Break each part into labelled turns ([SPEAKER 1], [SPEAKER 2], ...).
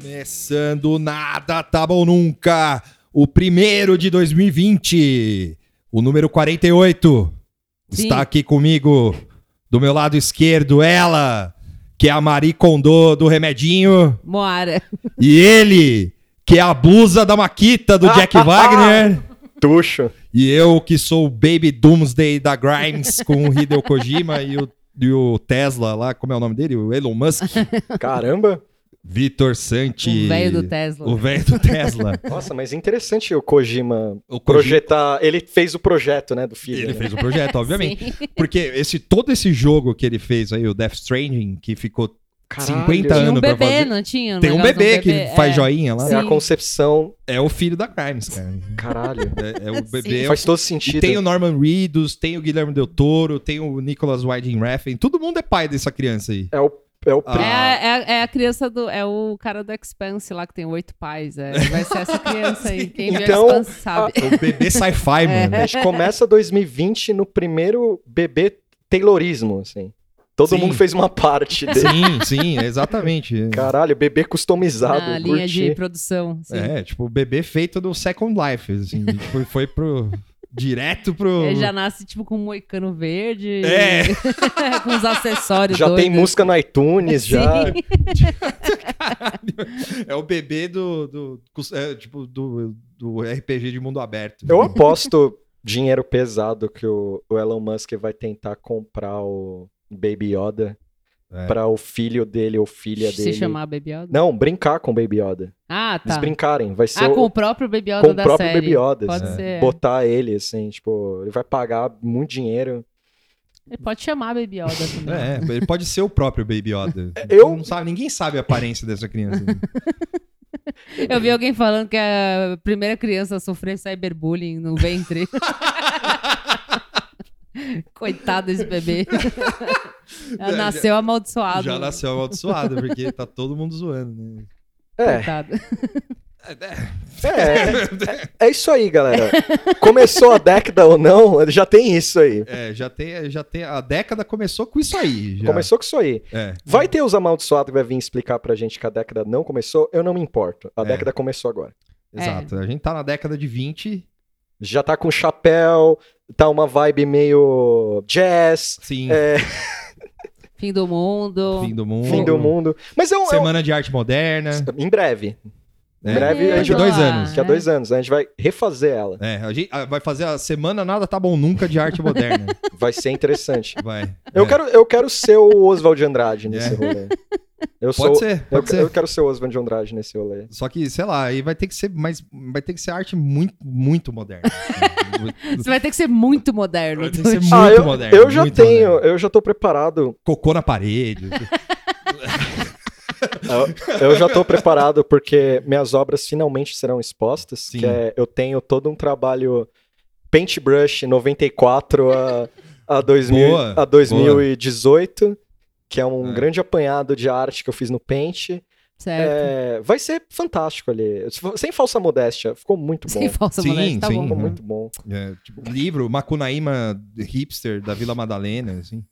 [SPEAKER 1] Começando nada, tá bom nunca. O primeiro de 2020, o número 48,
[SPEAKER 2] Sim.
[SPEAKER 1] está aqui comigo. Do meu lado esquerdo, ela, que é a Marie Kondo do Remedinho,
[SPEAKER 2] Moara.
[SPEAKER 1] e ele, que é a blusa da Maquita do Jack Wagner.
[SPEAKER 3] Tuxo.
[SPEAKER 1] E eu que sou o Baby Doomsday da Grimes com o Hideo Kojima e o, e o Tesla lá, como é o nome dele? O Elon Musk.
[SPEAKER 3] Caramba.
[SPEAKER 1] Vitor Santi.
[SPEAKER 2] O velho do Tesla.
[SPEAKER 1] O velho do Tesla.
[SPEAKER 3] Nossa, mas interessante o Kojima
[SPEAKER 1] O Kojima-
[SPEAKER 3] projetar. Ele fez o projeto, né, do filho.
[SPEAKER 1] Ele
[SPEAKER 3] né?
[SPEAKER 1] fez o projeto, obviamente.
[SPEAKER 2] Sim.
[SPEAKER 1] Porque esse, todo esse jogo que ele fez aí, o Death Stranding, que ficou 50
[SPEAKER 2] Tinha um
[SPEAKER 1] anos pra
[SPEAKER 2] bebê,
[SPEAKER 1] fazer.
[SPEAKER 2] não tinha?
[SPEAKER 1] Tem um
[SPEAKER 2] negócio de
[SPEAKER 1] bebê que faz
[SPEAKER 2] é.
[SPEAKER 1] joinha lá.
[SPEAKER 3] É a concepção.
[SPEAKER 1] É o filho da Grimes, cara.
[SPEAKER 3] Caralho.
[SPEAKER 1] É, é o bebê. é o-
[SPEAKER 3] Faz todo
[SPEAKER 1] E
[SPEAKER 3] sentido.
[SPEAKER 1] tem o Norman Reedus, tem o Guilherme Del Toro, tem o Nicholas Winding Refn. Todo mundo é pai dessa criança aí.
[SPEAKER 3] É o, é
[SPEAKER 1] Ah.
[SPEAKER 3] o pri-
[SPEAKER 2] É, a- é a- é a criança do. É o cara do Expanse lá que tem oito pais. é. Vai ser essa criança aí. Quem viu
[SPEAKER 3] Então,
[SPEAKER 2] Expanse sabe.
[SPEAKER 1] O bebê sci-fi,
[SPEAKER 2] É.
[SPEAKER 1] mano.
[SPEAKER 3] A gente começa 2020 no primeiro bebê Taylorismo, assim. Todo
[SPEAKER 1] Sim.
[SPEAKER 3] mundo fez uma parte dele.
[SPEAKER 1] Sim, sim, exatamente.
[SPEAKER 3] Caralho, bebê
[SPEAKER 1] tá,
[SPEAKER 3] customizado.
[SPEAKER 2] na linha
[SPEAKER 3] curti.
[SPEAKER 2] de produção. sim.
[SPEAKER 1] É, tipo, o bebê feito do Second Life, assim, foi, foi pro... Direto pro...
[SPEAKER 2] Ele já nasce, tipo, com um moicano verde.
[SPEAKER 1] É.
[SPEAKER 2] com os acessórios
[SPEAKER 3] Já tem
[SPEAKER 2] doidos.
[SPEAKER 3] música no iTunes, já.
[SPEAKER 2] Sim.
[SPEAKER 1] É o bebê do... do é, tipo, do, do RPG de mundo aberto.
[SPEAKER 3] Eu aposto dinheiro pesado que o, o Elon Musk vai tentar comprar o Baby Yoda
[SPEAKER 1] É.
[SPEAKER 3] pra para o filho dele ou filha
[SPEAKER 2] Se
[SPEAKER 3] dele.
[SPEAKER 2] chamar Baby Yoda.
[SPEAKER 3] Não, brincar com o Baby Yoda.
[SPEAKER 2] Ah, tá.
[SPEAKER 3] Eles brincarem. Vai ser
[SPEAKER 2] Ah,
[SPEAKER 3] o,
[SPEAKER 2] com o próprio Baby Yoda
[SPEAKER 3] com o
[SPEAKER 2] da
[SPEAKER 3] próprio
[SPEAKER 2] série.
[SPEAKER 3] Baby Yoda.
[SPEAKER 2] Pode
[SPEAKER 3] assim.
[SPEAKER 1] É.
[SPEAKER 2] ser.
[SPEAKER 3] Botar ele, assim, tipo, ele vai pagar muito dinheiro.
[SPEAKER 2] Ele pode chamar Baby Yoda também.
[SPEAKER 1] É, ele pode ser o próprio Baby Yoda.
[SPEAKER 3] Eu-
[SPEAKER 1] Não sabe, ninguém sabe a aparência dessa criança.
[SPEAKER 2] Eu vi alguém falando que a primeira criança a sofrer cyberbullying no ventre. Coitado desse bebê. Ela
[SPEAKER 1] É,
[SPEAKER 2] nasceu
[SPEAKER 3] Ah,
[SPEAKER 2] amaldiçoado.
[SPEAKER 1] já nasceu amaldiçoada, porque tá todo mundo zoando, né?
[SPEAKER 3] É,
[SPEAKER 2] Coitado.
[SPEAKER 3] é, é isso aí, galera. Começou a década ou não, já tem isso aí.
[SPEAKER 1] É, já tem, já tem... A década começou com isso aí, já.
[SPEAKER 3] Começou com isso aí.
[SPEAKER 1] É.
[SPEAKER 3] Vai ter os amaldiçoados que vai vir explicar pra gente que a década não começou? Eu não me importo. A
[SPEAKER 1] É.
[SPEAKER 3] década começou agora.
[SPEAKER 1] Exato. A gente tá na década de 20.
[SPEAKER 3] Já tá com chapéu, tá uma vibe meio jazz,
[SPEAKER 1] Sim.
[SPEAKER 3] é,
[SPEAKER 2] Fim do mundo.
[SPEAKER 1] Fim do mundo.
[SPEAKER 3] fim do mundo. Mas é um. é um-
[SPEAKER 1] Semana de Arte Moderna.
[SPEAKER 3] Em breve. Em
[SPEAKER 1] É.
[SPEAKER 3] breve Ah.
[SPEAKER 1] Daqui
[SPEAKER 3] a gente
[SPEAKER 2] Olha
[SPEAKER 3] vai.
[SPEAKER 1] dois
[SPEAKER 2] lá,
[SPEAKER 1] anos.
[SPEAKER 3] Daqui a
[SPEAKER 2] né?
[SPEAKER 3] dois anos, a gente vai refazer ela.
[SPEAKER 1] É, a gente ah, vai fazer a Semana Nada Tá Bom Nunca de Arte Moderna.
[SPEAKER 3] Vai ser interessante.
[SPEAKER 1] Vai.
[SPEAKER 3] Eu,
[SPEAKER 1] É.
[SPEAKER 3] quero, eu quero ser o Oswald de Andrade
[SPEAKER 1] É.
[SPEAKER 3] nesse rolê. Eu sou.
[SPEAKER 1] Pode ser,
[SPEAKER 3] eu,
[SPEAKER 1] pode ser.
[SPEAKER 3] eu quero ser o Oswald de Andrade nesse rolê.
[SPEAKER 1] Só que, sei lá, aí vai ter que ser, mas vai ter que ser arte muito, muito moderna.
[SPEAKER 2] Você vai ter que ser muito moderno.
[SPEAKER 1] Vai ter que ser
[SPEAKER 2] Tuti.
[SPEAKER 1] muito
[SPEAKER 3] ah, eu,
[SPEAKER 1] moderno,
[SPEAKER 3] eu já
[SPEAKER 1] muito
[SPEAKER 3] tenho,
[SPEAKER 1] moderno.
[SPEAKER 3] eu já tô preparado.
[SPEAKER 1] Cocô na parede.
[SPEAKER 3] Eu já tô preparado porque minhas obras finalmente serão expostas.
[SPEAKER 1] Sim.
[SPEAKER 3] Que é, eu tenho todo um trabalho Paintbrush 94 a, a, 2000,
[SPEAKER 1] Boa,
[SPEAKER 3] a 2018, que é um
[SPEAKER 1] É.
[SPEAKER 3] grande apanhado de arte que eu fiz no Paint.
[SPEAKER 2] Certo.
[SPEAKER 3] É, vai ser fantástico ali. Sem falsa modéstia, ficou muito bom.
[SPEAKER 2] Sem falsa
[SPEAKER 1] Sim,
[SPEAKER 2] modéstia, tá
[SPEAKER 1] sim.
[SPEAKER 2] bom.
[SPEAKER 3] Ficou
[SPEAKER 1] Uhum.
[SPEAKER 3] muito bom.
[SPEAKER 1] É, tipo, livro, Macunaíma hipster da Vila Madalena, assim.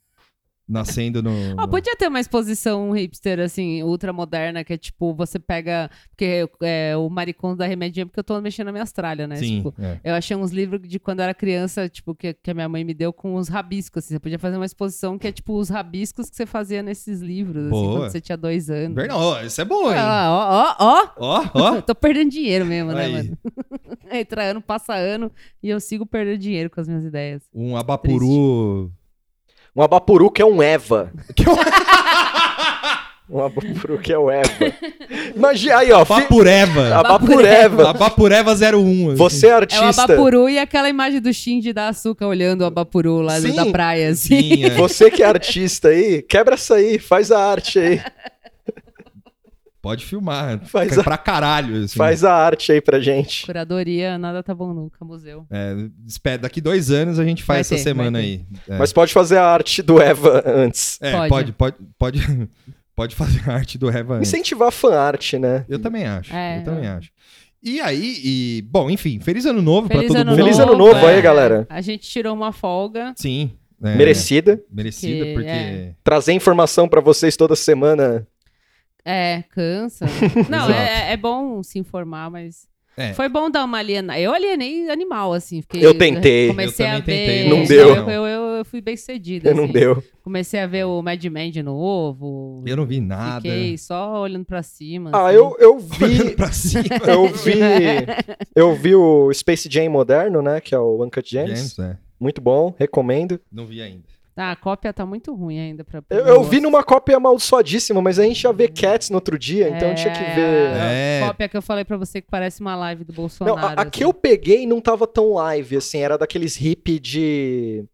[SPEAKER 1] Nascendo no. no-
[SPEAKER 2] Ah, podia ter uma exposição hipster, assim, ultramoderna, que é tipo, você pega. Porque é, o maricondo da remedinha, porque eu tô mexendo nas minhas tralhas, né?
[SPEAKER 1] Sim.
[SPEAKER 2] Tipo,
[SPEAKER 1] é.
[SPEAKER 2] eu achei uns livros de quando eu era criança, tipo, que, que a minha mãe me deu com os rabiscos. Assim. Você podia fazer uma exposição que é tipo os rabiscos que você fazia nesses livros, assim,
[SPEAKER 1] Boa.
[SPEAKER 2] quando você tinha dois anos.
[SPEAKER 1] Bernal, ó, isso é bom, hein?
[SPEAKER 2] Ah, ó, ó, ó.
[SPEAKER 1] Ó, ó.
[SPEAKER 2] Tô perdendo dinheiro mesmo, né,
[SPEAKER 1] Aí,
[SPEAKER 2] mano? Entra ano, passa ano e eu sigo perdendo dinheiro com as minhas ideias.
[SPEAKER 1] um abapuru.
[SPEAKER 3] Um Abapuru que é um Eva.
[SPEAKER 1] Que eu...
[SPEAKER 3] Um Abapuru que é o Eva. Imagina aí, ó. Fi...
[SPEAKER 1] Papureva.
[SPEAKER 3] Abapureva.
[SPEAKER 1] Abapureva 01. assim.
[SPEAKER 3] Você é
[SPEAKER 2] É o
[SPEAKER 3] artista.
[SPEAKER 2] Abapuru e aquela imagem do Shinji da Açúcar olhando o Abapuru lá do-
[SPEAKER 3] Sim.
[SPEAKER 2] da praia, assim.
[SPEAKER 1] Sim, é.
[SPEAKER 3] Você que é artista aí, quebra essa aí, faz a arte aí.
[SPEAKER 1] Pode filmar.
[SPEAKER 3] Faz
[SPEAKER 1] Fica
[SPEAKER 3] a-
[SPEAKER 1] pra caralho. assim.
[SPEAKER 3] Faz a arte aí pra gente.
[SPEAKER 2] Curadoria, nada tá bom nunca, museu.
[SPEAKER 1] É, espera, daqui dois anos a gente faz essa
[SPEAKER 2] Vai ter,
[SPEAKER 1] semana
[SPEAKER 2] vai
[SPEAKER 1] aí. É,
[SPEAKER 3] Mas pode fazer a arte do Eva antes.
[SPEAKER 1] é, pode,
[SPEAKER 2] Pode.
[SPEAKER 1] pode, pode, pode fazer a arte do Reva antes.
[SPEAKER 3] Incentivar a fanart, né?
[SPEAKER 1] Eu também acho.
[SPEAKER 2] É,
[SPEAKER 1] eu também
[SPEAKER 2] eu-
[SPEAKER 1] acho. E aí, e, tá bom, enfim, feliz ano novo pra todo mundo.
[SPEAKER 3] Feliz ano novo aí,
[SPEAKER 2] é.
[SPEAKER 3] galera.
[SPEAKER 2] A gente tirou uma folga.
[SPEAKER 1] Sim. É,
[SPEAKER 3] Merecida.
[SPEAKER 1] Merecida,
[SPEAKER 2] Que
[SPEAKER 1] porque.
[SPEAKER 2] é.
[SPEAKER 3] Trazer informação pra vocês toda semana.
[SPEAKER 2] É, cansa. Não, é, é bom se informar, mas.
[SPEAKER 1] É.
[SPEAKER 2] Foi bom dar uma aliena. Eu alienei animal, assim. Fiquei,
[SPEAKER 3] Eu tentei.
[SPEAKER 2] Comecei
[SPEAKER 1] Eu
[SPEAKER 2] a
[SPEAKER 1] também
[SPEAKER 2] ver.
[SPEAKER 1] tentei,
[SPEAKER 3] não deu.
[SPEAKER 2] Eu, eu, eu- eu fui bem cedida.
[SPEAKER 3] Não
[SPEAKER 2] assim.
[SPEAKER 3] deu.
[SPEAKER 2] Comecei a ver o Mad Men de novo.
[SPEAKER 1] Eu não vi nada.
[SPEAKER 2] Fiquei só olhando pra cima.
[SPEAKER 3] Ah,
[SPEAKER 2] assim.
[SPEAKER 3] eu, eu
[SPEAKER 1] Olhando
[SPEAKER 3] vi.
[SPEAKER 1] pra cima.
[SPEAKER 3] Eu vi. Eu vi o Space Jam moderno, né? Que é o Uncut Gems.
[SPEAKER 1] James, é.
[SPEAKER 3] Muito bom, recomendo.
[SPEAKER 1] Não vi ainda.
[SPEAKER 2] Ah, a cópia tá muito ruim ainda pra.
[SPEAKER 3] Eu, eu vi numa cópia amaldiçoadíssima, mas a gente já vê Cats no outro dia, então tinha que ver.
[SPEAKER 2] a
[SPEAKER 1] É.
[SPEAKER 2] cópia que eu falei pra você que parece uma live do
[SPEAKER 3] Não,
[SPEAKER 2] Bolsonaro.
[SPEAKER 3] a, a
[SPEAKER 2] assim.
[SPEAKER 3] que eu peguei não tava tão live, assim, era daqueles hippie de.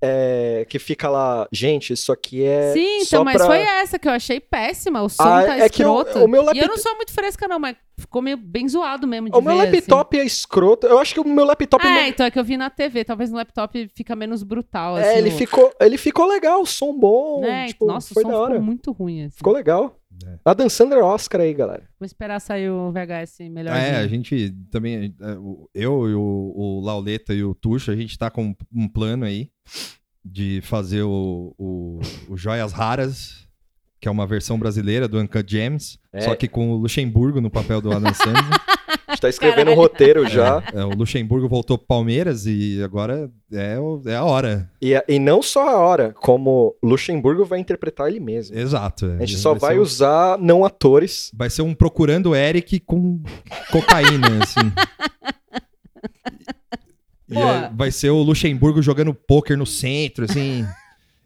[SPEAKER 3] é, que fica lá, gente, isso aqui é.
[SPEAKER 2] Sim,
[SPEAKER 3] só
[SPEAKER 2] então, mas
[SPEAKER 3] pra-
[SPEAKER 2] foi essa que eu achei péssima. O som
[SPEAKER 3] Ah,
[SPEAKER 2] tá
[SPEAKER 3] é que eu-
[SPEAKER 2] escroto.
[SPEAKER 3] o
[SPEAKER 2] E
[SPEAKER 3] meu
[SPEAKER 2] eu
[SPEAKER 3] laptop-
[SPEAKER 2] não sou muito fresca, não, mas ficou meio bem zoado mesmo de
[SPEAKER 3] O meu
[SPEAKER 2] ver,
[SPEAKER 3] laptop é escroto. Eu acho que o meu laptop.
[SPEAKER 2] Assim.
[SPEAKER 3] não-
[SPEAKER 2] É, então é que eu vi na TV. Talvez no laptop fica menos brutal, assim.
[SPEAKER 3] É, ele
[SPEAKER 2] o-
[SPEAKER 3] ficou, ele ficou legal, som bom.
[SPEAKER 2] né?
[SPEAKER 3] tipo,
[SPEAKER 2] Nossa,
[SPEAKER 3] foi
[SPEAKER 2] o som
[SPEAKER 3] da hora.
[SPEAKER 2] ficou muito ruim, assim.
[SPEAKER 3] Ficou legal.
[SPEAKER 1] É.
[SPEAKER 3] A Dan Sandler é Oscar aí, galera.
[SPEAKER 2] Vou esperar sair o VHS melhor.
[SPEAKER 1] Ah, é, a gente também. é, o- Eu, e o, o Lauleta e o Tuxo, a gente tá com um plano aí de fazer o, o, o Joias Raras, que é uma versão brasileira do Uncut James,
[SPEAKER 3] É.
[SPEAKER 1] só que com o Luxemburgo no papel do Adam Sandler.
[SPEAKER 3] A gente tá escrevendo um
[SPEAKER 2] Caralho.
[SPEAKER 3] roteiro já.
[SPEAKER 1] É, o Luxemburgo voltou pro Palmeiras e agora é, o- é a hora.
[SPEAKER 3] E, e não só a hora, como Luxemburgo vai interpretar ele mesmo.
[SPEAKER 1] Exato. é.
[SPEAKER 3] A gente só vai
[SPEAKER 1] ser um-
[SPEAKER 3] usar não atores.
[SPEAKER 1] Vai ser um procurando Eric com cocaína, assim. E
[SPEAKER 2] Pô.
[SPEAKER 1] aí vai ser o Luxemburgo jogando pôquer no centro, assim.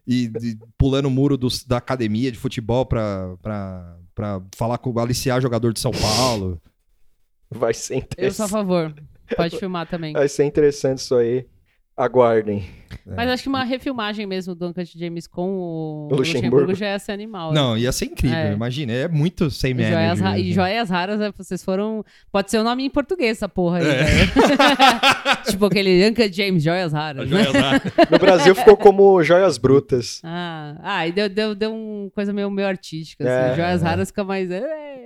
[SPEAKER 1] e, e pulando o muro dos- da academia de futebol pra, pra, pra falar com aliciar jogador de São Paulo.
[SPEAKER 3] Vai ser
[SPEAKER 2] Eu sou a
[SPEAKER 3] interessante.
[SPEAKER 2] favor. Pode filmar também.
[SPEAKER 3] Vai ser interessante isso aí. Aguardem.
[SPEAKER 2] Mas acho que uma refilmagem mesmo do Uncut James com o
[SPEAKER 3] É. O Luxemburgo.
[SPEAKER 2] Luxemburgo já ia ser animal.
[SPEAKER 1] Não, ia ser incrível,
[SPEAKER 2] É.
[SPEAKER 1] imagina. É muito sem
[SPEAKER 2] E joias, ra-
[SPEAKER 1] merda.
[SPEAKER 2] e joias raras, né, vocês foram. Pode ser o nome em português, essa porra aí.
[SPEAKER 1] É.
[SPEAKER 2] velho. tipo aquele Uncut James, joias raras. Né?
[SPEAKER 3] No Brasil ficou como Joias Brutas.
[SPEAKER 2] Ah, ah, e deu, deu, deu uma coisa meio, meio artística.
[SPEAKER 3] É.
[SPEAKER 2] assim. Joias
[SPEAKER 1] É.
[SPEAKER 2] raras fica mais. é.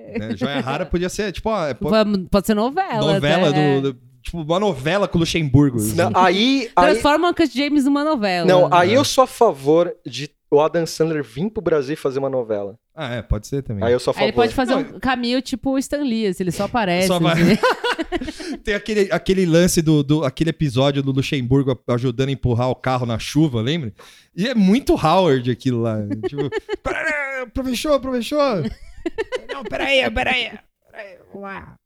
[SPEAKER 1] É, joia rara podia ser, tipo, ó, pô-
[SPEAKER 2] Vamos- Pode ser novela.
[SPEAKER 1] novela
[SPEAKER 2] até, é.
[SPEAKER 1] do, do- Tipo, uma novela com o Luxemburgo. assim.
[SPEAKER 3] Não, aí, aí,
[SPEAKER 2] Transforma o Uncut James numa novela.
[SPEAKER 3] não, aí eu sou a favor de o Adam Sandler vir pro Brasil e fazer uma novela.
[SPEAKER 1] Ah, é, pode ser também.
[SPEAKER 3] Aí eu sou a
[SPEAKER 2] Aí
[SPEAKER 3] favor.
[SPEAKER 2] ele pode fazer um caminho tipo o Stan Lee, assim, ele só aparece.
[SPEAKER 1] Só vai-
[SPEAKER 2] assim.
[SPEAKER 1] Tem aquele, aquele lance do, do- aquele episódio do Luxemburgo a- ajudando a empurrar o carro na chuva, lembra? E é muito Howard aquilo lá. tipo, "Parará, professor, professor. Não, peraí, peraí. peraí, vamos lá.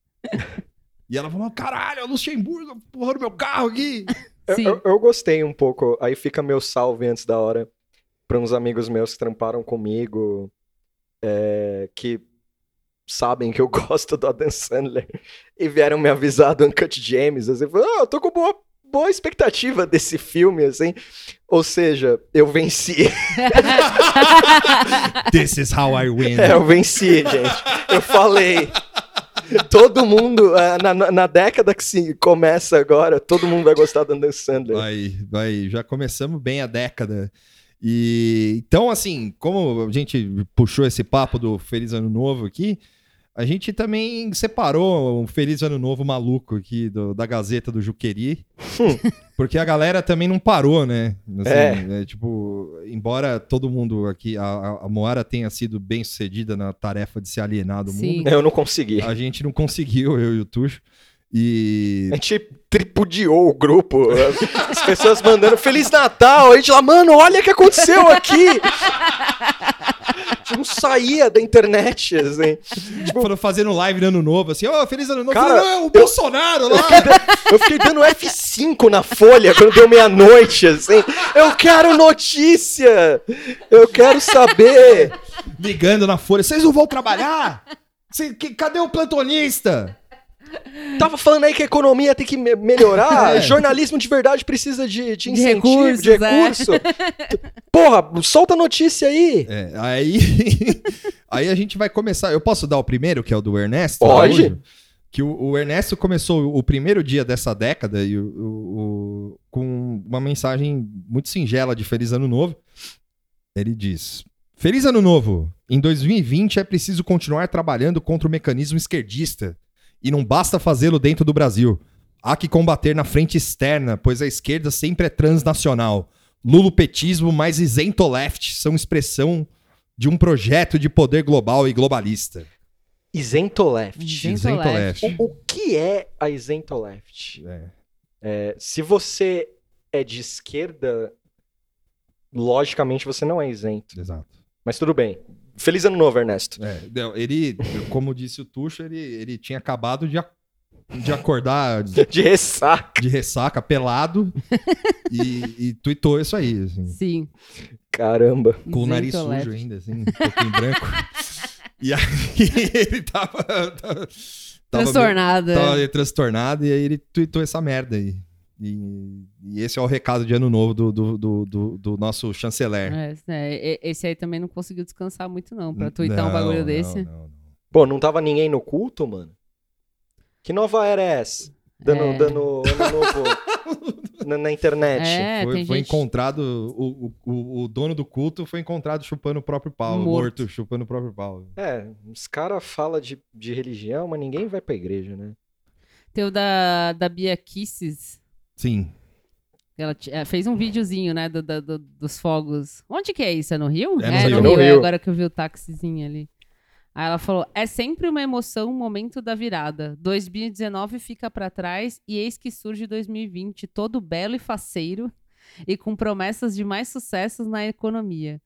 [SPEAKER 1] E ela falou: caralho, é o Luxemburgo empurrando meu carro aqui.
[SPEAKER 3] Eu-
[SPEAKER 2] Sim.
[SPEAKER 3] Eu, eu gostei um pouco. Aí fica meu salve antes da hora para uns amigos meus que tramparam comigo, é, que sabem que eu gosto do Adam Sandler e vieram me avisar do Uncut James. Assim, falaram, ah, eu tô com boa, boa expectativa desse filme, assim. Ou seja, eu venci.
[SPEAKER 1] This is how I win.
[SPEAKER 3] É, eu venci, gente. Eu falei. Todo mundo, ah, na, na- na década que se começa agora, todo mundo vai gostar do Adam Sandler.
[SPEAKER 1] Vai, vai, já começamos bem a década. E então, assim, como a gente puxou esse papo do Feliz Ano Novo aqui, a gente também separou um Feliz Ano Novo maluco aqui do- da Gazeta do Juqueri. porque a galera também não parou, né? Assim, é. tipo, embora todo mundo aqui, a- a, a Moara tenha sido bem sucedida na tarefa de se alienar do
[SPEAKER 2] Sim.
[SPEAKER 1] mundo,
[SPEAKER 3] Eu não consegui.
[SPEAKER 1] a gente não conseguiu, eu e o Tuxo. E
[SPEAKER 3] A gente tripudiou o grupo. As pessoas mandando Feliz Natal. A gente lá, mano, olha o que aconteceu aqui. A gente não saía da internet, assim.
[SPEAKER 1] Tipo, foram fazendo live no ano novo, assim, ó, feliz ano novo.
[SPEAKER 3] Cara,
[SPEAKER 1] Falei, "Não, é o Bolsonaro lá.
[SPEAKER 3] Eu fiquei dando F5 na folha quando deu meia-noite, assim. Eu quero notícia! Eu quero saber!
[SPEAKER 1] Ligando na folha, vocês não vão trabalhar? Cê- que- cadê o plantonista?
[SPEAKER 3] Tava falando aí que a economia tem que me- melhorar,
[SPEAKER 1] É.
[SPEAKER 3] jornalismo de verdade precisa de, de
[SPEAKER 2] De
[SPEAKER 3] incentivo,
[SPEAKER 2] recursos,
[SPEAKER 3] de
[SPEAKER 2] é.
[SPEAKER 3] recurso. Porra, solta a notícia aí!
[SPEAKER 1] É, aí, aí a gente vai começar. Eu posso dar o primeiro, que é o do Ernesto?
[SPEAKER 3] Pode.
[SPEAKER 1] Araújo? Que o, o Ernesto começou o primeiro dia dessa década e o, o- o- com uma mensagem muito singela de Feliz Ano Novo. Ele diz: Feliz Ano Novo! Em 2020 é preciso continuar trabalhando contra o mecanismo esquerdista. E não basta fazê-lo dentro do Brasil. Há que combater na frente externa, pois a esquerda sempre é transnacional. Lulupetismo mais isento left são expressão de um projeto de poder global e globalista.
[SPEAKER 3] Isento Left.
[SPEAKER 2] Isento left.
[SPEAKER 1] left.
[SPEAKER 3] O, o que é a Isento Left?
[SPEAKER 1] É.
[SPEAKER 3] É, se você é de esquerda, logicamente você não é isento.
[SPEAKER 1] Exato.
[SPEAKER 3] Mas tudo bem. Feliz ano novo, Ernesto.
[SPEAKER 1] É, não, ele, como disse o Tuxo, ele, ele tinha acabado de, ac- de acordar de
[SPEAKER 3] De ressaca.
[SPEAKER 1] de ressaca, pelado, e, e tuitou isso aí, assim,
[SPEAKER 2] Sim.
[SPEAKER 3] Caramba.
[SPEAKER 1] com o nariz
[SPEAKER 2] Isento
[SPEAKER 1] sujo
[SPEAKER 2] left.
[SPEAKER 1] ainda, assim, um pouquinho branco. E aí ele tava. tava tava meio-
[SPEAKER 2] Transtornada.
[SPEAKER 1] tava meio Tá transtornado, e aí ele tuitou essa merda aí. E, e esse é o recado de ano novo do, do, do, do- do nosso chanceler.
[SPEAKER 2] É, é, é, esse aí também não conseguiu descansar muito, não, pra
[SPEAKER 1] N-
[SPEAKER 2] tuitar um
[SPEAKER 1] não,
[SPEAKER 2] bagulho
[SPEAKER 1] não,
[SPEAKER 2] desse.
[SPEAKER 1] não, não.
[SPEAKER 3] Pô, não tava ninguém no culto, mano? Que nova era é essa? Dando,
[SPEAKER 2] É.
[SPEAKER 3] dando ano novo na, na internet.
[SPEAKER 2] É,
[SPEAKER 1] foi
[SPEAKER 2] tem
[SPEAKER 1] foi
[SPEAKER 2] gente-
[SPEAKER 1] encontrado, o, o- o, o dono do culto foi encontrado chupando o próprio pau,
[SPEAKER 2] Morto.
[SPEAKER 1] morto chupando o próprio pau.
[SPEAKER 3] É, os caras falam de, de religião, mas ninguém vai pra igreja, né?
[SPEAKER 2] Tem o da, da Bia Kisses.
[SPEAKER 1] Sim.
[SPEAKER 2] Ela ti- eh, fez um videozinho, né, do, do- do- dos fogos. Onde que é isso? É no Rio?
[SPEAKER 1] É no Rio.
[SPEAKER 2] no Rio,
[SPEAKER 3] No
[SPEAKER 2] é
[SPEAKER 3] Rio.
[SPEAKER 2] agora que eu vi o táxizinho ali. Aí ela falou: é sempre uma emoção o momento da virada. 2019 fica pra trás e eis que surge 2020, todo belo e faceiro e com promessas de mais sucessos na economia.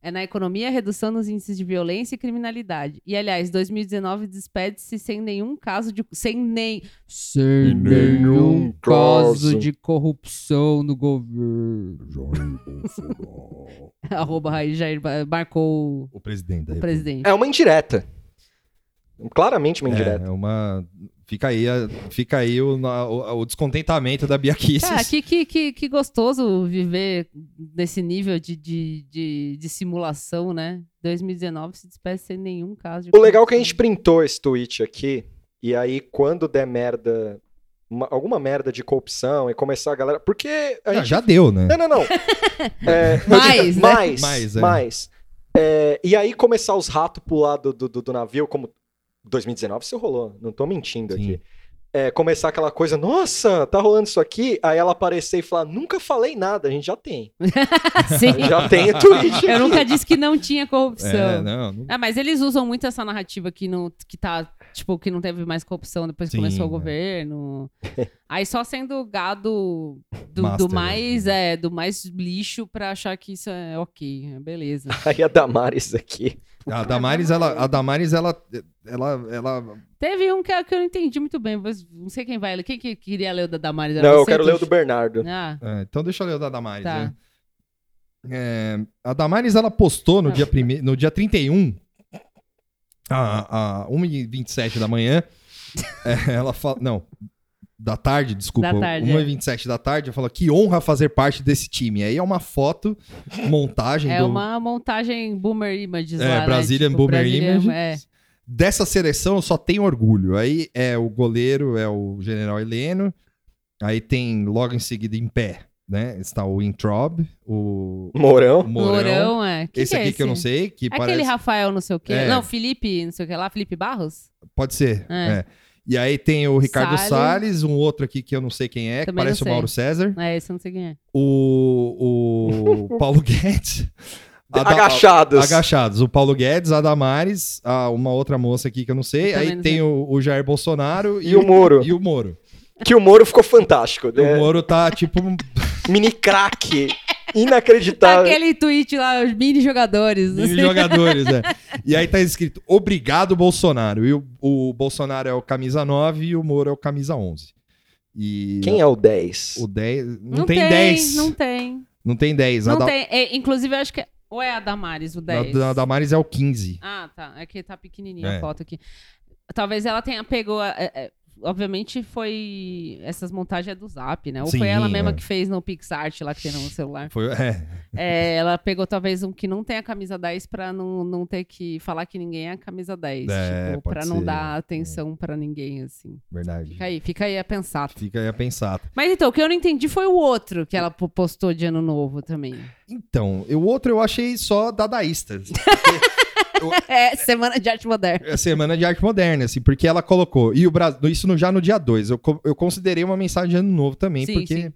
[SPEAKER 2] É na economia, redução nos índices de violência e criminalidade. E, aliás, 2019 despede-se sem nenhum caso de. sem nem. sem
[SPEAKER 3] E nenhum caso.
[SPEAKER 2] de corrupção no governo. Arroba Raiz Jair ba- marcou
[SPEAKER 1] O presidente.
[SPEAKER 2] o
[SPEAKER 1] da
[SPEAKER 2] presidente.
[SPEAKER 3] É uma indireta. Claramente uma indireta.
[SPEAKER 1] É, é uma. Fica aí, a- fica aí o, na- o- o descontentamento da Bia Kisses.
[SPEAKER 2] Cara, que, que, que, que gostoso viver nesse nível de, de, de, de simulação, né? 2019 se despede sem nenhum caso de
[SPEAKER 1] Uhum.
[SPEAKER 3] O legal é que a gente
[SPEAKER 2] corrupção.
[SPEAKER 3] printou esse tweet aqui, e aí quando der merda, uma- alguma merda de corrupção e começar a galera. Porque a
[SPEAKER 1] Ah,
[SPEAKER 3] gente.
[SPEAKER 1] Já deu, né?
[SPEAKER 3] Não, não, não. É,
[SPEAKER 2] Mais, né?
[SPEAKER 3] mais,
[SPEAKER 1] Mais,
[SPEAKER 3] mais,
[SPEAKER 1] é.
[SPEAKER 3] É, e aí começar os ratos pular do, do, do- do navio, como 2019 isso rolou, não tô mentindo
[SPEAKER 1] Sim.
[SPEAKER 3] aqui. É, começar aquela coisa, nossa, tá rolando isso aqui, aí ela aparecer e falar, nunca falei nada, a gente já tem.
[SPEAKER 2] Sim.
[SPEAKER 3] Já tem o tweet.
[SPEAKER 2] Eu nunca disse que não tinha corrupção.
[SPEAKER 1] É, não, não-
[SPEAKER 2] Ah, mas eles usam muito essa narrativa que não que tá, tipo, que não teve mais corrupção depois que
[SPEAKER 1] Sim,
[SPEAKER 2] começou o
[SPEAKER 1] é.
[SPEAKER 2] governo. Aí só sendo gado do,
[SPEAKER 1] Master,
[SPEAKER 2] do mais,
[SPEAKER 1] né?
[SPEAKER 2] é, do mais lixo pra achar que isso é ok, é beleza.
[SPEAKER 3] Aí a Damares aqui.
[SPEAKER 1] A Damares, ela, a Damares ela, ela, ela.
[SPEAKER 2] Teve um que, eu- que eu não entendi muito bem, mas não sei quem vai ler. Quem que queria ler o da Damares? Era
[SPEAKER 3] não, eu
[SPEAKER 2] você,
[SPEAKER 3] quero ler o do
[SPEAKER 2] Tuxo?
[SPEAKER 3] Bernardo.
[SPEAKER 2] Ah,
[SPEAKER 1] é, então deixa eu ler o da Damares.
[SPEAKER 2] Tá.
[SPEAKER 1] né? É, a Damares ela postou no
[SPEAKER 2] Ah.
[SPEAKER 1] dia, prime... no dia 31, a, a 1h27 da manhã. é, ela fala. Não. Da tarde, desculpa.
[SPEAKER 2] Da tarde, é.
[SPEAKER 1] 1h27 da tarde, ela fala que honra fazer parte desse time. Aí é uma foto, montagem
[SPEAKER 2] é
[SPEAKER 1] do,
[SPEAKER 2] uma montagem Boomer Images lá,
[SPEAKER 1] É,
[SPEAKER 2] né?
[SPEAKER 1] Brazilian
[SPEAKER 2] Tipo,
[SPEAKER 1] Boomer
[SPEAKER 2] Brazilian-
[SPEAKER 1] Images.
[SPEAKER 2] é.
[SPEAKER 1] Dessa seleção eu só tenho orgulho. Aí é o goleiro, é o General Heleno. Aí tem logo em seguida em pé, né? Está o Introb, o o
[SPEAKER 3] Mourão.
[SPEAKER 1] Mourão.
[SPEAKER 2] Mourão, é. Que
[SPEAKER 1] esse
[SPEAKER 2] que é
[SPEAKER 1] aqui
[SPEAKER 2] esse?
[SPEAKER 1] que eu não sei, que
[SPEAKER 2] É Aquele
[SPEAKER 1] parece.
[SPEAKER 2] Rafael não sei o quê.
[SPEAKER 1] É.
[SPEAKER 2] Não, Felipe, não sei o que lá, Felipe Barros?
[SPEAKER 1] Pode ser. é.
[SPEAKER 2] É.
[SPEAKER 1] E aí tem o Ricardo
[SPEAKER 2] Salles.
[SPEAKER 1] Salles, um outro aqui que eu não sei quem é, que
[SPEAKER 2] Também não
[SPEAKER 1] parece o
[SPEAKER 2] sei.
[SPEAKER 1] Mauro César.
[SPEAKER 2] É, esse eu não sei quem é.
[SPEAKER 1] O, o Paulo Guedes. a Da-
[SPEAKER 3] Agachados.
[SPEAKER 1] Agachados. O Paulo Guedes, a Damares, a uma outra moça aqui que eu não sei.
[SPEAKER 2] Eu também
[SPEAKER 1] aí
[SPEAKER 2] não
[SPEAKER 1] tem
[SPEAKER 2] sei.
[SPEAKER 1] o, o Jair Bolsonaro
[SPEAKER 3] E o Moro.
[SPEAKER 1] E o Moro.
[SPEAKER 3] Que o Moro ficou fantástico. né?
[SPEAKER 1] O Moro tá tipo. um
[SPEAKER 3] Mini craque.
[SPEAKER 2] Tá
[SPEAKER 3] Inacreditável.
[SPEAKER 2] Aquele tweet lá, os mini jogadores. assim. não
[SPEAKER 1] dos
[SPEAKER 2] sei.
[SPEAKER 1] jogadores, né? E aí tá escrito: Obrigado, Bolsonaro. E o, o Bolsonaro é o camisa 9 e o Moro é o camisa 11. E
[SPEAKER 3] Quem é o 10?
[SPEAKER 1] o 10. Não, tem, 10.
[SPEAKER 2] Não
[SPEAKER 1] Não...
[SPEAKER 2] tem.
[SPEAKER 1] tem 10.
[SPEAKER 2] Não
[SPEAKER 1] a da,
[SPEAKER 2] tem. É, inclusive, eu acho que é. Ou é a Damares, o 10?
[SPEAKER 1] da- da Damares é o 15.
[SPEAKER 2] Ah, tá. É que tá pequenininha
[SPEAKER 1] É.
[SPEAKER 2] a foto aqui. Talvez ela tenha pegou. a- é- é, obviamente foi. Essas montagens é do Zap, né? Ou
[SPEAKER 1] Sim,
[SPEAKER 2] foi ela mesma
[SPEAKER 1] é.
[SPEAKER 2] que fez no PixArt lá que tem no celular.
[SPEAKER 1] Foi, é,
[SPEAKER 2] É, ela pegou talvez um que não tem a camisa 10 pra não, não ter que falar que ninguém é a camisa 10.
[SPEAKER 1] É,
[SPEAKER 2] tipo,
[SPEAKER 1] pode
[SPEAKER 2] pra não
[SPEAKER 1] ser.
[SPEAKER 2] dar atenção pra ninguém, assim.
[SPEAKER 1] verdade.
[SPEAKER 2] Fica aí, fica aí a pensar.
[SPEAKER 1] Fica aí a pensar.
[SPEAKER 2] Mas então, o que eu não entendi foi o outro que ela po- postou de ano novo também.
[SPEAKER 1] Então, o outro eu achei só dadaísta.
[SPEAKER 2] É, Semana de Arte Moderna.
[SPEAKER 1] É a semana de arte moderna, assim, porque ela colocou. E o Brasil. Isso no- já no dia 2. Eu, co- eu considerei uma mensagem de ano novo também,
[SPEAKER 2] Sim,
[SPEAKER 1] porque
[SPEAKER 2] sim.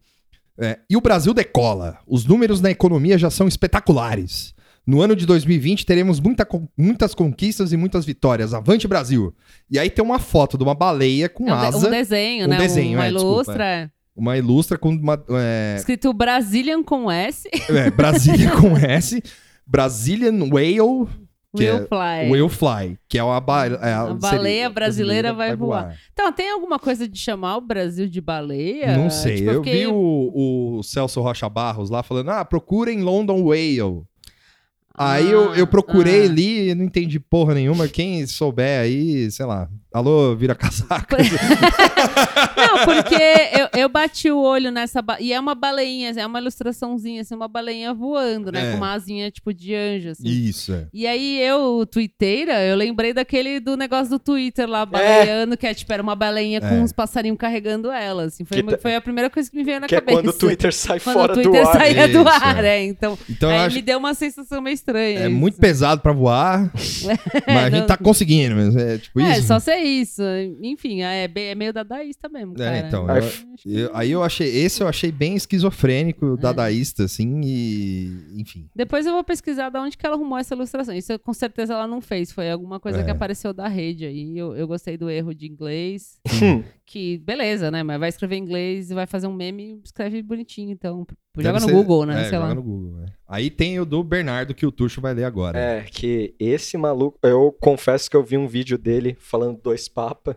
[SPEAKER 1] É, e o Brasil decola. Os números na economia já são espetaculares. No ano de 2020 teremos muita con- muitas conquistas e muitas vitórias. Avante Brasil! E aí tem uma foto de uma baleia com
[SPEAKER 2] É um de-
[SPEAKER 1] asa,
[SPEAKER 2] um desenho,
[SPEAKER 1] um
[SPEAKER 2] né?
[SPEAKER 1] desenho,
[SPEAKER 2] uma
[SPEAKER 1] é, desculpa,
[SPEAKER 2] ilustra. é.
[SPEAKER 1] uma ilustra com uma, é,
[SPEAKER 2] Escrito Brazilian com S.
[SPEAKER 1] é, Brasília com S, Brazilian Whale, Que é
[SPEAKER 2] Will Fly.
[SPEAKER 1] Whale Fly, que é uma ba- é
[SPEAKER 2] A baleia brasileira vai Então, tem alguma coisa de chamar o Brasil de baleia?
[SPEAKER 1] Não sei.
[SPEAKER 2] Tipo,
[SPEAKER 1] eu
[SPEAKER 2] fiquei-
[SPEAKER 1] vi o, o Celso Rocha Barros lá falando: ah, procurem London Whale. Aí eu,
[SPEAKER 2] Ah,
[SPEAKER 1] eu procurei
[SPEAKER 2] ah.
[SPEAKER 1] ali e não entendi porra nenhuma. Quem souber aí, sei lá. Alô, vira casaca.
[SPEAKER 2] Não, porque eu, eu bati o olho nessa. ba- E é uma baleinha, é uma ilustraçãozinha, assim, uma baleinha voando, né?
[SPEAKER 1] É.
[SPEAKER 2] Com uma asinha tipo de anjo, assim.
[SPEAKER 1] Isso. é.
[SPEAKER 2] E aí eu, twitteira, eu lembrei daquele do negócio do Twitter lá, baleando, que é tipo, era uma baleinha
[SPEAKER 1] É.
[SPEAKER 2] com uns passarinhos carregando ela, assim. Foi,
[SPEAKER 3] Que
[SPEAKER 2] uma- foi a primeira coisa que me veio na
[SPEAKER 3] Que é
[SPEAKER 2] cabeça.
[SPEAKER 3] quando o Twitter sai
[SPEAKER 2] Quando
[SPEAKER 3] fora
[SPEAKER 2] o Twitter
[SPEAKER 3] do ar.
[SPEAKER 2] saía do
[SPEAKER 1] Isso,
[SPEAKER 2] ar,
[SPEAKER 1] é.
[SPEAKER 2] é. Então,
[SPEAKER 1] Então eu
[SPEAKER 2] aí
[SPEAKER 1] acho
[SPEAKER 2] me deu uma sensação meio estranha.
[SPEAKER 1] é
[SPEAKER 2] isso.
[SPEAKER 1] muito pesado pra voar, mas a gente
[SPEAKER 2] não-
[SPEAKER 1] tá conseguindo. Mas é tipo
[SPEAKER 2] É,
[SPEAKER 1] isso.
[SPEAKER 2] só ser isso. Enfim, é, bem- é meio dadaísta mesmo,
[SPEAKER 1] É,
[SPEAKER 2] cara.
[SPEAKER 1] então,
[SPEAKER 3] Aí
[SPEAKER 1] eu- Eu- aí eu achei, esse eu achei bem
[SPEAKER 2] É.
[SPEAKER 1] esquizofrênico, dadaísta, assim, e. Enfim.
[SPEAKER 2] Depois eu vou pesquisar de onde que ela arrumou essa ilustração. Isso com certeza ela não fez. Foi alguma coisa
[SPEAKER 1] É.
[SPEAKER 2] que apareceu da rede aí. Eu, eu gostei do erro de inglês.
[SPEAKER 1] Hum.
[SPEAKER 2] que beleza, né? Mas vai escrever em inglês e vai fazer um meme escreve bonitinho. Então, joga
[SPEAKER 1] Deve
[SPEAKER 2] no
[SPEAKER 1] ser-
[SPEAKER 2] Google, né?
[SPEAKER 1] é,
[SPEAKER 2] Sei
[SPEAKER 1] joga
[SPEAKER 2] lá.
[SPEAKER 1] no Google. é. Aí tem o do Bernardo que o Tuxo vai ler agora.
[SPEAKER 3] É, que esse maluco. Eu confesso que eu vi um vídeo dele falando dois papas.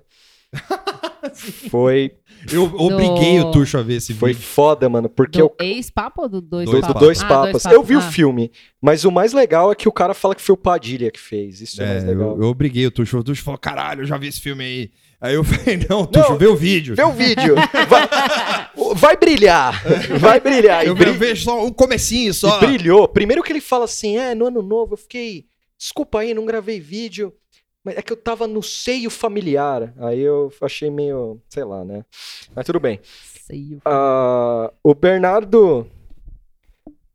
[SPEAKER 3] foi
[SPEAKER 1] Eu obriguei
[SPEAKER 2] Do-
[SPEAKER 1] o Tuxo a ver esse
[SPEAKER 3] foi
[SPEAKER 1] vídeo.
[SPEAKER 3] foda, mano, porque
[SPEAKER 2] do
[SPEAKER 3] eu
[SPEAKER 2] ex-papo ou do dois,
[SPEAKER 1] Dois
[SPEAKER 3] do
[SPEAKER 2] papas?
[SPEAKER 1] papas.
[SPEAKER 3] dois
[SPEAKER 2] Ah,
[SPEAKER 3] papas.
[SPEAKER 2] papas.
[SPEAKER 3] Eu vi o
[SPEAKER 2] Ah,
[SPEAKER 3] filme, mas o mais legal é que o cara fala que foi o Padilha que fez. Isso é, mais
[SPEAKER 1] É,
[SPEAKER 3] legal.
[SPEAKER 1] eu, eu obriguei o Tuxo. O Tuxo falou: caralho, eu já vi esse filme aí. Aí eu falei: não, Tuxo, vê o vídeo.
[SPEAKER 3] Vê o vídeo. Vai, vai brilhar. Vai brilhar. E
[SPEAKER 1] eu
[SPEAKER 3] bri-
[SPEAKER 1] quero ver só um comecinho
[SPEAKER 3] E
[SPEAKER 1] só.
[SPEAKER 3] brilhou. Primeiro que ele fala assim, é, no ano novo eu fiquei, desculpa aí, não gravei vídeo, mas é que eu tava no seio familiar. Aí eu achei meio, sei lá, né? Mas tudo bem.
[SPEAKER 2] sei.
[SPEAKER 3] Ah, o Bernardo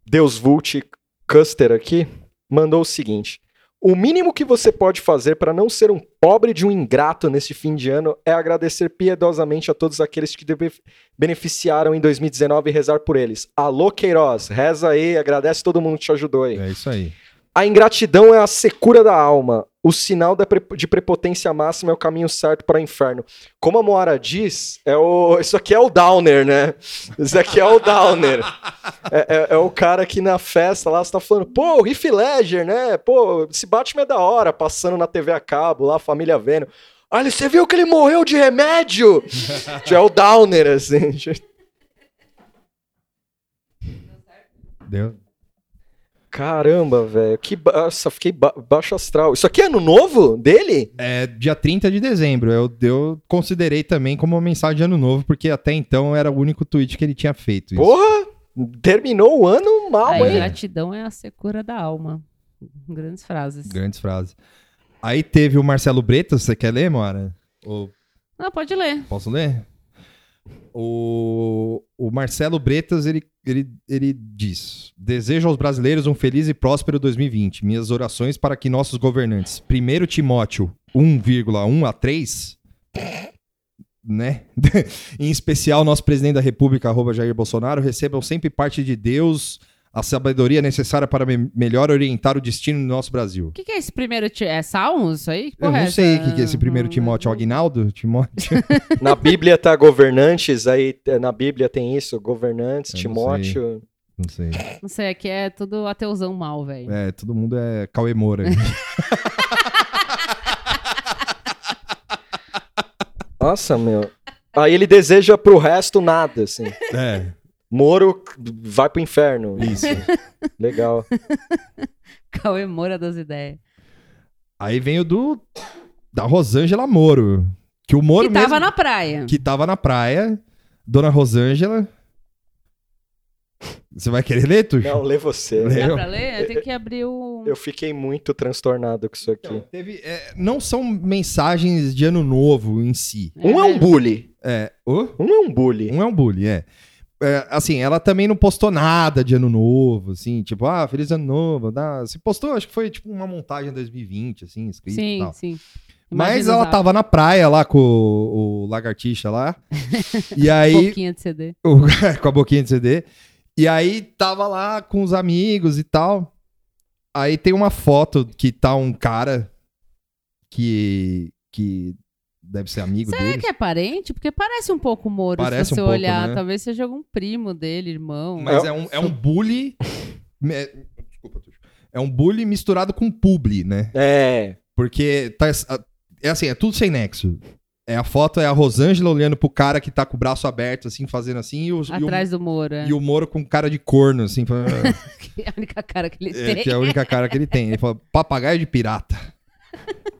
[SPEAKER 3] Deus Vult Custer aqui mandou o seguinte: O mínimo que você pode fazer para não ser um pobre de um ingrato neste fim de ano é agradecer piedosamente a todos aqueles que debe- beneficiaram em 2019 e rezar por eles. Alô, Queiroz, reza aí, agradece todo mundo que te ajudou aí.
[SPEAKER 1] É isso aí.
[SPEAKER 3] A ingratidão é a secura da alma. O sinal da pre- de prepotência máxima é o caminho certo para o inferno. Como a Moara diz, é o- isso aqui é o downer, né? Isso aqui é o downer. É, é- é o cara que na festa lá está falando, pô, o Heath Ledger, né? Pô, esse Batman é da hora, passando na TV a cabo lá, a família vendo. Olha, você viu que ele morreu de remédio? Já é o downer, assim.
[SPEAKER 1] Deu?
[SPEAKER 3] Caramba, velho. Que ba... Nossa, fiquei ba- baixo astral. Isso aqui é ano novo dele?
[SPEAKER 1] É dia 30 de dezembro. Eu, eu considerei também como uma mensagem de ano novo, porque até então era o único tweet que ele tinha feito. isso.
[SPEAKER 3] Porra! Terminou o ano mal,
[SPEAKER 2] A
[SPEAKER 1] é.
[SPEAKER 3] hein?
[SPEAKER 2] gratidão é a secura da alma. Grandes frases.
[SPEAKER 1] Grandes frases. Aí teve o Marcelo Bretas, você quer ler, Mora? Ou
[SPEAKER 2] Não, pode ler.
[SPEAKER 1] Posso ler? O, o Marcelo Bretas, ele, ele, ele diz: Desejo aos brasileiros um feliz e próspero 2020. Minhas orações para que nossos governantes, primeiro Timóteo 1,1 a 3, né? em especial nosso presidente da República, arroba Jair Bolsonaro, recebam sempre parte de Deus a sabedoria necessária para me- melhor orientar o destino do nosso Brasil.
[SPEAKER 2] O que, que é esse primeiro... Ti... É Salmos isso aí? Que
[SPEAKER 1] Eu
[SPEAKER 2] porra é
[SPEAKER 1] não sei o
[SPEAKER 2] essa?
[SPEAKER 1] que, que é esse primeiro
[SPEAKER 2] Não,
[SPEAKER 1] Timóteo,
[SPEAKER 2] não-
[SPEAKER 1] Aguinaldo? Timóteo?
[SPEAKER 3] Na Bíblia tá governantes, aí eh, na Bíblia tem isso, governantes,
[SPEAKER 1] Eu não
[SPEAKER 3] Timóteo.
[SPEAKER 1] Não sei.
[SPEAKER 2] Não sei, aqui é tudo ateuzão mal, velho.
[SPEAKER 1] É, todo mundo é Cauê Moura.
[SPEAKER 3] Nossa, meu. Aí ele deseja pro resto nada, assim.
[SPEAKER 1] é,
[SPEAKER 3] Moro vai pro inferno.
[SPEAKER 1] isso.
[SPEAKER 3] Legal.
[SPEAKER 2] Cauê Moura das ideias.
[SPEAKER 1] Aí vem o do da Rosângela Moro, que o Moro
[SPEAKER 2] Que tava
[SPEAKER 1] mesmo-
[SPEAKER 2] na praia.
[SPEAKER 1] que tava na praia, Dona Rosângela. Você vai querer ler, Tuxo?
[SPEAKER 3] Não, lê você.
[SPEAKER 1] Lê.
[SPEAKER 2] Dá
[SPEAKER 1] eu-
[SPEAKER 2] pra ler? Eu tenho que abrir um- o...
[SPEAKER 3] Eu fiquei muito transtornado com isso
[SPEAKER 1] Então,
[SPEAKER 3] aqui.
[SPEAKER 1] teve, é, não são mensagens de ano novo em si.
[SPEAKER 3] Um é um
[SPEAKER 2] né?
[SPEAKER 3] bully.
[SPEAKER 1] É, o-
[SPEAKER 3] Um é um bully.
[SPEAKER 1] um é um bullying, é. É, Assim, ela também não postou nada de ano novo, assim, tipo, ah, feliz ano novo. Dá. Se postou, acho que foi tipo uma montagem 2020, assim, escrito e
[SPEAKER 2] Sim,
[SPEAKER 1] tal.
[SPEAKER 2] sim.
[SPEAKER 1] Mas
[SPEAKER 2] Imagina
[SPEAKER 1] ela tá
[SPEAKER 2] usar um
[SPEAKER 1] tava na praia lá com o, o lagartixa lá. e
[SPEAKER 2] uma
[SPEAKER 1] aí,
[SPEAKER 2] pouquinho de CD.
[SPEAKER 1] o- com a boquinha de CD. E aí tava lá com os amigos e tal. Aí tem uma foto que tá um cara que que deve ser amigo
[SPEAKER 2] Será
[SPEAKER 1] deles.
[SPEAKER 2] que é parente? Porque parece um pouco o Moro,
[SPEAKER 1] Parece
[SPEAKER 2] se
[SPEAKER 1] um
[SPEAKER 2] você
[SPEAKER 1] pouco,
[SPEAKER 2] olhar.
[SPEAKER 1] né?
[SPEAKER 2] Talvez seja algum primo dele, irmão.
[SPEAKER 1] Mas é um, é um bully. me- Desculpa, Tuxo. É um bully misturado com publi, né?
[SPEAKER 3] É.
[SPEAKER 1] Porque tá, es- a- é assim, é tudo sem nexo. É, a foto é a Rosângela olhando pro cara que tá com o braço aberto, assim, fazendo assim, e o, e o-
[SPEAKER 2] Atrás do Moro, é.
[SPEAKER 1] e o Moro com cara de corno, assim, falando,
[SPEAKER 2] Que é a única cara que ele
[SPEAKER 1] é,
[SPEAKER 2] tem.
[SPEAKER 1] que é a única cara que ele tem. Ele fala, papagaio de pirata.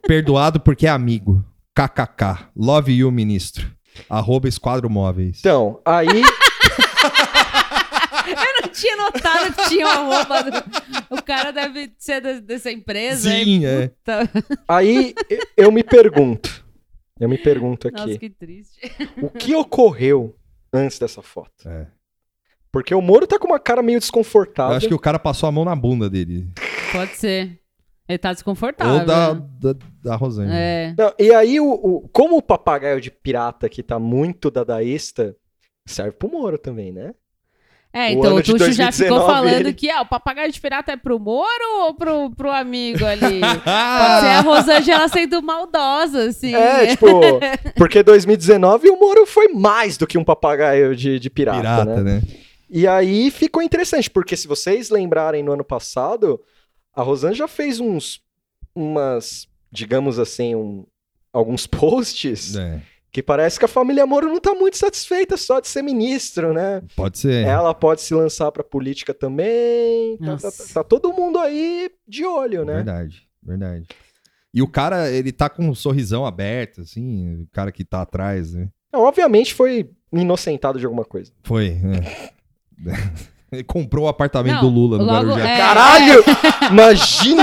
[SPEAKER 1] Perdoado porque é amigo. KKK. Love you, ministro. Arroba Esquadro Móveis.
[SPEAKER 3] Então, aí.
[SPEAKER 2] Eu não tinha notado que tinha uma roupa. do- O cara deve ser de- dessa empresa. hein?
[SPEAKER 1] Sim, é.
[SPEAKER 2] Puta-
[SPEAKER 3] Aí e- eu me pergunto, eu me pergunto
[SPEAKER 2] Nossa,
[SPEAKER 3] aqui,
[SPEAKER 2] que triste.
[SPEAKER 3] o que ocorreu antes dessa foto?
[SPEAKER 1] É.
[SPEAKER 3] Porque o Moro tá com uma cara meio
[SPEAKER 1] Eu
[SPEAKER 3] desconfortável.
[SPEAKER 1] acho que o cara passou a mão na bunda dele.
[SPEAKER 2] Pode ser. Ele tá desconfortável.
[SPEAKER 1] Ou da,
[SPEAKER 2] né?
[SPEAKER 1] da, da Rosângela.
[SPEAKER 2] É.
[SPEAKER 3] Não, e aí, o, o- como o papagaio de pirata que tá muito dadaísta, serve pro Moro também, né?
[SPEAKER 2] É,
[SPEAKER 3] O
[SPEAKER 2] então
[SPEAKER 3] ano
[SPEAKER 2] o
[SPEAKER 3] de
[SPEAKER 2] Tuxo já ficou
[SPEAKER 3] 2019
[SPEAKER 2] falando
[SPEAKER 3] ele-
[SPEAKER 2] que ah, o papagaio de pirata é pro Moro ou pro, pro amigo ali? Pode ser a
[SPEAKER 1] Ah!
[SPEAKER 2] Rosângela sendo maldosa, assim.
[SPEAKER 3] É, tipo, porque 2019 o Moro foi mais do que um papagaio de, de pirata, né?
[SPEAKER 1] Pirata, né?
[SPEAKER 3] E aí ficou interessante, porque se vocês lembrarem no ano passado, a Rosane já fez uns umas, digamos assim, um- alguns posts
[SPEAKER 1] É,
[SPEAKER 3] que parece que a família Moro não tá muito satisfeita só de ser ministro, né?
[SPEAKER 1] pode ser.
[SPEAKER 3] Ela pode se lançar pra política também. Tá, tá-
[SPEAKER 2] Nossa.
[SPEAKER 3] tá todo mundo aí de olho, né?
[SPEAKER 1] Verdade, verdade. E o cara, ele tá com um sorrisão aberto, assim, o cara que tá atrás, né?
[SPEAKER 3] Não, obviamente foi inocentado de alguma coisa.
[SPEAKER 1] Foi, né? Ele comprou o apartamento
[SPEAKER 2] Não,
[SPEAKER 1] do Lula no
[SPEAKER 2] logo-
[SPEAKER 1] Guarujá.
[SPEAKER 2] É,
[SPEAKER 3] Caralho! Imagina!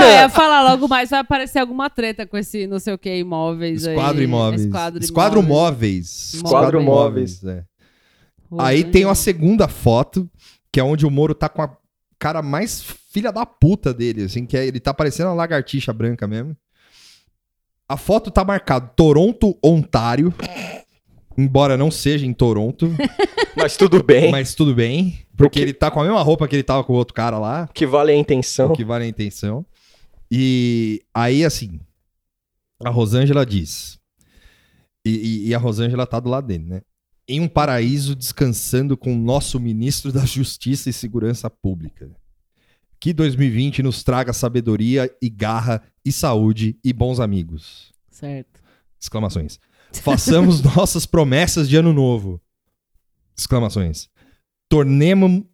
[SPEAKER 1] né?
[SPEAKER 2] Não, eu ia falar logo mais, vai aparecer alguma treta com esse não sei o que imóveis
[SPEAKER 1] Esquadro
[SPEAKER 2] aí.
[SPEAKER 1] Imóveis.
[SPEAKER 2] Esquadro,
[SPEAKER 1] Esquadro
[SPEAKER 2] imóveis.
[SPEAKER 1] Móveis.
[SPEAKER 2] Esquadro
[SPEAKER 3] Móveis.
[SPEAKER 1] é. Aí tem uma segunda foto, que é onde o Moro tá com a cara mais filha da puta dele, assim, que é, ele tá parecendo uma lagartixa branca mesmo. A foto tá marcado Toronto, Ontário. Embora não seja em Toronto,
[SPEAKER 3] Mas tudo bem,
[SPEAKER 1] mas tudo bem. Porque ele tá com a mesma roupa que ele tava com o outro cara lá.
[SPEAKER 3] que vale a
[SPEAKER 1] O
[SPEAKER 3] intenção.
[SPEAKER 1] que vale a intenção. E aí, assim, a Rosângela diz. E, e- e a Rosângela tá do lado dele, né? Em um paraíso descansando com o nosso ministro da Justiça e Segurança Pública. Que 2020 nos traga sabedoria e garra e saúde e bons amigos.
[SPEAKER 2] Certo.
[SPEAKER 1] Exclamações. Façamos nossas promessas de ano novo. Exclamações. Tornemo,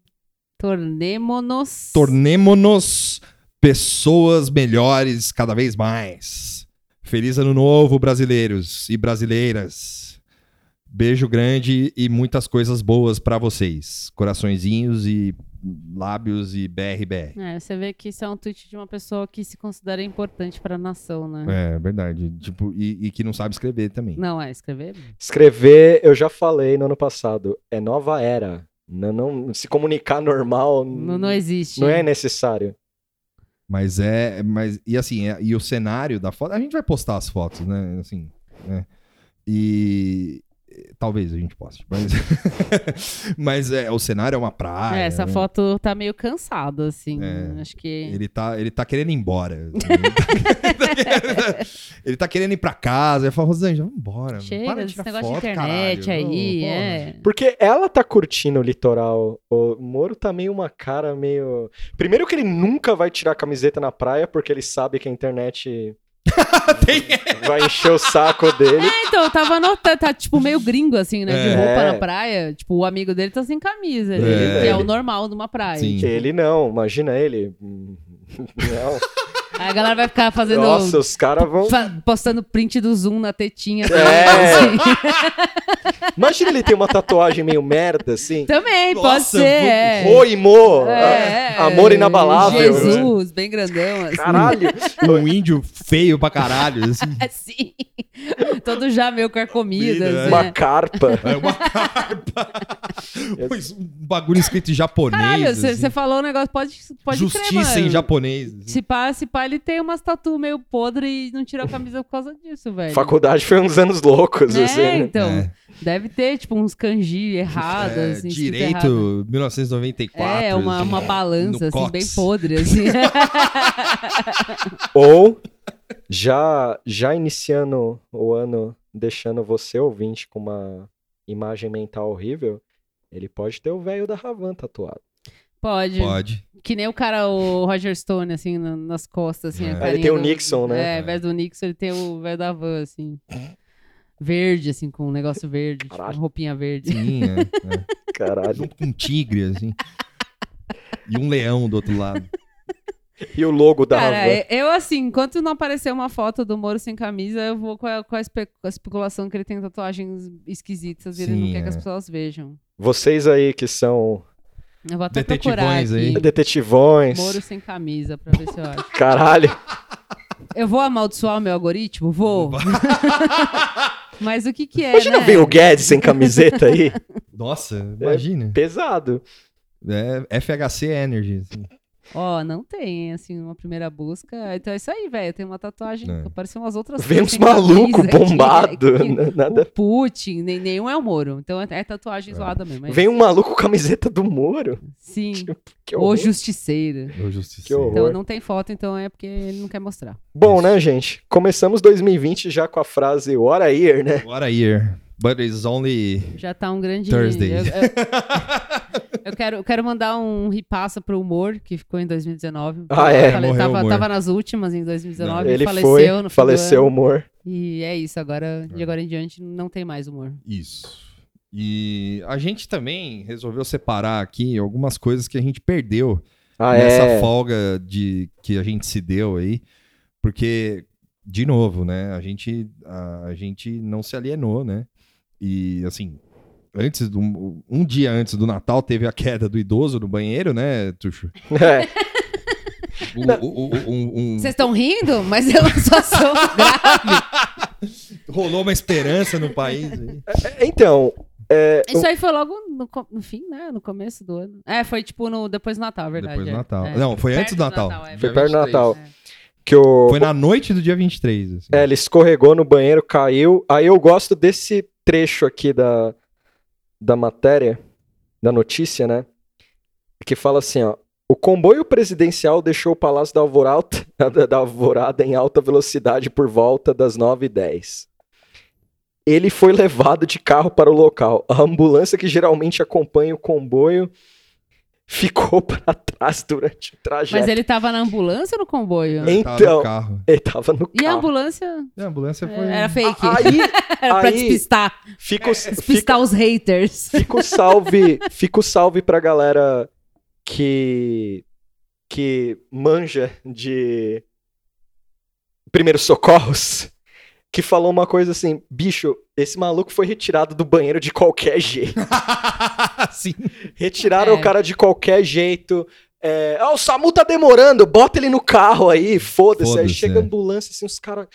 [SPEAKER 2] Tornemo-nos.
[SPEAKER 1] tornemo-nos pessoas melhores cada vez mais. Feliz ano novo, brasileiros e brasileiras. Beijo grande e muitas coisas boas pra vocês. Coraçõezinhos e lábios e BRBR.
[SPEAKER 2] É, você vê que isso é um tweet de uma pessoa que se considera importante pra nação, né?
[SPEAKER 1] É, verdade. Tipo, e, e que não sabe escrever também.
[SPEAKER 2] Não, é escrever.
[SPEAKER 3] Escrever, eu já falei no ano passado, é nova era. Não, não- se comunicar normal
[SPEAKER 2] Não, não existe.
[SPEAKER 3] não é necessário.
[SPEAKER 1] Mas é. Mas, e assim, é- e o cenário da foto. A gente vai postar as fotos, né? Assim. né? E. Talvez a gente poste. Mas, mas é, o cenário é uma praia.
[SPEAKER 2] É, essa
[SPEAKER 1] né?
[SPEAKER 2] foto tá meio cansada, assim.
[SPEAKER 1] É.
[SPEAKER 2] Acho que.
[SPEAKER 1] Ele tá, ele tá querendo ir embora. Ele tá querendo, ele tá querendo ir pra casa. Ele fala, Rosângela, vambora. mano.
[SPEAKER 2] Chega
[SPEAKER 1] para de
[SPEAKER 2] desse
[SPEAKER 1] tirar
[SPEAKER 2] negócio
[SPEAKER 1] foto,
[SPEAKER 2] de internet
[SPEAKER 1] caralho.
[SPEAKER 2] aí,
[SPEAKER 1] Ô, porra."
[SPEAKER 2] é.
[SPEAKER 3] Porque ela tá curtindo o litoral. O Moro tá meio uma cara meio. Primeiro que ele nunca vai tirar a camiseta na praia, porque ele sabe que a internet
[SPEAKER 1] Tem-
[SPEAKER 3] vai encher o saco dele.
[SPEAKER 2] É, então, eu tava notando, tá tipo meio gringo, assim, né? De
[SPEAKER 1] É.
[SPEAKER 2] roupa na praia. Tipo, o amigo dele tá sem camisa, ali,
[SPEAKER 1] É.
[SPEAKER 2] que é o normal numa praia.
[SPEAKER 1] Sim.
[SPEAKER 3] Ele não, imagina ele. Hum, Não.
[SPEAKER 2] Aí a galera vai ficar fazendo.
[SPEAKER 3] Nossa, os caras vão.
[SPEAKER 2] fa- postando print do zoom na tetinha. Assim,
[SPEAKER 3] É. Imagina ele ter uma tatuagem meio merda, assim.
[SPEAKER 2] Também,
[SPEAKER 1] Nossa,
[SPEAKER 2] pode ser.
[SPEAKER 1] vou-
[SPEAKER 2] é.
[SPEAKER 3] Oi, Mo!
[SPEAKER 2] É,
[SPEAKER 3] Ah, Amor inabalável. né?
[SPEAKER 2] Jesus, bem grandão. Assim.
[SPEAKER 3] Caralho!
[SPEAKER 1] Um índio feio pra caralho. Assim.
[SPEAKER 2] Assim. Todo já meio carcomido.
[SPEAKER 1] Comida,
[SPEAKER 2] Assim,
[SPEAKER 3] Uma
[SPEAKER 2] né?
[SPEAKER 3] carpa.
[SPEAKER 1] É uma carpa. Pois, um bagulho escrito em japonês.
[SPEAKER 2] Caralho, você
[SPEAKER 1] assim.
[SPEAKER 2] você falou um negócio, pode, pode crer,
[SPEAKER 1] Justiça
[SPEAKER 2] mano.
[SPEAKER 1] em japonês. assim.
[SPEAKER 2] Se pá, se pá, lá, ele tem umas tatu meio podre e não tirou a camisa por causa disso, velho.
[SPEAKER 3] Faculdade foi uns anos loucos, assim.
[SPEAKER 2] É,
[SPEAKER 3] né?
[SPEAKER 2] então.
[SPEAKER 1] É.
[SPEAKER 2] Deve ter, tipo, uns kanji errados.
[SPEAKER 1] É,
[SPEAKER 2] assim, escrito errado.
[SPEAKER 1] direito 1994.
[SPEAKER 2] É, uma,
[SPEAKER 1] assim,
[SPEAKER 2] uma
[SPEAKER 1] no
[SPEAKER 2] balança, assim,
[SPEAKER 1] cóccix.
[SPEAKER 2] bem podre, assim.
[SPEAKER 3] Ou já já iniciando o ano, deixando você ouvinte com uma imagem mental horrível, ele pode ter o velho da Ravan tatuado.
[SPEAKER 2] Pode.
[SPEAKER 1] Pode.
[SPEAKER 2] Que nem o cara, o Roger Stone, assim, na- nas costas, assim.
[SPEAKER 1] É.
[SPEAKER 2] a
[SPEAKER 1] Aí
[SPEAKER 3] Aí
[SPEAKER 2] carinha
[SPEAKER 3] Ah, ele tem o
[SPEAKER 2] do-
[SPEAKER 3] Nixon, né?
[SPEAKER 2] É, ao invés do Nixon, ele tem o velho da van, assim. Verde, assim, com um negócio verde. Tipo,
[SPEAKER 3] Caralho.
[SPEAKER 2] roupinha verde.
[SPEAKER 1] Sim, é, é.
[SPEAKER 3] Caralho.
[SPEAKER 1] Junto com um tigre, assim. E um leão do outro lado.
[SPEAKER 3] E o logo da
[SPEAKER 2] Cara,
[SPEAKER 3] Ravan.
[SPEAKER 2] é- eu assim, enquanto não aparecer uma foto do Moro sem camisa, eu vou com a, com a espe- com a especulação que ele tem tatuagens esquisitas e ele não
[SPEAKER 1] Sim,
[SPEAKER 2] quer que
[SPEAKER 1] é.
[SPEAKER 2] as pessoas vejam.
[SPEAKER 3] Vocês aí que são
[SPEAKER 2] Eu vou até
[SPEAKER 1] Detetivões
[SPEAKER 2] procurar
[SPEAKER 1] aí.
[SPEAKER 2] aqui.
[SPEAKER 3] detetivões.
[SPEAKER 2] Moro sem camisa, pra ver se eu acho.
[SPEAKER 3] Caralho.
[SPEAKER 2] Eu vou amaldiçoar o meu algoritmo? Vou. Mas o que que é,
[SPEAKER 3] Imagina
[SPEAKER 2] né?
[SPEAKER 3] ver o Guedes sem camiseta aí.
[SPEAKER 1] Nossa, imagina.
[SPEAKER 3] Pesado.
[SPEAKER 1] É FHC Energy. assim.
[SPEAKER 2] Ó, não tem, assim, uma primeira busca. Então é isso aí, velho. Tem uma tatuagem.
[SPEAKER 1] É.
[SPEAKER 2] que Apareceu umas outras
[SPEAKER 3] Vê
[SPEAKER 2] coisas
[SPEAKER 3] uns
[SPEAKER 2] sem
[SPEAKER 3] maluco
[SPEAKER 2] camisa aqui,
[SPEAKER 3] bombado.
[SPEAKER 2] aqui.
[SPEAKER 3] n-
[SPEAKER 2] O
[SPEAKER 3] Nada.
[SPEAKER 2] Putin, nem, nenhum é o Moro. Então é, é tatuagem
[SPEAKER 1] É.
[SPEAKER 2] zoada mesmo. é
[SPEAKER 3] Vem
[SPEAKER 2] isso.
[SPEAKER 3] um maluco com camiseta do Moro.
[SPEAKER 2] Sim.
[SPEAKER 3] Que
[SPEAKER 2] o
[SPEAKER 3] horror.
[SPEAKER 2] Justiceiro.
[SPEAKER 1] Eu justiceiro.
[SPEAKER 3] Que horror.
[SPEAKER 2] Então não tem foto, então é porque ele não quer mostrar.
[SPEAKER 3] Bom, né, gente? Começamos 2020 já com a frase What a year, né?
[SPEAKER 1] What a year. But it's only.
[SPEAKER 2] Já tá um grande.
[SPEAKER 1] Thursday.
[SPEAKER 2] Eu, eu- eu quero, eu quero mandar um ripasso pro humor, que ficou em 2019.
[SPEAKER 3] Ah,
[SPEAKER 2] Eu
[SPEAKER 3] é.
[SPEAKER 2] falei,
[SPEAKER 1] Morreu o
[SPEAKER 2] tava,
[SPEAKER 1] humor.
[SPEAKER 2] tava nas últimas em 2019.
[SPEAKER 3] Ele
[SPEAKER 2] faleceu
[SPEAKER 3] foi,
[SPEAKER 2] no fim do
[SPEAKER 3] faleceu o
[SPEAKER 2] ano.
[SPEAKER 3] humor.
[SPEAKER 2] E é isso, agora, de agora em diante, não tem mais humor.
[SPEAKER 1] Hum. Isso. E a gente também resolveu separar aqui algumas coisas que a gente perdeu
[SPEAKER 3] Ah,
[SPEAKER 1] nessa
[SPEAKER 3] é.
[SPEAKER 1] folga de que a gente se deu aí, porque de novo, né? A gente a, a gente não se alienou, né? E assim, antes do um dia antes do Natal teve a queda do idoso no banheiro, né, Tuxo?
[SPEAKER 3] É.
[SPEAKER 1] Um- um- um- um-
[SPEAKER 2] Vocês estão rindo? Mas é uma situação grave.
[SPEAKER 1] rolou uma esperança no país. aí.
[SPEAKER 3] Então, é,
[SPEAKER 2] Isso aí foi logo no, co- no fim, né? No começo do ano. É, foi tipo no, depois do Natal, é verdade.
[SPEAKER 1] Depois do
[SPEAKER 2] é.
[SPEAKER 1] Natal.
[SPEAKER 2] É.
[SPEAKER 1] Não, foi
[SPEAKER 2] Perto
[SPEAKER 1] antes do Natal.
[SPEAKER 2] é.
[SPEAKER 3] Foi
[SPEAKER 1] Dia
[SPEAKER 3] perto do
[SPEAKER 1] 23.
[SPEAKER 3] Natal.
[SPEAKER 2] É.
[SPEAKER 3] que o,
[SPEAKER 1] Foi na noite do dia 23. Assim.
[SPEAKER 3] É, ele escorregou no banheiro, caiu. Aí eu gosto desse trecho aqui da, da matéria, da notícia, né? Que fala assim, ó. O comboio presidencial deixou o Palácio da Alvorada, da- da Alvorada em alta velocidade por volta das 9h10. Ele foi levado de carro para o local. A ambulância que geralmente acompanha o comboio ficou para trás durante o trajeto.
[SPEAKER 2] Mas ele tava na ambulância ou no comboio?
[SPEAKER 1] Ele tava no
[SPEAKER 3] então-
[SPEAKER 1] carro.
[SPEAKER 3] Ele tava no
[SPEAKER 2] E a
[SPEAKER 3] carro.
[SPEAKER 2] ambulância
[SPEAKER 1] A ambulância foi.
[SPEAKER 2] era fake.
[SPEAKER 3] Aí,
[SPEAKER 2] era É, pra
[SPEAKER 3] aí-
[SPEAKER 2] despistar.
[SPEAKER 3] fica, o- fica
[SPEAKER 2] Despistar os haters.
[SPEAKER 3] Fica o salve, fica o salve pra galera que que manja de primeiros socorros, que falou uma coisa assim, bicho, esse maluco foi retirado do banheiro de qualquer jeito.
[SPEAKER 1] Sim.
[SPEAKER 3] Retiraram
[SPEAKER 2] É.
[SPEAKER 3] o cara de qualquer jeito. É, "Ah, o SAMU tá demorando, bota ele no carro aí, foda-se. aí
[SPEAKER 1] Foda-se,
[SPEAKER 3] chega
[SPEAKER 1] é.
[SPEAKER 3] a ambulância, assim, os caras.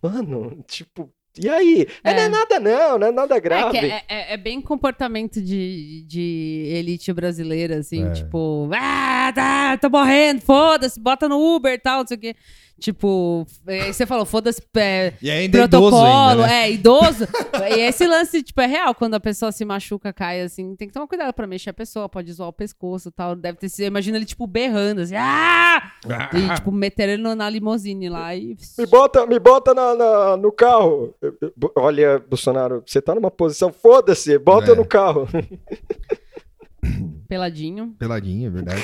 [SPEAKER 3] Mano, tipo, e aí? É, Não
[SPEAKER 2] É.
[SPEAKER 3] é nada, não, não é nada grave.
[SPEAKER 2] É, que é- é- é bem comportamento de, de elite brasileira, assim,
[SPEAKER 1] É.
[SPEAKER 2] tipo, ah, tá, tô morrendo, foda-se, bota no Uber e tal, não sei o quê. Tipo, é, você falou, foda-se, é,
[SPEAKER 1] E ainda é idoso
[SPEAKER 2] protocolo,
[SPEAKER 1] ainda, né?
[SPEAKER 2] é, idoso. e esse lance, tipo, é real, quando a pessoa se machuca, cai, assim, tem que tomar cuidado pra mexer a pessoa, pode zoar o pescoço e tal, deve ter sido, imagina ele, tipo, berrando, assim, ah! E, tipo, meter ele no- na limusine lá e...
[SPEAKER 3] Me bota, me bota na, na- no carro. Eu- eu- bo- Olha, Bolsonaro, você tá numa posição, foda-se, bota
[SPEAKER 1] É.
[SPEAKER 3] no carro.
[SPEAKER 2] Peladinho,
[SPEAKER 1] Peladinho, é verdade.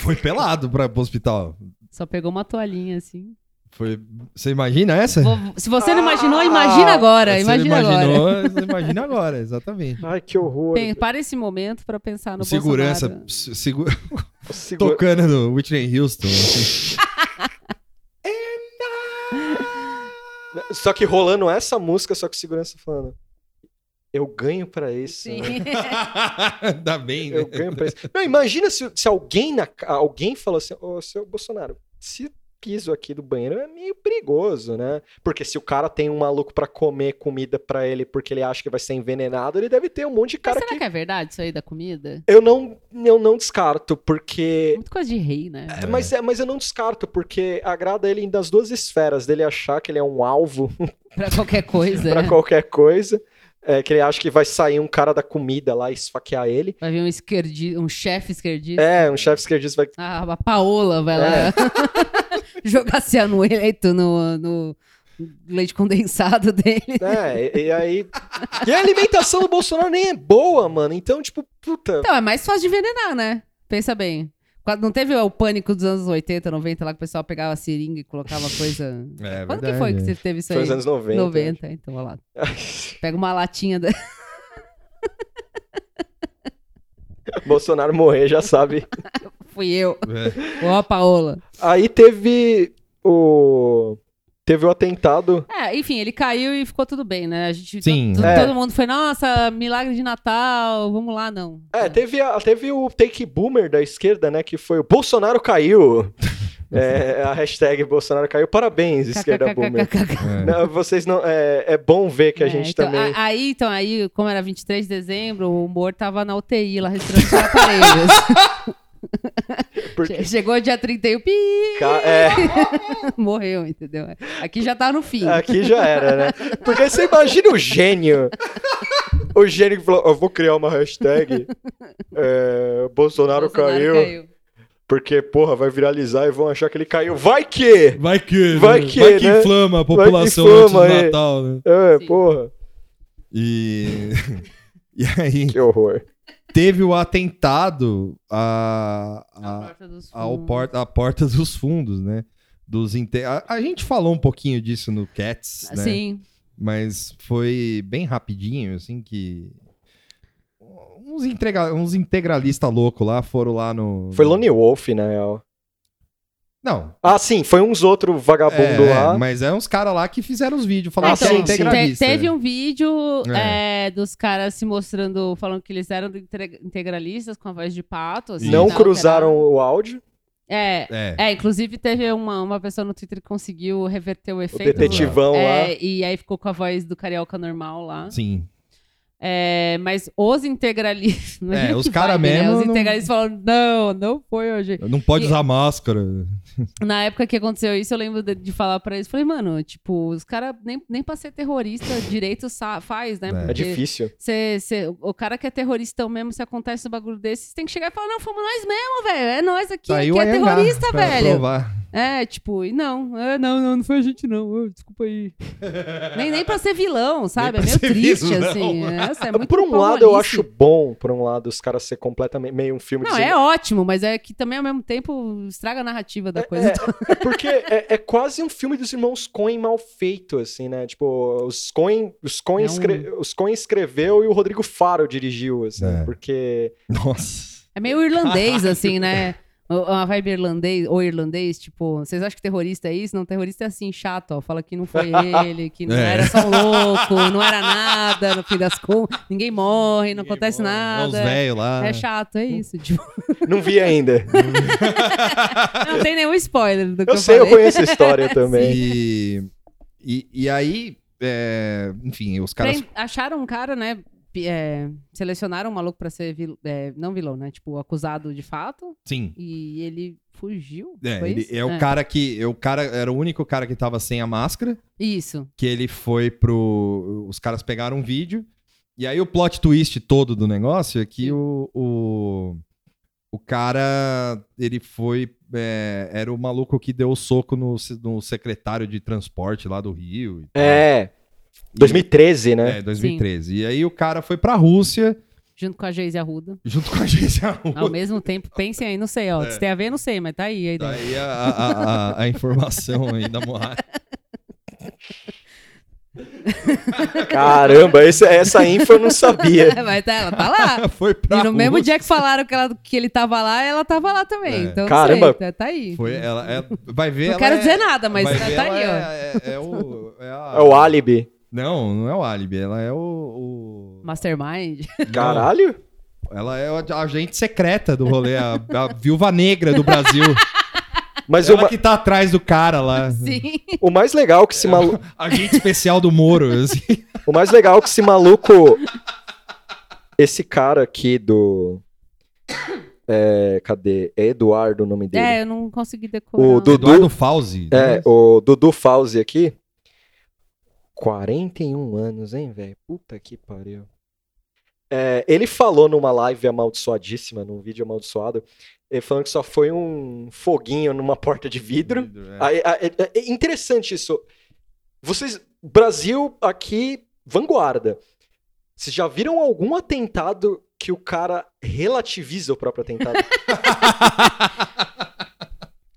[SPEAKER 1] Foi pelado pra, pro hospital.
[SPEAKER 2] só pegou uma toalhinha, assim.
[SPEAKER 1] Foi... Você imagina essa?
[SPEAKER 2] Vou- Se você não imaginou,
[SPEAKER 3] Ah!
[SPEAKER 2] imagina agora.
[SPEAKER 1] Você
[SPEAKER 2] imagina agora.
[SPEAKER 1] imaginou, Você imagina agora, exatamente.
[SPEAKER 3] Ai, que horror.
[SPEAKER 2] Pen- para esse momento pra pensar no
[SPEAKER 1] segurança
[SPEAKER 2] Bolsonaro.
[SPEAKER 1] se- segura-
[SPEAKER 3] Segura-
[SPEAKER 1] tocando no Whitney Houston. assim.
[SPEAKER 3] Só que rolando essa música, só que segurança falando. Eu ganho pra isso.
[SPEAKER 2] Sim.
[SPEAKER 3] né?
[SPEAKER 1] Ainda bem, né?
[SPEAKER 3] Eu ganho pra isso. Não, imagina se, se alguém, na, ca- alguém falou assim, ô, seu Bolsonaro, se piso aqui do banheiro é meio perigoso, né? Porque se o cara tem um maluco pra comer comida pra ele porque ele acha que vai ser envenenado, ele deve ter um monte de
[SPEAKER 2] Mas
[SPEAKER 3] cara
[SPEAKER 2] será
[SPEAKER 3] que...
[SPEAKER 2] que... é verdade isso aí da comida?
[SPEAKER 3] Eu não, eu não descarto, porque
[SPEAKER 2] Muito coisa de rei, né?
[SPEAKER 3] É, Mas, é, mas eu não descarto, porque agrada ele das duas esferas, dele achar que ele é um alvo
[SPEAKER 2] Pra qualquer coisa.
[SPEAKER 3] pra qualquer coisa, é, que ele acha que vai sair um cara da comida lá e esfaquear ele.
[SPEAKER 2] Vai vir um esquerdi... um chefe esquerdista.
[SPEAKER 3] É, um chefe esquerdista vai.
[SPEAKER 2] Ah, a Paola vai lá jogar cianueto no, no leite condensado dele.
[SPEAKER 3] É, e, e aí. E a alimentação do Bolsonaro nem é boa, mano. Então, tipo, puta.
[SPEAKER 2] Então, é mais fácil de envenenar, né? Pensa bem. Quando- Não teve o pânico dos anos 80, 90, lá que o pessoal pegava a seringa e colocava coisa...
[SPEAKER 1] É
[SPEAKER 2] Quando
[SPEAKER 1] verdade,
[SPEAKER 2] que foi que
[SPEAKER 1] né?
[SPEAKER 2] você teve isso
[SPEAKER 3] Foi
[SPEAKER 2] aí?
[SPEAKER 3] nos anos 90.
[SPEAKER 2] 90, então, olha lá. Pega uma latinha... Da...
[SPEAKER 3] Bolsonaro morrer, já sabe.
[SPEAKER 2] Fui eu.
[SPEAKER 1] É.
[SPEAKER 2] Ou a Paola.
[SPEAKER 3] Aí teve o. Teve o atentado.
[SPEAKER 2] É, enfim, ele caiu e ficou tudo bem, né? A gente.
[SPEAKER 1] Sim.
[SPEAKER 2] to- to-
[SPEAKER 3] É.
[SPEAKER 2] Todo mundo foi, nossa, milagre de Natal, vamos lá, não.
[SPEAKER 3] É, teve, a- teve o take boomer da esquerda, né? Que foi o Bolsonaro caiu. É, a hashtag Bolsonaro caiu. Parabéns, esquerda boomer.
[SPEAKER 2] KKKKK.
[SPEAKER 1] É.
[SPEAKER 3] Não, vocês não. É, é bom ver que a
[SPEAKER 2] É,
[SPEAKER 3] gente
[SPEAKER 2] então,
[SPEAKER 3] também.
[SPEAKER 2] a- Aí, então, aí, como era 23 de dezembro, o humor tava na UTI lá respirando por aparelhos.
[SPEAKER 3] Porque,
[SPEAKER 2] Che- Chegou dia 31, pi,
[SPEAKER 3] ca- é,
[SPEAKER 2] morreu, entendeu? Aqui já tá no fim.
[SPEAKER 3] aqui já era, né? Porque você imagina o gênio. O gênio que falou: Eu vou criar uma hashtag. é, Bolsonaro, caiu, Porque, porra, vai viralizar e vão achar que ele caiu. Vai que!
[SPEAKER 1] Vai que,
[SPEAKER 3] Vai
[SPEAKER 1] né?
[SPEAKER 3] que,
[SPEAKER 1] vai que
[SPEAKER 3] né?
[SPEAKER 1] inflama a população
[SPEAKER 3] inflama,
[SPEAKER 1] antes do
[SPEAKER 3] é.
[SPEAKER 1] Natal, né?
[SPEAKER 3] É,
[SPEAKER 2] Sim.
[SPEAKER 3] porra.
[SPEAKER 1] E E aí
[SPEAKER 3] Que horror.
[SPEAKER 1] teve o atentado a,
[SPEAKER 2] Na
[SPEAKER 1] a,
[SPEAKER 2] porta dos
[SPEAKER 1] ao
[SPEAKER 2] fundos.
[SPEAKER 1] porta, à porta dos fundos, né? Dos inte... a, a gente falou um pouquinho disso no Cats, né?
[SPEAKER 2] Ah, Sim,
[SPEAKER 1] Mas foi bem rapidinho, assim, que... Uns, entrega... uns integralistas loucos lá foram lá no...
[SPEAKER 3] Foi Lone Wolf, na real.
[SPEAKER 1] Não,
[SPEAKER 3] Ah, sim, foi uns outros vagabundo
[SPEAKER 1] É,
[SPEAKER 3] lá.
[SPEAKER 1] mas é uns caras lá que fizeram os vídeos
[SPEAKER 2] É,
[SPEAKER 1] falando
[SPEAKER 3] Nossa,
[SPEAKER 1] que era
[SPEAKER 2] então,
[SPEAKER 3] sim, sim.
[SPEAKER 2] te-
[SPEAKER 1] "Ah, integralista.
[SPEAKER 2] teve um vídeo
[SPEAKER 1] É.
[SPEAKER 2] é, dos caras se mostrando, falando que eles eram integra- integralistas com a voz de pato. assim,
[SPEAKER 3] Não
[SPEAKER 2] tal, que
[SPEAKER 3] cruzaram o áudio.
[SPEAKER 2] era- É,
[SPEAKER 1] É.
[SPEAKER 2] é, inclusive teve uma, uma pessoa no Twitter que conseguiu reverter o
[SPEAKER 3] O
[SPEAKER 2] efeito.
[SPEAKER 3] detetivão lá.
[SPEAKER 2] É, e aí ficou com a voz do carioca normal lá.
[SPEAKER 1] Sim.
[SPEAKER 2] É, mas os integralistas. imagina
[SPEAKER 1] É, os
[SPEAKER 2] que
[SPEAKER 1] cara
[SPEAKER 2] vibe, né?
[SPEAKER 1] mesmo
[SPEAKER 2] Os
[SPEAKER 1] não-
[SPEAKER 2] integralistas falando, não, não foi hoje.
[SPEAKER 1] Não pode
[SPEAKER 2] E-
[SPEAKER 1] usar máscara.
[SPEAKER 2] Na época que aconteceu isso, eu lembro de, de falar pra eles. Falei, mano, tipo, os caras nem, nem pra ser terrorista direito sa- faz, né?
[SPEAKER 1] É.
[SPEAKER 3] É difícil.
[SPEAKER 2] cê- cê- o cara que é terrorista mesmo, se acontece um bagulho desse, você tem que chegar e falar, não, fomos nós mesmo, velho. É nós
[SPEAKER 3] Tá
[SPEAKER 2] aqui,
[SPEAKER 1] Saiu
[SPEAKER 2] aqui é
[SPEAKER 1] a Anhangá
[SPEAKER 2] terrorista,
[SPEAKER 1] pra
[SPEAKER 2] velho.
[SPEAKER 1] provar.
[SPEAKER 2] É, tipo, e não, é, não, não, não foi a gente, não. ô, desculpa aí. nem, nem pra ser vilão, sabe?
[SPEAKER 1] pra
[SPEAKER 2] É meio
[SPEAKER 1] ser
[SPEAKER 2] triste,
[SPEAKER 1] vilão.
[SPEAKER 2] assim. Essa é muito
[SPEAKER 3] por um lado, eu
[SPEAKER 2] paulista.
[SPEAKER 3] acho bom, por um lado, os caras ser completamente meio um filme
[SPEAKER 2] Não,
[SPEAKER 3] de
[SPEAKER 2] é ótimo, mas é que também ao mesmo tempo estraga a narrativa da coisa.
[SPEAKER 3] É porque é, é quase um filme dos irmãos Coen mal feito, assim, né? Tipo, os Coen, os Coen,
[SPEAKER 2] É um-
[SPEAKER 3] escre- os Coen escreveu e o Rodrigo Faro dirigiu, assim,
[SPEAKER 1] É.
[SPEAKER 3] porque...
[SPEAKER 1] Nossa.
[SPEAKER 2] É meio irlandês, assim, né? O- Uma vibe irlandês, ou irlandês, tipo, vocês acham que terrorista é isso? Não, terrorista é assim, chato, ó. Fala que não foi ele, que não
[SPEAKER 1] É.
[SPEAKER 2] era só um louco, não era nada, no fim das contas, ninguém morre, não
[SPEAKER 1] Ninguém
[SPEAKER 2] acontece
[SPEAKER 1] morre. É uns
[SPEAKER 2] nada.
[SPEAKER 1] velhos lá.
[SPEAKER 2] É chato, é isso. Tipo,
[SPEAKER 3] Não vi ainda.
[SPEAKER 2] não tem nenhum spoiler do que eu,
[SPEAKER 3] eu sei, eu
[SPEAKER 2] falei.
[SPEAKER 3] conheço a história também.
[SPEAKER 1] E, e, e aí, é, enfim, os caras...
[SPEAKER 2] Prend- Acharam um cara, né? pi- é, selecionaram um maluco pra ser vil- é, não vilão, né? Tipo, acusado de fato.
[SPEAKER 1] Sim.
[SPEAKER 2] E ele fugiu.
[SPEAKER 1] É,
[SPEAKER 2] foi
[SPEAKER 1] ele
[SPEAKER 2] isso?
[SPEAKER 1] é o cara que... É o cara, era o único cara que tava sem a máscara.
[SPEAKER 2] Isso.
[SPEAKER 1] que ele foi pro. Os caras pegaram um vídeo. E aí o plot twist todo do negócio é que o, o, o cara. Ele foi. é, era o maluco que deu o soco no, se- no secretário de transporte lá do Rio. e tal.
[SPEAKER 3] É,
[SPEAKER 1] E-
[SPEAKER 3] 2013, né?
[SPEAKER 1] É, 2013. E aí o cara foi pra Rússia,
[SPEAKER 2] Junto com a Geise Arruda.
[SPEAKER 1] junto com a agência
[SPEAKER 2] Ao
[SPEAKER 1] russa.
[SPEAKER 2] mesmo tempo, pensem aí, não sei, ó. Se tem a ver, não sei, mas tá aí. aí
[SPEAKER 1] É. Tá
[SPEAKER 2] né?
[SPEAKER 1] aí a, a- a- a informação aí da Moara.
[SPEAKER 2] É.
[SPEAKER 3] Caramba, esse- essa info eu não sabia.
[SPEAKER 2] mas tá, ela tá lá.
[SPEAKER 1] Foi pra
[SPEAKER 2] E no mesmo
[SPEAKER 1] Rússia.
[SPEAKER 2] dia que falaram que, ela- que ele tava lá, ela tava lá também.
[SPEAKER 1] É.
[SPEAKER 2] Então, não
[SPEAKER 3] Caramba.
[SPEAKER 2] sei, tá, tá aí.
[SPEAKER 1] Foi, ela, é- vai ver.
[SPEAKER 2] não
[SPEAKER 1] ela
[SPEAKER 2] quero
[SPEAKER 1] é-
[SPEAKER 2] dizer nada, mas
[SPEAKER 1] vai
[SPEAKER 2] tá
[SPEAKER 1] ver,
[SPEAKER 2] tá
[SPEAKER 1] ela
[SPEAKER 2] ali, ó.
[SPEAKER 1] é, é- é o. É, a-
[SPEAKER 3] É o álibi.
[SPEAKER 1] Não, não é o álibi, ela é o. o-
[SPEAKER 2] Mastermind.
[SPEAKER 3] Caralho.
[SPEAKER 1] Ela é a agente secreta do rolê, a, a viúva negra do Brasil.
[SPEAKER 3] Mas o,
[SPEAKER 1] Ela
[SPEAKER 3] ma-
[SPEAKER 1] que tá atrás do cara lá.
[SPEAKER 2] Sim.
[SPEAKER 3] o mais legal que esse maluco.
[SPEAKER 1] Agente especial do Moro. assim.
[SPEAKER 3] O mais legal é que esse maluco. Esse cara aqui do. É, cadê? É Eduardo o nome dele.
[SPEAKER 2] É, eu não consegui decorar.
[SPEAKER 3] O do- Dudu-
[SPEAKER 1] Eduardo Fauzi. Né?
[SPEAKER 3] É, o Dudu Fauzi aqui. 41 anos, hein, velho? Puta que pariu. É, ele falou numa live amaldiçoadíssima, num vídeo amaldiçoado, ele falando que só foi um foguinho numa porta de vidro.
[SPEAKER 1] é.
[SPEAKER 3] Aí, aí, é- é interessante isso. Vocês. Brasil aqui, vanguarda. Vocês já viram algum atentado que o cara relativiza o próprio atentado?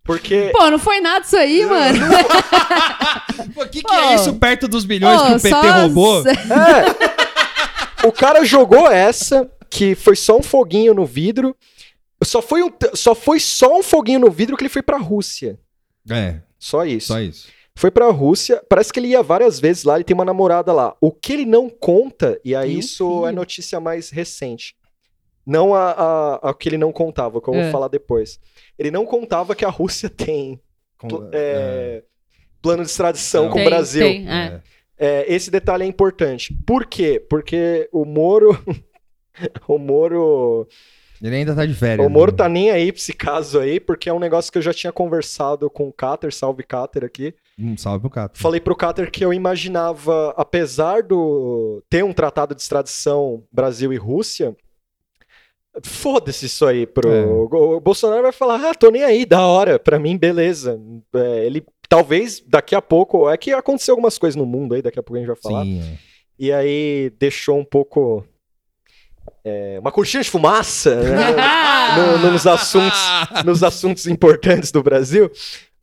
[SPEAKER 3] Porque.
[SPEAKER 2] Pô, não foi nada isso aí, mano.
[SPEAKER 1] Pô, que, que é
[SPEAKER 2] Pô.
[SPEAKER 1] isso perto dos bilhões
[SPEAKER 2] Pô,
[SPEAKER 1] que o PT
[SPEAKER 2] só-
[SPEAKER 1] roubou?
[SPEAKER 3] É! O cara jogou essa, que foi só um foguinho no vidro. Só foi, um, t- só foi só um foguinho no vidro que ele foi pra Rússia.
[SPEAKER 1] É,
[SPEAKER 3] Só isso.
[SPEAKER 1] só isso.
[SPEAKER 3] Foi pra Rússia, parece que ele ia várias vezes lá, ele tem uma namorada lá. O que ele não conta, e aí
[SPEAKER 2] Tem um
[SPEAKER 3] isso
[SPEAKER 2] filho.
[SPEAKER 3] é notícia mais recente. Não a, a, a que ele não contava, que eu
[SPEAKER 2] É.
[SPEAKER 3] vou falar depois. Ele não contava que a Rússia tem pl- é, plano de extradição com
[SPEAKER 1] Tem,
[SPEAKER 3] o Brasil.
[SPEAKER 2] Tem, é.
[SPEAKER 3] É, esse detalhe é importante. Por quê? Porque o Moro. o Moro.
[SPEAKER 1] Ele ainda tá de férias.
[SPEAKER 3] O Moro
[SPEAKER 1] né?
[SPEAKER 3] tá nem aí pra esse caso aí, porque é um negócio que eu já tinha conversado com o Cater, salve Cater aqui.
[SPEAKER 1] Hum, salve pro Cato.
[SPEAKER 3] Falei pro Cater que eu imaginava, apesar do ter um tratado de extradição Brasil e Rússia, foda-se isso aí pro
[SPEAKER 1] É.
[SPEAKER 3] o Bolsonaro vai falar: "Ah, tô nem aí, da hora, pra mim beleza". É, ele talvez daqui a pouco, é que aconteceu algumas coisas no mundo aí, daqui a pouco a gente vai falar.
[SPEAKER 1] Sim, é.
[SPEAKER 3] E aí deixou um pouco é, uma cortina de fumaça, né? no- nos assuntos. nos assuntos importantes do Brasil.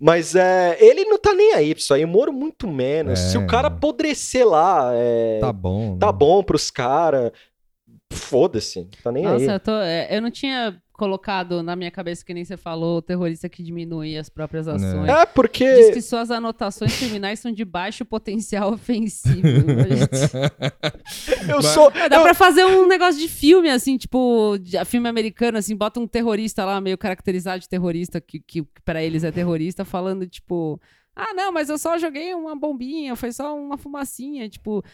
[SPEAKER 3] Mas é, ele não tá nem aí pra isso aí. O Moro muito menos.
[SPEAKER 1] É.
[SPEAKER 3] Se o cara apodrecer lá, é,
[SPEAKER 1] Tá bom. né?
[SPEAKER 3] tá bom pros caras. Foda-se, não tá nem
[SPEAKER 2] Nossa,
[SPEAKER 3] aí.
[SPEAKER 2] eu, tô, é, eu não tinha colocado na minha cabeça, que nem você falou, o terrorista que diminui as próprias ações.
[SPEAKER 3] É,
[SPEAKER 2] Diz
[SPEAKER 3] porque.
[SPEAKER 2] que suas anotações criminais são de baixo potencial ofensivo. Mas
[SPEAKER 3] Eu sou.
[SPEAKER 2] Dá
[SPEAKER 3] eu-
[SPEAKER 2] pra fazer um negócio de filme, assim, tipo, de- filme americano, assim, bota um terrorista lá, meio caracterizado de terrorista, que, que para eles é terrorista, falando, tipo, ah, não, mas eu só joguei uma bombinha, foi só uma fumacinha, tipo,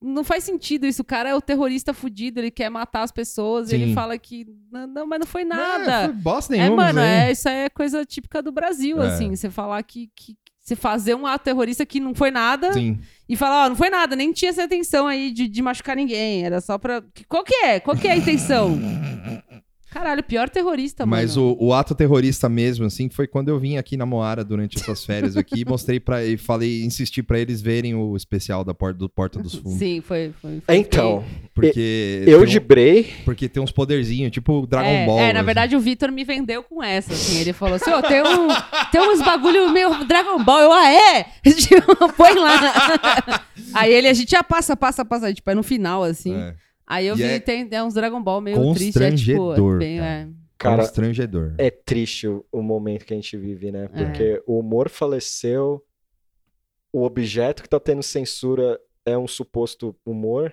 [SPEAKER 2] não faz sentido isso, o cara é o terrorista fudido, ele quer matar as pessoas, e ele
[SPEAKER 1] Sim.
[SPEAKER 2] fala que, não, não, mas não foi
[SPEAKER 1] É,
[SPEAKER 2] nada.
[SPEAKER 1] foi bosta
[SPEAKER 2] É,
[SPEAKER 1] nenhuma. né?
[SPEAKER 2] mano,
[SPEAKER 1] isso aí.
[SPEAKER 2] é, isso aí é coisa típica do Brasil,
[SPEAKER 1] É.
[SPEAKER 2] assim, você falar que... que você fazer um ato terrorista que não foi nada,
[SPEAKER 1] Sim.
[SPEAKER 2] e falar, ó, não foi nada, nem tinha essa intenção aí de, de machucar ninguém, era só pra... que- Qual que é? Qual que é a intenção? Caralho, pior terrorista, mano.
[SPEAKER 1] Mas o, o ato terrorista mesmo, assim, foi quando eu vim aqui na Moara durante essas férias aqui e mostrei para e falei, insisti pra eles verem o especial da porta, do Porta dos Fundos.
[SPEAKER 2] Sim, foi... foi,
[SPEAKER 1] É,
[SPEAKER 2] foi
[SPEAKER 3] Então,
[SPEAKER 1] Porque,
[SPEAKER 3] eu
[SPEAKER 1] tem
[SPEAKER 3] de
[SPEAKER 1] um-
[SPEAKER 3] Bray.
[SPEAKER 1] porque tem uns poderzinhos, tipo Dragon
[SPEAKER 2] é,
[SPEAKER 1] Ball.
[SPEAKER 2] É, na
[SPEAKER 1] assim.
[SPEAKER 2] verdade o Vitor me vendeu com essa, assim, ele falou assim, ó, tem, um, tem uns bagulho meio Dragon Ball, eu, ah, é? Tipo, Põe lá. aí ele, a gente, ah, passa, passa, passa, tipo, é no final, assim.
[SPEAKER 1] É,
[SPEAKER 2] Aí eu
[SPEAKER 1] E
[SPEAKER 2] vi,
[SPEAKER 1] é
[SPEAKER 2] tem, tem uns Dragon Ball meio triste, é tipo...
[SPEAKER 1] constrangedor,
[SPEAKER 2] bem,
[SPEAKER 1] cara.
[SPEAKER 2] é.
[SPEAKER 3] Cara,
[SPEAKER 1] constrangedor.
[SPEAKER 3] é triste o, o momento que a gente vive, né?
[SPEAKER 2] É.
[SPEAKER 3] Porque o humor faleceu, o objeto que tá tendo censura é um suposto humor.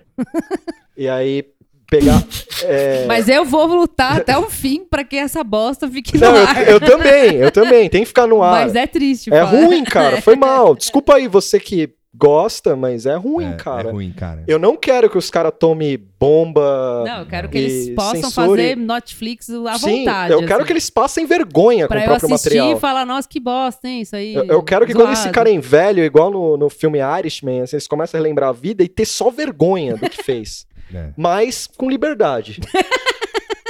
[SPEAKER 3] e aí, pegar. é,
[SPEAKER 2] Mas eu vou lutar até o fim pra que essa bosta fique no
[SPEAKER 3] Não, eu,
[SPEAKER 2] ar.
[SPEAKER 3] eu também, eu também. Tem que ficar no ar.
[SPEAKER 2] Mas é triste,
[SPEAKER 3] é
[SPEAKER 2] fala.
[SPEAKER 3] ruim, cara. Foi mal. Desculpa aí você que gosta, mas é ruim,
[SPEAKER 1] É,
[SPEAKER 3] cara.
[SPEAKER 1] É ruim, cara.
[SPEAKER 3] Eu não quero que os caras tomem bomba.
[SPEAKER 2] Não, eu quero que
[SPEAKER 3] E
[SPEAKER 2] eles possam
[SPEAKER 3] censure.
[SPEAKER 2] fazer Netflix à
[SPEAKER 3] Sim,
[SPEAKER 2] vontade. assim.
[SPEAKER 3] eu quero que eles passem vergonha com
[SPEAKER 2] Pra
[SPEAKER 3] o
[SPEAKER 2] eu
[SPEAKER 3] próprio
[SPEAKER 2] assistir
[SPEAKER 3] material.
[SPEAKER 2] e falar, nossa, que bosta, hein? Isso aí.
[SPEAKER 3] Eu, eu quero que quando eles
[SPEAKER 2] zoado."
[SPEAKER 3] ficarem velho, igual no, no filme Irishman, assim, eles começam a relembrar a vida e ter só vergonha do que fez.
[SPEAKER 1] É.
[SPEAKER 3] Mas com liberdade.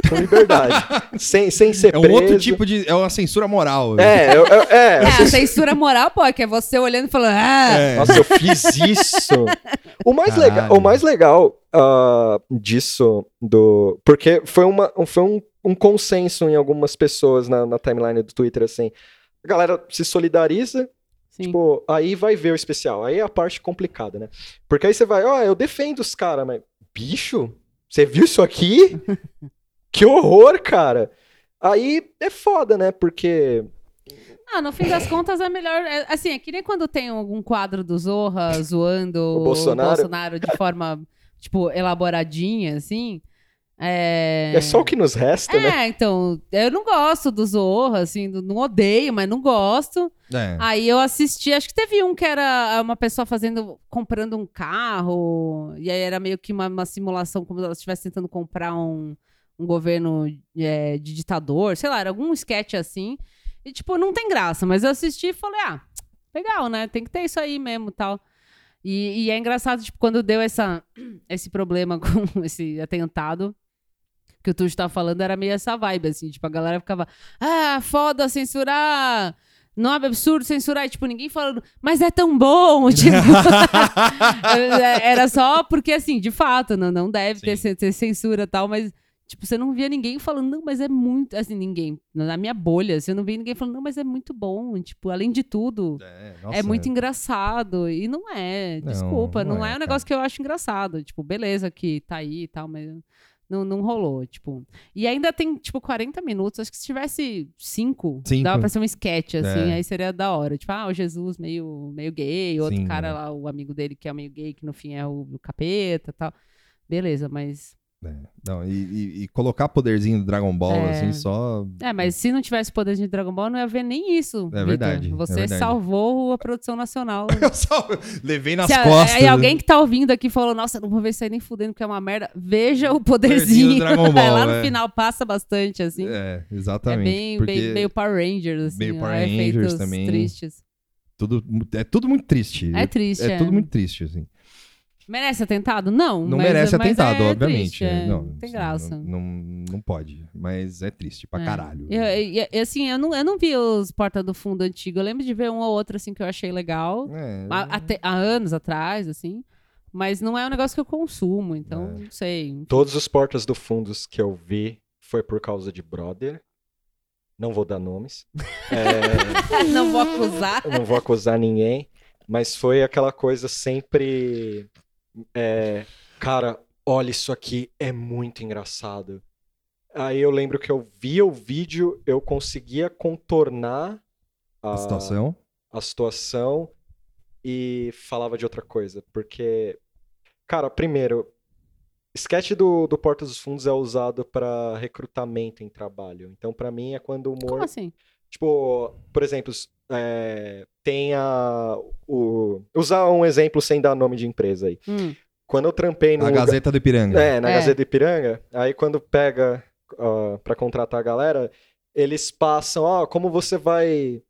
[SPEAKER 3] com liberdade. Sem, sem ser
[SPEAKER 1] É um
[SPEAKER 3] preso.
[SPEAKER 1] outro tipo de. É uma censura moral.
[SPEAKER 3] É, eu- eu- é,
[SPEAKER 2] É, a censura moral, pô, é que é você olhando e falando, ah,
[SPEAKER 1] É.
[SPEAKER 3] Nossa, eu fiz isso. O mais
[SPEAKER 1] Caralho.
[SPEAKER 3] legal, o mais legal ah, disso do, porque foi uma, foi um, um consenso em algumas pessoas na, na timeline do Twitter assim. A galera se solidariza,
[SPEAKER 2] Sim.
[SPEAKER 3] tipo, aí vai ver o especial. Aí é a parte complicada, né? Porque aí você vai, ó, eu defendo os caras, mas bicho, você viu isso aqui? que horror, cara. Aí é foda, né? Porque
[SPEAKER 2] Ah, no fim das contas é melhor. é- assim, é que nem quando tem algum quadro do Zorra zoando
[SPEAKER 3] Bolsonaro.
[SPEAKER 2] de forma, tipo, elaboradinha, assim. É,
[SPEAKER 3] É só o que nos resta, né?
[SPEAKER 2] É, então, eu não gosto do Zorra, assim, do- não odeio, mas não gosto.
[SPEAKER 1] É.
[SPEAKER 2] Aí eu assisti, acho que teve um que era uma pessoa fazendo, comprando um carro, e aí era meio que uma, uma simulação, como se ela estivesse tentando comprar um, um governo é, de ditador, sei lá, era algum sketch assim. E, tipo, não tem graça, mas eu assisti e falei, ah, legal, né? Tem que ter isso aí mesmo tal. E, e é engraçado, tipo, quando deu essa, esse problema com esse atentado que o Tuxo tava falando, era meio essa vibe, assim, tipo, a galera ficava, ah, foda censurar! Não é absurdo censurar, e, tipo, ninguém falando, mas é tão bom, tipo. é, era só porque, assim, de fato, não, não deve ter,
[SPEAKER 1] Sim.
[SPEAKER 2] cen- ter censura e tal, mas, tipo, você não via ninguém falando, não, mas é muito. Assim, ninguém. Na minha bolha, você não via ninguém falando, não, mas é muito bom, tipo, além de tudo
[SPEAKER 1] É, nossa,
[SPEAKER 2] é muito engraçado. E não é,
[SPEAKER 1] Não,
[SPEAKER 2] desculpa.
[SPEAKER 1] não
[SPEAKER 2] Não,
[SPEAKER 1] é,
[SPEAKER 2] é, um
[SPEAKER 1] cara.
[SPEAKER 2] negócio que eu acho engraçado. Tipo, beleza que tá aí e tal, mas não, não rolou, tipo. E ainda tem, tipo, 40 minutos. Acho que se tivesse 5,
[SPEAKER 1] Cinco.
[SPEAKER 2] dava pra ser um sketch, assim.
[SPEAKER 1] É.
[SPEAKER 2] Aí seria da hora. Tipo, ah, o Jesus meio, meio gay. Outro
[SPEAKER 1] Sim,
[SPEAKER 2] cara
[SPEAKER 1] é.
[SPEAKER 2] lá, o amigo dele que é meio gay, que no fim é o, o capeta e tal. Beleza, mas...
[SPEAKER 1] Não, e, e- e colocar poderzinho do Dragon Ball,
[SPEAKER 2] É.
[SPEAKER 1] assim, só.
[SPEAKER 2] É, mas se não tivesse poder de Dragon Ball, não ia haver nem isso,
[SPEAKER 1] É
[SPEAKER 2] Vitor.
[SPEAKER 1] verdade, é
[SPEAKER 2] Você
[SPEAKER 1] verdade.
[SPEAKER 2] salvou a produção nacional né?
[SPEAKER 1] Eu só levei nas
[SPEAKER 2] Se a-
[SPEAKER 1] costas. né?
[SPEAKER 2] Aí alguém que tá ouvindo aqui falou, nossa, não vou ver isso aí nem fudendo, porque é uma merda. Veja o
[SPEAKER 1] Poderzinho do
[SPEAKER 2] poderzinho.
[SPEAKER 1] Dragon
[SPEAKER 2] Vai lá
[SPEAKER 1] Ball,
[SPEAKER 2] no
[SPEAKER 1] é.
[SPEAKER 2] final passa bastante, assim. É,
[SPEAKER 1] É, exatamente.
[SPEAKER 2] bem,
[SPEAKER 1] porque
[SPEAKER 2] bem- meio Power Rangers, assim.
[SPEAKER 1] meio
[SPEAKER 2] ó,
[SPEAKER 1] Power
[SPEAKER 2] efeitos
[SPEAKER 1] Rangers também.
[SPEAKER 2] tristes.
[SPEAKER 1] tudo, é tudo muito triste.
[SPEAKER 2] É triste,
[SPEAKER 1] É
[SPEAKER 2] é.
[SPEAKER 1] tudo muito triste, assim.
[SPEAKER 2] Merece atentado? Não.
[SPEAKER 1] Não
[SPEAKER 2] mas-
[SPEAKER 1] merece
[SPEAKER 2] mas
[SPEAKER 1] atentado,
[SPEAKER 2] é
[SPEAKER 1] obviamente.
[SPEAKER 2] triste, é,
[SPEAKER 1] não,
[SPEAKER 2] Não tem
[SPEAKER 1] sim,
[SPEAKER 2] graça.
[SPEAKER 1] Não, não, não pode. Mas é triste pra
[SPEAKER 2] É.
[SPEAKER 1] caralho.
[SPEAKER 2] Eu- eu- eu- assim, eu não, eu não vi os Porta do Fundo antigo. Eu lembro de ver um ou outro, assim, que eu achei legal.
[SPEAKER 1] É,
[SPEAKER 2] Há, até- há anos atrás, assim. Mas não é um negócio que eu consumo, então
[SPEAKER 1] É.
[SPEAKER 2] não sei.
[SPEAKER 3] Todos os portas do fundos que eu vi foi por causa de brother. Não vou dar nomes. É,
[SPEAKER 2] não vou acusar.
[SPEAKER 3] eu não vou acusar ninguém. Mas foi aquela coisa sempre. é, cara, olha isso aqui, é muito engraçado. Aí eu lembro que eu via o vídeo, eu conseguia contornar
[SPEAKER 1] a situação.
[SPEAKER 3] a situação e falava de outra coisa. Porque, cara, primeiro, sketch do, do Porta dos Fundos é usado pra recrutamento em trabalho. Então, pra mim, é quando o humor.
[SPEAKER 2] Como assim?
[SPEAKER 3] Tipo, por exemplo, s- é, tem a. O, usar um exemplo sem dar nome de empresa aí.
[SPEAKER 2] Hum.
[SPEAKER 3] Quando eu trampei no.
[SPEAKER 1] A
[SPEAKER 3] lugar-
[SPEAKER 1] Gazeta do Ipiranga.
[SPEAKER 3] é, na
[SPEAKER 2] É.
[SPEAKER 3] Gazeta Ipiranga. Aí quando pega ó, pra contratar a galera, eles passam, ó, como você vai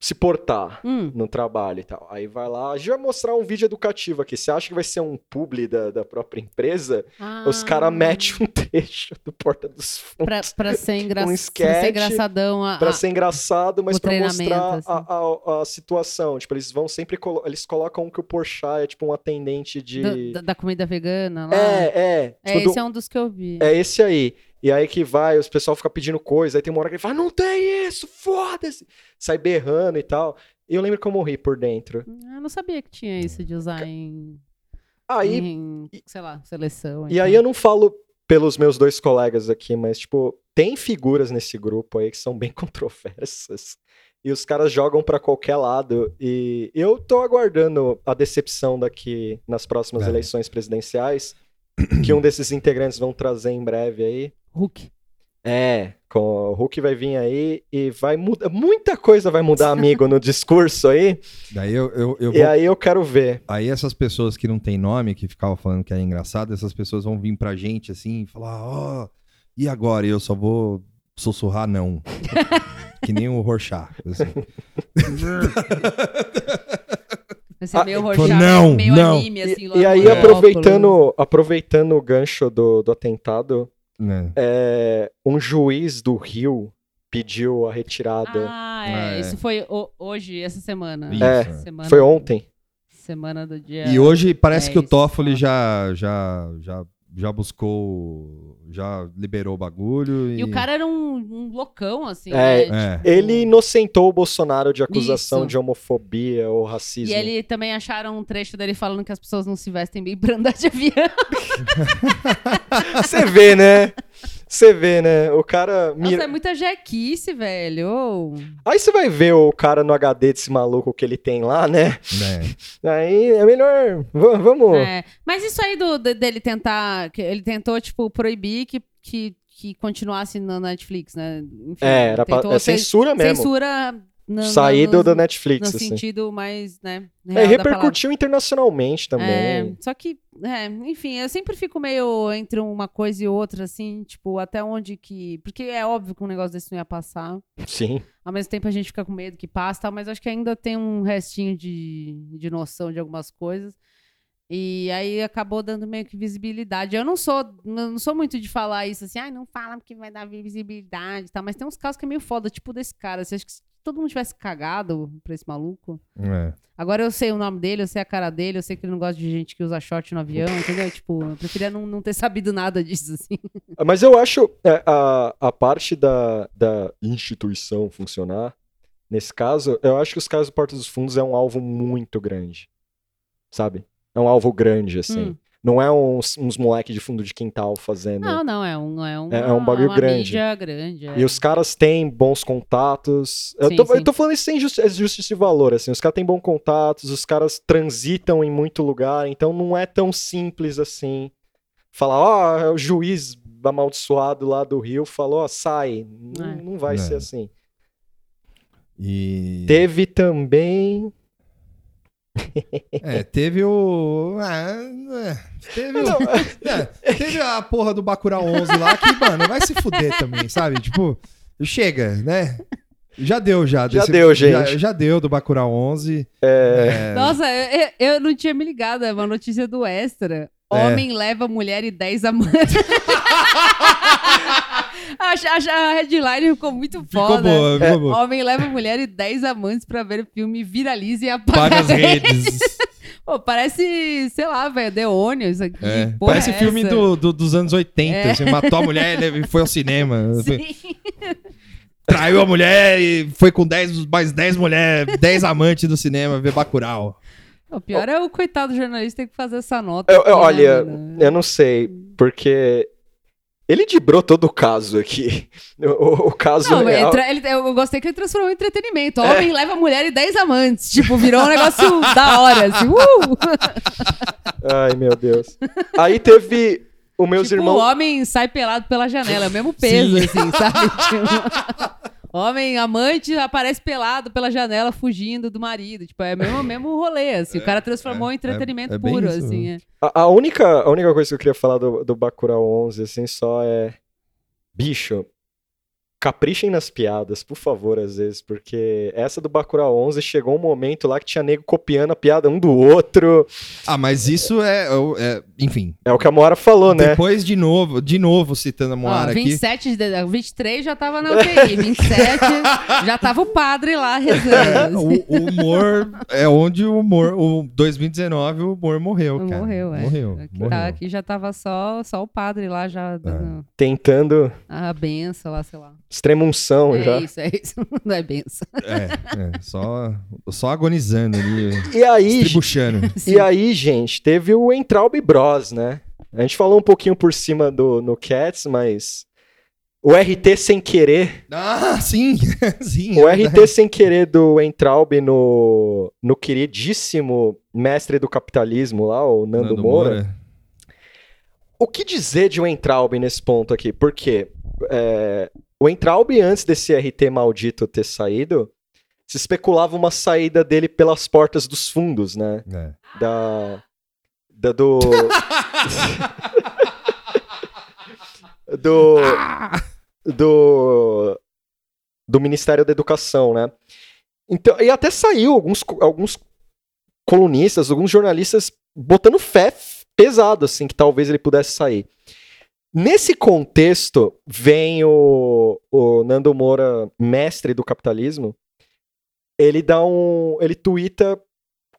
[SPEAKER 3] se portar
[SPEAKER 2] Hum.
[SPEAKER 3] no trabalho e tal. Aí vai lá, a gente vai mostrar um vídeo educativo aqui. Você acha que vai ser um publi da, da própria empresa? Os
[SPEAKER 2] Ah.
[SPEAKER 3] caras metem um trecho do Porta dos Fundos.
[SPEAKER 2] pra, pra ser engra...
[SPEAKER 3] um
[SPEAKER 2] pra
[SPEAKER 3] sketch,
[SPEAKER 2] ser engraçadão. A,
[SPEAKER 3] Pra
[SPEAKER 2] a-
[SPEAKER 3] ser engraçado, mas
[SPEAKER 2] o
[SPEAKER 3] pra
[SPEAKER 2] treinamento,
[SPEAKER 3] mostrar
[SPEAKER 2] assim.
[SPEAKER 3] a, a- a situação. Tipo, eles vão sempre... colo- Eles colocam que o Porchat é tipo um atendente de...
[SPEAKER 2] da, da comida vegana lá.
[SPEAKER 3] É, é.
[SPEAKER 2] É,
[SPEAKER 3] Tipo, do-
[SPEAKER 2] esse é um dos que eu vi.
[SPEAKER 3] É esse aí. E aí que vai, os pessoal fica pedindo coisa, aí tem uma hora que ele fala, não tem isso, foda-se. Sai berrando e tal. E eu lembro que eu morri por dentro.
[SPEAKER 2] Eu não sabia que tinha isso de usar em,
[SPEAKER 3] Aí,
[SPEAKER 2] em, sei lá, seleção. então.
[SPEAKER 3] e aí eu não falo pelos meus dois colegas aqui, mas, tipo, tem figuras nesse grupo aí que são bem controversas. E os caras jogam pra qualquer lado. E eu tô aguardando a decepção daqui nas próximas
[SPEAKER 1] É.
[SPEAKER 3] eleições presidenciais, que um desses integrantes vão trazer em breve aí.
[SPEAKER 2] Hulk.
[SPEAKER 3] É, com o Hulk vai vir aí e vai mudar. Muita coisa vai mudar, amigo, no discurso aí.
[SPEAKER 1] Daí eu, eu, eu
[SPEAKER 3] E
[SPEAKER 1] vou
[SPEAKER 3] aí eu quero ver.
[SPEAKER 1] Aí essas pessoas que não tem nome, que ficavam falando que era engraçado, essas pessoas vão vir pra gente assim e falar, ó, e agora? E eu só vou sussurrar não. que nem o Rorschach. assim.
[SPEAKER 2] Esse
[SPEAKER 3] Ah,
[SPEAKER 2] meio
[SPEAKER 3] pô,
[SPEAKER 2] roxado,
[SPEAKER 1] não,
[SPEAKER 2] meio
[SPEAKER 1] tipo, não.
[SPEAKER 2] anime,
[SPEAKER 3] E,
[SPEAKER 2] assim. lá
[SPEAKER 3] e
[SPEAKER 2] no
[SPEAKER 3] aí,
[SPEAKER 1] é.
[SPEAKER 2] óculos.
[SPEAKER 3] aproveitando, aproveitando o gancho do, do atentado,
[SPEAKER 1] Né?
[SPEAKER 3] é, um juiz do Rio pediu a retirada.
[SPEAKER 2] Ah, é.
[SPEAKER 1] Ah, é.
[SPEAKER 2] Isso foi o- hoje, essa semana.
[SPEAKER 1] Isso,
[SPEAKER 3] É.
[SPEAKER 1] é.
[SPEAKER 2] Semana,
[SPEAKER 3] Foi ontem.
[SPEAKER 2] Semana do dia.
[SPEAKER 1] E hoje parece
[SPEAKER 2] É
[SPEAKER 1] que o
[SPEAKER 2] isso,
[SPEAKER 1] Toffoli
[SPEAKER 2] fala.
[SPEAKER 1] já, já, já, já buscou, já liberou o bagulho. E,
[SPEAKER 2] E o cara era um, um loucão, assim.
[SPEAKER 3] É,
[SPEAKER 2] né?
[SPEAKER 1] É.
[SPEAKER 2] Tipo,
[SPEAKER 3] Ele inocentou o Bolsonaro de acusação
[SPEAKER 2] Isso.
[SPEAKER 3] de homofobia ou racismo.
[SPEAKER 2] E ele também acharam um trecho dele falando que as pessoas não se vestem bem pra andar de avião.
[SPEAKER 3] Você Ah, vê, né? Você vê, né? O cara.
[SPEAKER 2] Nossa,
[SPEAKER 3] mira-
[SPEAKER 2] é muita jequice, velho. Ô.
[SPEAKER 3] Aí você vai ver o cara no HD desse maluco que ele tem lá, né?
[SPEAKER 1] né?
[SPEAKER 3] Aí é melhor. va- vamos.
[SPEAKER 2] É, Mas isso aí do, de- dele tentar. que Ele tentou, tipo, proibir que, que, que continuasse na Netflix, né? Enfim,
[SPEAKER 3] É, era pra,
[SPEAKER 2] tentou
[SPEAKER 3] é
[SPEAKER 2] ser-
[SPEAKER 3] censura mesmo.
[SPEAKER 2] Censura na- na-
[SPEAKER 3] Sair do,
[SPEAKER 2] nos-
[SPEAKER 3] da
[SPEAKER 2] no
[SPEAKER 3] Netflix, assim.
[SPEAKER 2] sentido mais, né?
[SPEAKER 3] É,
[SPEAKER 2] real da palavra.
[SPEAKER 3] repercutiu internacionalmente também.
[SPEAKER 2] É, só que, é, enfim, eu sempre fico meio entre uma coisa e outra, assim, tipo, até onde que. Porque é óbvio que um negócio desse não ia passar.
[SPEAKER 3] Sim.
[SPEAKER 2] Ao mesmo tempo a gente fica com medo que passa, e tal, mas acho que ainda tem um restinho de, de noção de algumas coisas. E aí acabou dando meio que visibilidade. Eu não sou, não sou muito de falar isso assim, ai, não fala porque vai dar visibilidade e tal, mas tem uns casos que é meio foda, tipo desse cara. Assim, acho que se todo mundo tivesse cagado pra esse maluco.
[SPEAKER 1] É.
[SPEAKER 2] Agora eu sei o nome dele, eu sei a cara dele, eu sei que ele não gosta de gente que usa short no avião, entendeu? Tipo, eu preferia não, não ter sabido nada disso, assim.
[SPEAKER 3] Mas eu acho é, a, a parte da, da instituição funcionar, nesse caso, eu acho que os casos do Porta dos Fundos é um alvo muito grande. Sabe? É um alvo grande, assim.
[SPEAKER 2] Hum.
[SPEAKER 3] Não é uns, uns moleque de fundo de quintal fazendo.
[SPEAKER 2] Não, não, é um. É, uma,
[SPEAKER 3] É- é um bagulho
[SPEAKER 2] uma
[SPEAKER 3] grande.
[SPEAKER 2] mídia grande. é.
[SPEAKER 3] E os caras têm bons contatos. Eu,
[SPEAKER 2] Sim,
[SPEAKER 3] tô, eu
[SPEAKER 2] sim.
[SPEAKER 3] tô falando isso sem justi- é justiça e valor, assim. Os caras têm bons contatos, os caras transitam em muito lugar, então não é tão simples assim. Falar, ó, é o juiz amaldiçoado lá do Rio falou, ó, sai. Não,
[SPEAKER 2] É.
[SPEAKER 3] não vai
[SPEAKER 1] É.
[SPEAKER 3] ser assim.
[SPEAKER 1] E...
[SPEAKER 3] Teve também.
[SPEAKER 1] É, teve o. Ah, é, teve, o-
[SPEAKER 3] Não,
[SPEAKER 1] é, teve a porra do Bacurau 11 lá que, mano, vai se fuder também, sabe? Tipo, chega, né? Já deu, já.
[SPEAKER 3] Já deu, gente.
[SPEAKER 1] Já, já deu do Bacurau 11. É,
[SPEAKER 2] Nossa, eu, eu- eu não tinha me ligado, é uma notícia do Extra.
[SPEAKER 1] É.
[SPEAKER 2] Homem leva mulher e 10 amantes. a, a- a headline ficou muito
[SPEAKER 1] ficou
[SPEAKER 2] foda.
[SPEAKER 1] boa,
[SPEAKER 3] É.
[SPEAKER 1] ficou boa.
[SPEAKER 2] Homem leva mulher e 10 amantes pra ver o filme viraliza e apaga.
[SPEAKER 1] Paga
[SPEAKER 2] a
[SPEAKER 1] as redes.
[SPEAKER 2] Pô, parece, sei lá, velho, Deônio isso aqui.
[SPEAKER 1] É,
[SPEAKER 2] que porra
[SPEAKER 1] Parece
[SPEAKER 2] é
[SPEAKER 1] filme
[SPEAKER 2] essa?
[SPEAKER 1] do, do- dos anos 80.
[SPEAKER 2] É.
[SPEAKER 1] Assim, matou a mulher e foi ao cinema.
[SPEAKER 2] Sim.
[SPEAKER 1] Traiu a mulher e foi com 10, mais 10 mulheres, 10 amantes do cinema ver Bacurau.
[SPEAKER 2] O pior é o coitado do jornalista ter que fazer essa nota.
[SPEAKER 3] eu- eu-
[SPEAKER 2] aqui, né,
[SPEAKER 3] olha,
[SPEAKER 2] mano?
[SPEAKER 3] eu não sei, porque. Ele dibrou todo o caso aqui. O, o- o caso
[SPEAKER 2] Não,
[SPEAKER 3] real.
[SPEAKER 1] é,
[SPEAKER 2] ele tra- ele- eu gostei que ele transformou em entretenimento. Homem leva mulher e 10 amantes. Tipo, virou um negócio da hora. Assim, uh!
[SPEAKER 3] Ai, meu Deus. Aí teve o meus
[SPEAKER 2] tipo,
[SPEAKER 3] irmãos.
[SPEAKER 2] o homem sai pelado pela janela. É o mesmo peso,
[SPEAKER 1] Sim.
[SPEAKER 2] assim, sabe? Tipo, homem, amante, aparece pelado pela janela, fugindo do marido. Tipo, é o mesmo, mesmo rolê, assim. o cara transformou
[SPEAKER 1] é,
[SPEAKER 2] em entretenimento
[SPEAKER 1] é- é bem
[SPEAKER 2] puro,
[SPEAKER 1] isso
[SPEAKER 2] assim. é.
[SPEAKER 3] A, a única, a única coisa que eu queria falar do, do Bacurau 11, assim, só é... Bicho, caprichem nas piadas, por favor, às vezes, porque essa do Bacurau 11 chegou um momento lá que tinha nego copiando a piada um do outro.
[SPEAKER 1] Ah, mas isso é. é- enfim.
[SPEAKER 3] É o que a Moara falou, né?
[SPEAKER 1] Depois, de novo, de novo citando a
[SPEAKER 2] Ó,
[SPEAKER 1] Moara aqui.
[SPEAKER 2] 27 de... 23 já tava na UTI, 27 já tava o padre lá rezando. assim.
[SPEAKER 1] É, O, o humor é onde o humor. O 2019, o humor morreu, cara.
[SPEAKER 2] Morreu, é.
[SPEAKER 1] Morreu.
[SPEAKER 2] Aqui,
[SPEAKER 1] morreu. É.
[SPEAKER 2] tá- aqui já tava só, só o padre lá, já dando
[SPEAKER 3] Tentando
[SPEAKER 2] a benção lá, sei lá.
[SPEAKER 3] extremunção
[SPEAKER 2] é
[SPEAKER 3] já.
[SPEAKER 2] isso, é isso. Não é benção.
[SPEAKER 1] É, é, só, só agonizando ali,
[SPEAKER 3] E aí,
[SPEAKER 1] estribuchando.
[SPEAKER 3] E aí, gente, teve o Entraub Bros, né? A gente falou um pouquinho por cima do no Cats, mas o RT sem querer,
[SPEAKER 1] Ah, sim! sim.
[SPEAKER 3] o RT sem querer do Entraub no, no queridíssimo mestre do capitalismo lá, o Nando, Moura. O que dizer de um Entraub nesse ponto aqui? Porque é, o Entraub, antes desse RT maldito ter saído, se especulava uma saída dele pelas portas dos fundos, né?
[SPEAKER 1] É.
[SPEAKER 3] Da, da do... do, do, do Ministério da Educação, né? Então, e até saiu alguns, co- alguns colunistas, alguns jornalistas botando fé f- pesado, assim, que talvez ele pudesse sair. Nesse contexto, vem o, o Nando Moura, mestre do capitalismo, ele dá um. ele tuita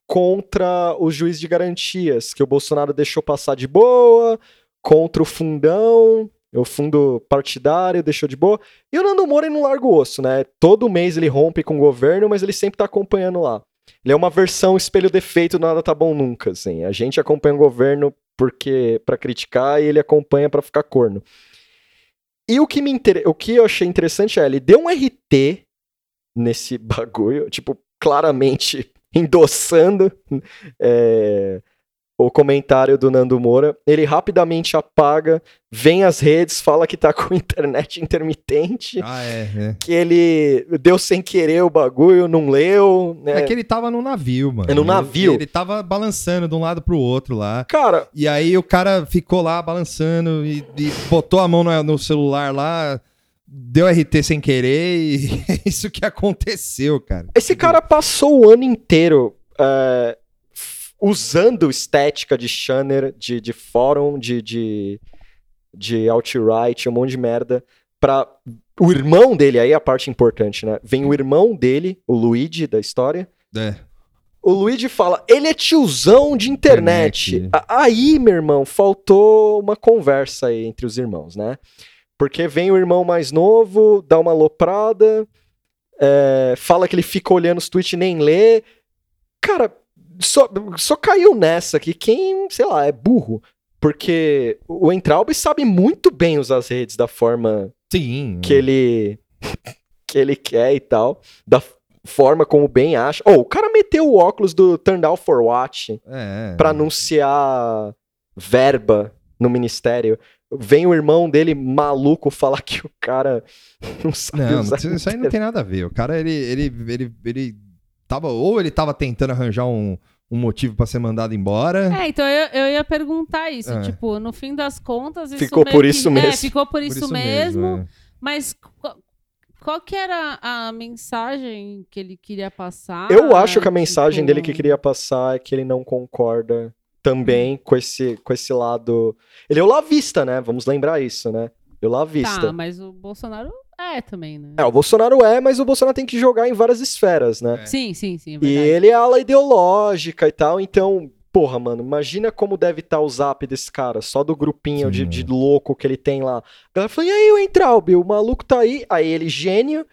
[SPEAKER 3] contra o juiz de garantias, que o Bolsonaro deixou passar de boa, contra o fundão, o fundo partidário deixou de boa. E o Nando Moura ele não larga o osso, né? Todo mês ele rompe com o governo, mas ele sempre tá acompanhando lá. Ele é uma versão espelho defeito, nada tá bom nunca, assim. A gente acompanha o governo porque para criticar e ele acompanha para ficar corno. E o que, me inter... o que eu achei interessante é, ele deu um RT nesse bagulho, tipo, claramente endossando é, o comentário do Nando Moura. Ele rapidamente apaga, vem às redes, fala que tá com internet intermitente,
[SPEAKER 1] Ah, é.
[SPEAKER 3] que ele deu sem querer o bagulho, não leu,
[SPEAKER 1] É,
[SPEAKER 3] né?
[SPEAKER 1] que ele tava num navio, mano.
[SPEAKER 3] É num navio.
[SPEAKER 1] Ele, ele tava balançando de um lado pro outro lá.
[SPEAKER 3] Cara,
[SPEAKER 1] E aí o cara ficou lá balançando e, e botou a mão no, no celular lá, deu RT sem querer e é isso que aconteceu, cara.
[SPEAKER 3] Esse cara passou o ano inteiro é, f- usando estética de Shanner, de, de fórum, de, de, de alt-right, um monte de merda, pra. O irmão dele, aí é a parte importante, né? Vem o irmão dele, o Luigi da história.
[SPEAKER 1] É.
[SPEAKER 3] O Luigi fala, ele é tiozão de internet.
[SPEAKER 1] Internet.
[SPEAKER 3] A- Aí, meu irmão, faltou uma conversa aí entre os irmãos, né? Porque vem o irmão mais novo, dá uma aloprada, é, fala que ele fica olhando os tweets e nem lê. Cara, só, só caiu nessa que quem, sei lá, é burro. Porque o Entraub sabe muito bem usar as redes da forma
[SPEAKER 1] Sim.
[SPEAKER 3] que ele que ele quer e tal, da f- forma como bem acha. Oh, o cara meteu o óculos do Turn Down for Watch
[SPEAKER 1] É.
[SPEAKER 3] pra anunciar verba no ministério. Vem o irmão dele maluco falar que o cara não sabe
[SPEAKER 1] Não,
[SPEAKER 3] usar.
[SPEAKER 1] isso, isso aí não tem nada a ver. O cara, ele, ele, ele, ele tava. Ou ele tava tentando arranjar um, um motivo pra ser mandado embora.
[SPEAKER 2] É, então eu, eu ia perguntar isso.
[SPEAKER 1] É.
[SPEAKER 2] Tipo, no fim das contas, isso
[SPEAKER 3] Ficou
[SPEAKER 2] meio
[SPEAKER 3] por
[SPEAKER 2] que-
[SPEAKER 3] isso
[SPEAKER 2] é,
[SPEAKER 3] mesmo.
[SPEAKER 2] ficou por isso, mesmo.
[SPEAKER 1] é.
[SPEAKER 2] Mas qual, qual que era a mensagem que ele queria passar?
[SPEAKER 3] Eu acho que a mensagem
[SPEAKER 2] Tipo,
[SPEAKER 3] dele que queria passar é que ele não concorda também com esse com esse lado. Ele é o lavista, né? Vamos lembrar isso, né? Eu lavista.
[SPEAKER 2] Tá, mas o Bolsonaro é também, né?
[SPEAKER 3] É, o Bolsonaro é, mas o Bolsonaro tem que jogar em várias esferas, né?
[SPEAKER 1] É.
[SPEAKER 2] Sim, sim, sim, é
[SPEAKER 3] E
[SPEAKER 2] verdade.
[SPEAKER 3] ele é ala ideológica e tal, então, porra, mano, imagina como deve estar o zap desse cara, só do grupinho de,
[SPEAKER 1] Sim.
[SPEAKER 3] de louco que ele tem lá. A galera falou, e aí, o Entraub, o maluco tá aí, aí ele gênio,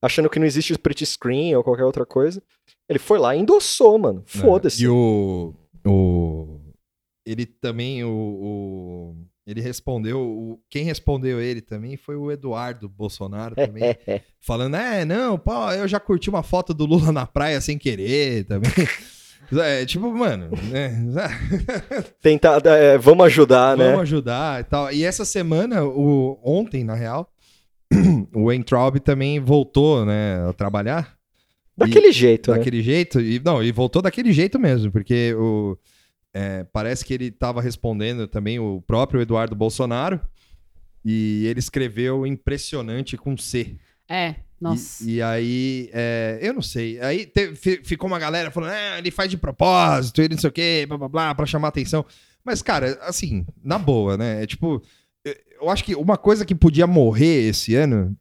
[SPEAKER 3] achando que não existe o split screen ou qualquer outra coisa. Ele foi lá e endossou, mano, foda-se.
[SPEAKER 1] É, E o. o ele também, o, o- Ele respondeu. o- quem respondeu ele também foi o Eduardo Bolsonaro também. falando, é, não, pô, eu já curti uma foto do Lula na praia sem querer também. É, tipo, mano, né?
[SPEAKER 3] Tentar, é, vamos ajudar,
[SPEAKER 1] Vamos
[SPEAKER 3] né?
[SPEAKER 1] ajudar e tal. E essa semana, o, ontem, na real, o Entraub também voltou, né, a trabalhar
[SPEAKER 3] Daquele jeito, né?
[SPEAKER 1] daquele jeito. E, não, e voltou daquele jeito mesmo, porque o, é, parece que ele estava respondendo também o próprio Eduardo Bolsonaro. E ele escreveu impressionante com C.
[SPEAKER 2] É, nossa.
[SPEAKER 1] E, e aí, é, eu não sei. Aí te- fi- ficou uma galera falando, ah, ele faz de propósito, ele não sei o quê, blá blá blá, pra chamar atenção. Mas, cara, assim, na boa, né? É tipo, eu- eu acho que uma coisa que podia morrer esse ano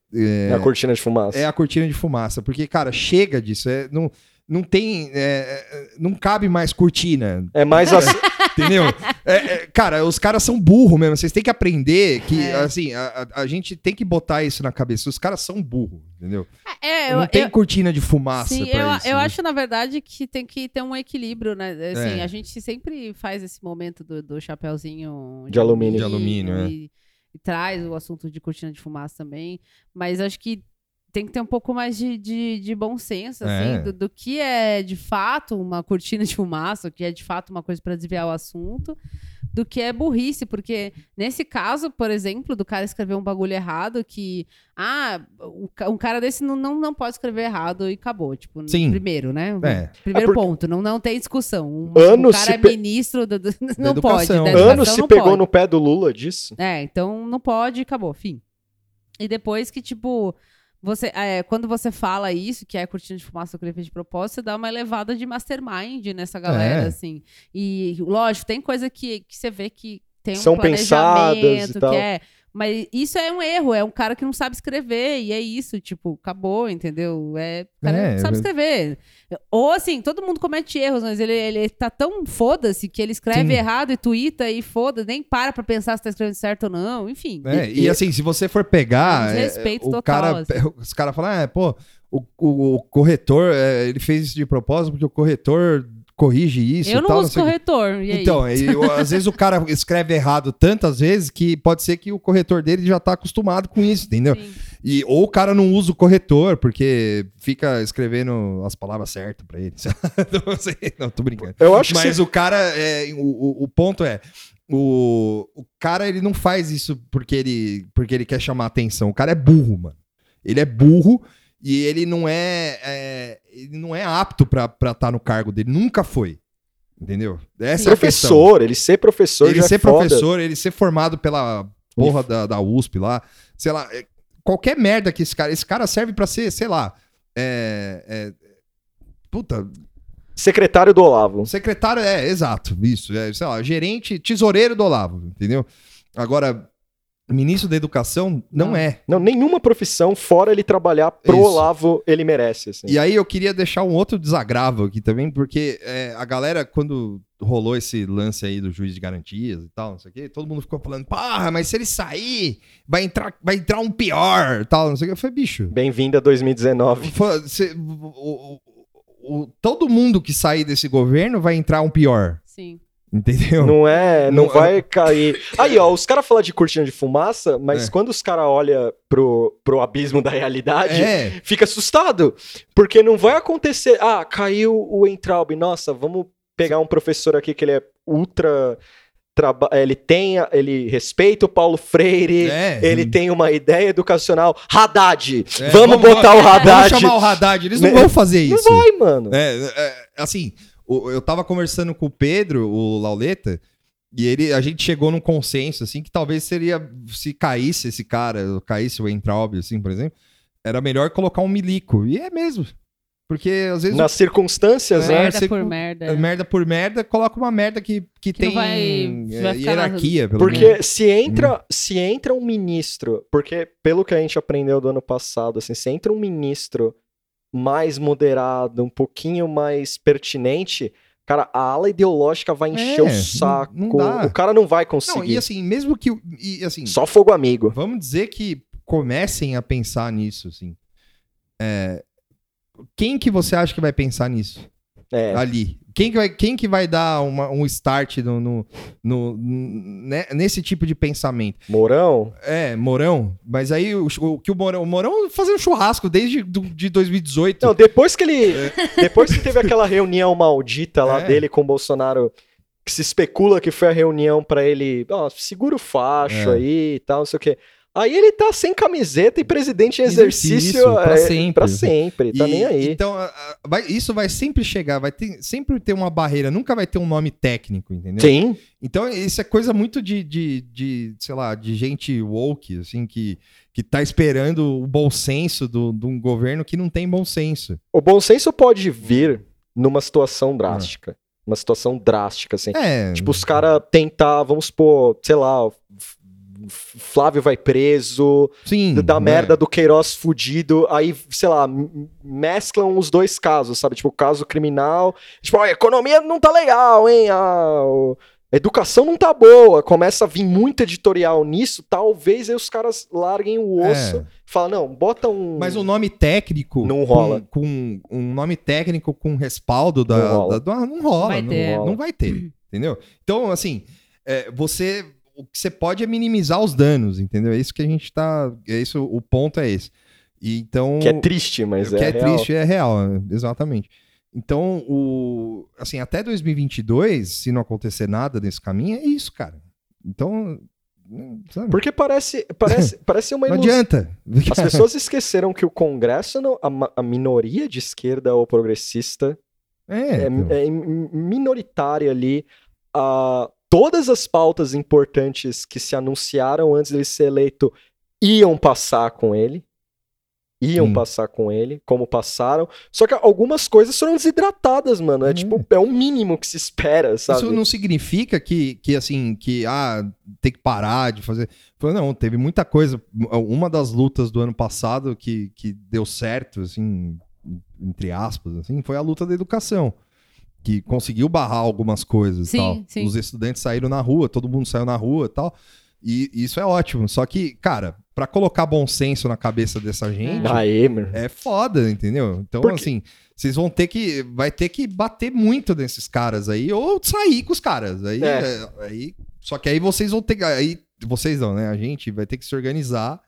[SPEAKER 3] Na cortina de fumaça.
[SPEAKER 1] é a cortina de fumaça. Porque, cara, chega disso. é, não, não tem. é, é, não cabe mais cortina.
[SPEAKER 3] É, mais assim.
[SPEAKER 1] Entendeu? É, é, cara, os caras são burro mesmo. Vocês têm que aprender que,
[SPEAKER 2] É.
[SPEAKER 1] assim, a, a- a gente tem que botar isso na cabeça. Os caras são burro, entendeu?
[SPEAKER 2] É,
[SPEAKER 1] não tem cortina de fumaça
[SPEAKER 2] Sim,
[SPEAKER 1] pra
[SPEAKER 2] eu,
[SPEAKER 1] isso.
[SPEAKER 2] eu
[SPEAKER 1] né?
[SPEAKER 2] acho, na verdade, que tem que ter um equilíbrio, né? Assim,
[SPEAKER 1] É.
[SPEAKER 2] A gente sempre faz esse momento do, do chapéuzinho
[SPEAKER 3] De alumínio.
[SPEAKER 1] De alumínio, é.
[SPEAKER 2] e, e traz o assunto de cortina de fumaça também. Mas acho que tem que ter um pouco mais de, de, de bom senso, assim,
[SPEAKER 1] É.
[SPEAKER 2] do, do que é de fato uma cortina de fumaça, o que é de fato uma coisa para desviar o assunto, do que é burrice, porque nesse caso, por exemplo, do cara escrever um bagulho errado que ah, o ca- um cara desse não, não, não pode escrever errado e acabou. Tipo, n-
[SPEAKER 1] Sim.
[SPEAKER 2] primeiro, né?
[SPEAKER 1] É.
[SPEAKER 2] Primeiro
[SPEAKER 3] É porque-
[SPEAKER 2] ponto, não, não tem discussão. Um,
[SPEAKER 3] Anos
[SPEAKER 2] o cara
[SPEAKER 3] se
[SPEAKER 2] é
[SPEAKER 3] pe-
[SPEAKER 2] ministro, do, do- não pode. né?
[SPEAKER 1] educação.
[SPEAKER 2] da
[SPEAKER 1] Anos
[SPEAKER 2] educação
[SPEAKER 3] Ano se
[SPEAKER 2] não
[SPEAKER 3] pegou
[SPEAKER 2] pode.
[SPEAKER 3] no pé do Lula disso.
[SPEAKER 2] É, então não pode, acabou, fim. E depois que, tipo, você, é, quando você fala isso, que é cortina de fumaça que ele fez de propósito, você dá uma elevada de mastermind nessa galera,
[SPEAKER 1] É.
[SPEAKER 2] assim. E, lógico, tem coisa que, que você vê que tem um
[SPEAKER 3] São pensadas e
[SPEAKER 2] planejamento,
[SPEAKER 3] tal.
[SPEAKER 2] que é... Mas isso é um erro, é um cara que não sabe escrever, e é isso, tipo, acabou, entendeu? É, o cara
[SPEAKER 1] É,
[SPEAKER 2] não sabe
[SPEAKER 1] eu-
[SPEAKER 2] escrever. Ou assim, todo mundo comete erros, mas ele, ele tá tão foda-se que ele escreve
[SPEAKER 1] Sim.
[SPEAKER 2] errado e tuita e foda, nem para pra pensar se tá escrevendo certo ou não, enfim.
[SPEAKER 1] É, e, assim, se você for pegar.
[SPEAKER 2] Um
[SPEAKER 1] é,
[SPEAKER 2] desrespeito
[SPEAKER 1] o
[SPEAKER 2] total, assim.
[SPEAKER 1] Cara, Os caras falam, ah, pô, o, o- o corretor, é, ele fez isso de propósito porque o corretor co- corrige isso
[SPEAKER 2] eu
[SPEAKER 1] e
[SPEAKER 2] não
[SPEAKER 1] tal.
[SPEAKER 2] uso
[SPEAKER 1] sei o quê.
[SPEAKER 2] corretor. E aí?
[SPEAKER 1] Então, e eu- às vezes o cara escreve errado tantas vezes que pode ser que o corretor dele já tá acostumado com isso, entendeu?
[SPEAKER 2] Sim.
[SPEAKER 1] E, ou o cara não usa o corretor porque fica escrevendo as palavras certas pra ele. não sei, não, tô brincando.
[SPEAKER 3] Eu acho que
[SPEAKER 1] Mas
[SPEAKER 3] se-
[SPEAKER 1] o cara, é, o, o- o ponto é, o, o cara ele não faz isso porque ele, porque ele quer chamar atenção. O cara é burro, mano. Ele é burro e ele não é, é, ele não é apto pra estar no cargo dele. Nunca foi. Entendeu? Essa é a questão.
[SPEAKER 3] professor, ele ser professor
[SPEAKER 1] Ele
[SPEAKER 3] já
[SPEAKER 1] ser
[SPEAKER 3] é foda.
[SPEAKER 1] professor, ele ser formado pela porra da, da USP lá, sei lá, é, qualquer merda que esse cara. Esse cara serve pra ser, sei lá. É, é, puta,
[SPEAKER 3] Secretário do Olavo.
[SPEAKER 1] secretário, é, exato, isso, é, sei lá, gerente, tesoureiro do Olavo, entendeu? Agora, ministro da educação não,
[SPEAKER 2] Não.
[SPEAKER 1] é.
[SPEAKER 3] Não, nenhuma profissão fora ele trabalhar pro
[SPEAKER 1] Isso.
[SPEAKER 3] Olavo ele merece, assim.
[SPEAKER 1] E aí eu queria deixar um outro desagravo aqui também, porque é, a galera, quando rolou esse lance aí do juiz de garantias e tal, não sei o quê, todo mundo ficou falando, porra, mas se ele sair, vai entrar, vai entrar um pior e tal, não sei o quê. Eu falei, bicho,
[SPEAKER 3] Bem-vindo a 2019.
[SPEAKER 1] fa- cê- o- o- o- todo mundo que sair desse governo vai entrar um pior,
[SPEAKER 2] Sim.
[SPEAKER 1] entendeu?
[SPEAKER 3] Não é, não,
[SPEAKER 1] Não, eu-
[SPEAKER 3] vai cair. Aí, ó, os caras falam de cortina de fumaça, mas
[SPEAKER 1] É.
[SPEAKER 3] quando os caras olham pro, pro abismo da realidade,
[SPEAKER 1] É,
[SPEAKER 3] fica assustado. Porque não vai acontecer. Ah, caiu o Entraub. Nossa, vamos pegar um professor aqui que ele é ultra. traba- Ele tem. a- Ele respeita o Paulo Freire.
[SPEAKER 1] é.
[SPEAKER 3] Ele tem uma ideia educacional. Haddad!
[SPEAKER 1] É,
[SPEAKER 3] vamos,
[SPEAKER 1] vamos-
[SPEAKER 3] botar o Haddad!
[SPEAKER 1] Vamos chamar o Haddad, eles não
[SPEAKER 3] Né?
[SPEAKER 1] vão fazer isso.
[SPEAKER 3] Não vai, mano.
[SPEAKER 1] É, é, assim, o- eu tava conversando com o Pedro, o Lauleta, e ele, a gente chegou num consenso, assim, que talvez seria, se caísse esse cara, caísse o Entraub, assim, por exemplo, era melhor colocar um milico. E é mesmo. Porque às vezes...
[SPEAKER 3] Nas circunstâncias,
[SPEAKER 1] É,
[SPEAKER 3] né?
[SPEAKER 2] Merda
[SPEAKER 1] você-
[SPEAKER 2] por merda.
[SPEAKER 1] o- Merda por merda, coloca uma merda que, que,
[SPEAKER 2] não
[SPEAKER 1] tem
[SPEAKER 2] vai-
[SPEAKER 1] é,
[SPEAKER 2] vai ficar na-
[SPEAKER 1] hierarquia, pelo menos. Uhum.
[SPEAKER 3] Porque se entra, se entra um ministro, porque pelo que a gente aprendeu do ano passado, assim, se entra um ministro mais moderado, um pouquinho mais pertinente, cara, a ala ideológica vai encher
[SPEAKER 1] É,
[SPEAKER 3] o
[SPEAKER 1] não-
[SPEAKER 3] saco.
[SPEAKER 1] não dá.
[SPEAKER 3] o cara não vai
[SPEAKER 1] Não,
[SPEAKER 3] conseguir.
[SPEAKER 1] e assim, mesmo que... o- E, assim,
[SPEAKER 3] Só fogo amigo.
[SPEAKER 1] Vamos dizer que comecem a pensar nisso, assim. É, quem que você acha que vai pensar nisso
[SPEAKER 3] É.
[SPEAKER 1] ali? Quem que vai, quem que vai dar uma- um start no, no- no- né, nesse tipo de pensamento?
[SPEAKER 3] Mourão,
[SPEAKER 1] É, Morão. Mas aí o, o que o Morão, o Morão fazendo churrasco desde do, de 2018.
[SPEAKER 3] Não, depois que ele. Depois que teve aquela reunião maldita lá
[SPEAKER 1] É.
[SPEAKER 3] dele com o Bolsonaro, que se especula que foi a reunião pra ele. Ó, segura o facho
[SPEAKER 1] É.
[SPEAKER 3] aí e tal, não sei o quê. Aí ele tá sem camiseta e presidente em exercício.
[SPEAKER 1] Exercício, pra
[SPEAKER 3] é,
[SPEAKER 1] sempre.
[SPEAKER 3] pra sempre, tá
[SPEAKER 1] E-
[SPEAKER 3] nem aí.
[SPEAKER 1] Então, a- a- vai- isso vai sempre chegar, vai ter- sempre ter uma barreira, nunca vai ter um nome técnico, entendeu?
[SPEAKER 3] Sim.
[SPEAKER 1] Então, isso é coisa muito de, de, de, sei lá, de gente woke, assim, que, que tá esperando o bom senso do- de um governo que não tem bom senso.
[SPEAKER 3] O bom senso pode vir numa situação drástica. Uma situação drástica, assim.
[SPEAKER 1] É.
[SPEAKER 3] Tipo, os caras tentar, vamos supor, sei lá, o F- F- Flávio vai preso,
[SPEAKER 1] sim.
[SPEAKER 3] da- da
[SPEAKER 1] né?
[SPEAKER 3] merda do Queiroz fudido, aí, sei lá, m- mesclam os dois casos, sabe? Tipo, o caso criminal, tipo, ó, a economia não tá legal, hein? A, o- a educação não tá boa, começa a vir muito editorial nisso, talvez aí os caras larguem o
[SPEAKER 1] É.
[SPEAKER 3] osso, falam, não, bota um...
[SPEAKER 1] Mas o nome técnico.
[SPEAKER 3] Não rola.
[SPEAKER 1] Com, com um nome técnico com respaldo da.
[SPEAKER 3] Não
[SPEAKER 1] Não
[SPEAKER 3] rola.
[SPEAKER 1] rola. não, rola,
[SPEAKER 2] Vai
[SPEAKER 1] não,
[SPEAKER 2] ter.
[SPEAKER 1] não vai ter. Entendeu? Então, assim, é, você. O que você pode é minimizar os danos, entendeu? É isso que a gente tá. É isso, o ponto é esse. E, então.
[SPEAKER 3] Que é triste, mas
[SPEAKER 1] o que
[SPEAKER 3] é,
[SPEAKER 1] é,
[SPEAKER 3] real.
[SPEAKER 1] triste é real, né? exatamente. Então, o, assim, até 2022, se não acontecer nada nesse caminho, é isso, cara. Então, hum, sabe?
[SPEAKER 3] Porque parece, parece, parece uma
[SPEAKER 1] não
[SPEAKER 3] ilusão.
[SPEAKER 1] adianta.
[SPEAKER 3] As pessoas esqueceram que o Congresso, não, a, ma- a minoria de esquerda ou progressista
[SPEAKER 1] É,
[SPEAKER 3] é,
[SPEAKER 1] então.
[SPEAKER 3] é im- minoritária ali a todas as pautas importantes que se anunciaram antes dele ser eleito iam passar com ele. Iam
[SPEAKER 1] Sim.
[SPEAKER 3] passar com ele, como passaram. Só que algumas coisas foram desidratadas, mano. É
[SPEAKER 1] É.
[SPEAKER 3] tipo, é o mínimo que se espera, sabe?
[SPEAKER 1] Isso não significa que, que assim, que ah, tem que parar de fazer. Falou, Não, teve muita coisa. Uma das lutas do ano passado que, que deu certo, assim, entre aspas, assim, foi a luta da educação. Que conseguiu barrar algumas coisas. e
[SPEAKER 2] Sim,
[SPEAKER 1] tal.
[SPEAKER 2] sim.
[SPEAKER 1] Os estudantes saíram na rua, todo mundo saiu na rua e tal. E isso é ótimo. Só que, cara, pra colocar bom senso na cabeça dessa
[SPEAKER 2] Ah,
[SPEAKER 1] gente.
[SPEAKER 3] Aê, meu.
[SPEAKER 1] É foda, entendeu? Então,
[SPEAKER 3] Por quê?
[SPEAKER 1] assim, vocês vão ter que. Vai ter que bater muito nesses caras aí, ou sair com os caras. Aí,
[SPEAKER 3] É.
[SPEAKER 1] é, aí, só que aí vocês vão ter. que- Aí, vocês não, né? A gente vai ter que se organizar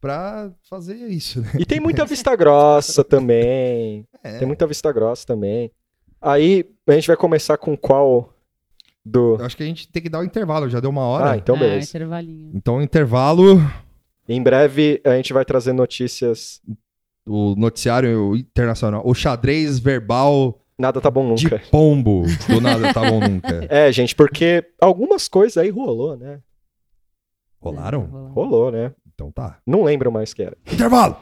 [SPEAKER 1] pra fazer isso, né?
[SPEAKER 3] E tem muita vista grossa também.
[SPEAKER 1] É.
[SPEAKER 3] Tem muita vista grossa também. Aí a gente vai começar com qual do.
[SPEAKER 1] Eu acho que a gente tem que dar o intervalo, já deu uma hora.
[SPEAKER 3] Ah, então
[SPEAKER 2] é,
[SPEAKER 3] beleza.
[SPEAKER 2] intervalinho.
[SPEAKER 1] Então, intervalo,
[SPEAKER 3] Em breve a gente vai trazer notícias.
[SPEAKER 1] o noticiário internacional, o xadrez verbal
[SPEAKER 3] Nada tá bom
[SPEAKER 1] de
[SPEAKER 3] nunca.
[SPEAKER 1] pombo. Do nada tá bom nunca.
[SPEAKER 3] É, gente, porque algumas coisas aí rolou, né?
[SPEAKER 1] Rolaram?
[SPEAKER 2] Rolou.
[SPEAKER 3] Rolou, né?
[SPEAKER 1] Então tá.
[SPEAKER 3] Não lembro mais que era.
[SPEAKER 1] Intervalo!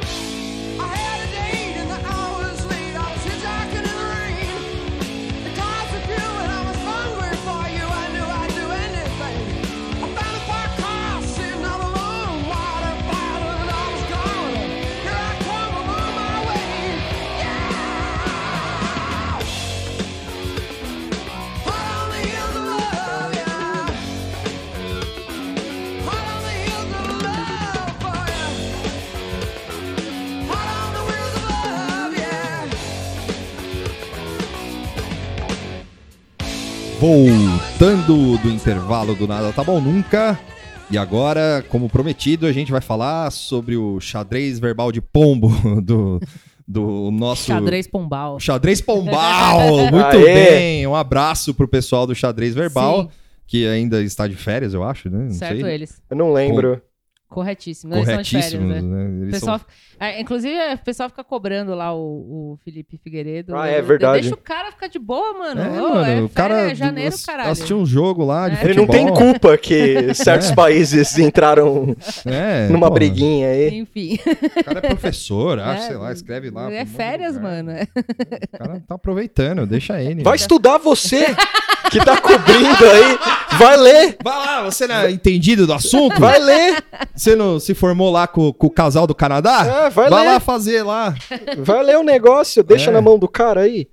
[SPEAKER 4] I had a date and the hour was late. I was hitchhiking in the rain. The cars were few and I was hungry for you. I knew I'd do anything. I found a parked car sitting on a long water bottle and I was gone. Here I come, I'm on my way. Yeah. Hot on the heels of love, yeah. Hot on the heels of love, boy. yeah. Hot on the wheels of love, yeah.
[SPEAKER 1] Voltando do intervalo do Nada Tá Bom Nunca. E agora, como prometido, a gente vai falar sobre o xadrez verbal de pombo do, do nosso.
[SPEAKER 2] Xadrez pombal.
[SPEAKER 1] Xadrez Pombal! Muito
[SPEAKER 3] Aê!
[SPEAKER 1] bem! Um abraço pro pessoal do xadrez verbal, que ainda está de férias, eu acho, né? Não
[SPEAKER 2] Sim, certo
[SPEAKER 1] sei.
[SPEAKER 2] eles.
[SPEAKER 3] Eu não lembro.
[SPEAKER 2] Corretíssimo. Eles são de férias,
[SPEAKER 1] Corretíssimos,
[SPEAKER 2] né?
[SPEAKER 1] né?
[SPEAKER 2] O
[SPEAKER 1] Eles
[SPEAKER 2] Pessoal, é, inclusive, é, o pessoal fica cobrando lá o, o Felipe Figueiredo.
[SPEAKER 3] Ah,
[SPEAKER 2] Eu-
[SPEAKER 3] é
[SPEAKER 2] eu-
[SPEAKER 3] verdade.
[SPEAKER 2] Deixa o cara ficar de boa, mano.
[SPEAKER 1] É,
[SPEAKER 2] Ô,
[SPEAKER 1] mano,
[SPEAKER 2] é
[SPEAKER 1] o cara
[SPEAKER 2] férias, é janeiro,
[SPEAKER 1] ass-
[SPEAKER 2] caralho.
[SPEAKER 1] assistiu um jogo lá de
[SPEAKER 2] É.
[SPEAKER 3] Ele não
[SPEAKER 1] futebol.
[SPEAKER 3] tem culpa que certos países entraram
[SPEAKER 1] É,
[SPEAKER 3] numa
[SPEAKER 1] pô,
[SPEAKER 3] briguinha aí.
[SPEAKER 2] Enfim.
[SPEAKER 1] O cara é professor, acho,
[SPEAKER 2] É,
[SPEAKER 1] sei lá, escreve lá.
[SPEAKER 2] É
[SPEAKER 1] pô, um
[SPEAKER 2] férias,
[SPEAKER 1] lugar.
[SPEAKER 2] mano. é
[SPEAKER 1] O cara tá aproveitando, deixa ele.
[SPEAKER 3] Vai estudar você que tá cobrindo aí. Vai ler,
[SPEAKER 1] Vai lá, você não é entendido do assunto?
[SPEAKER 3] vai ler,
[SPEAKER 1] Você não se formou lá com, com o casal do Canadá?
[SPEAKER 3] É, vai ler.
[SPEAKER 1] lá fazer Ah, lá.
[SPEAKER 3] vai ler o negócio, deixa
[SPEAKER 1] É.
[SPEAKER 3] na mão do cara aí.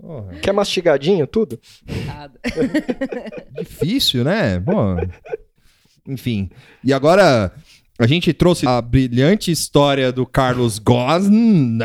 [SPEAKER 1] Porra,
[SPEAKER 3] Quer mastigadinho tudo?
[SPEAKER 2] Nada.
[SPEAKER 1] difícil, né? Bom, enfim. E agora a gente trouxe a brilhante história do Carlos Gosn.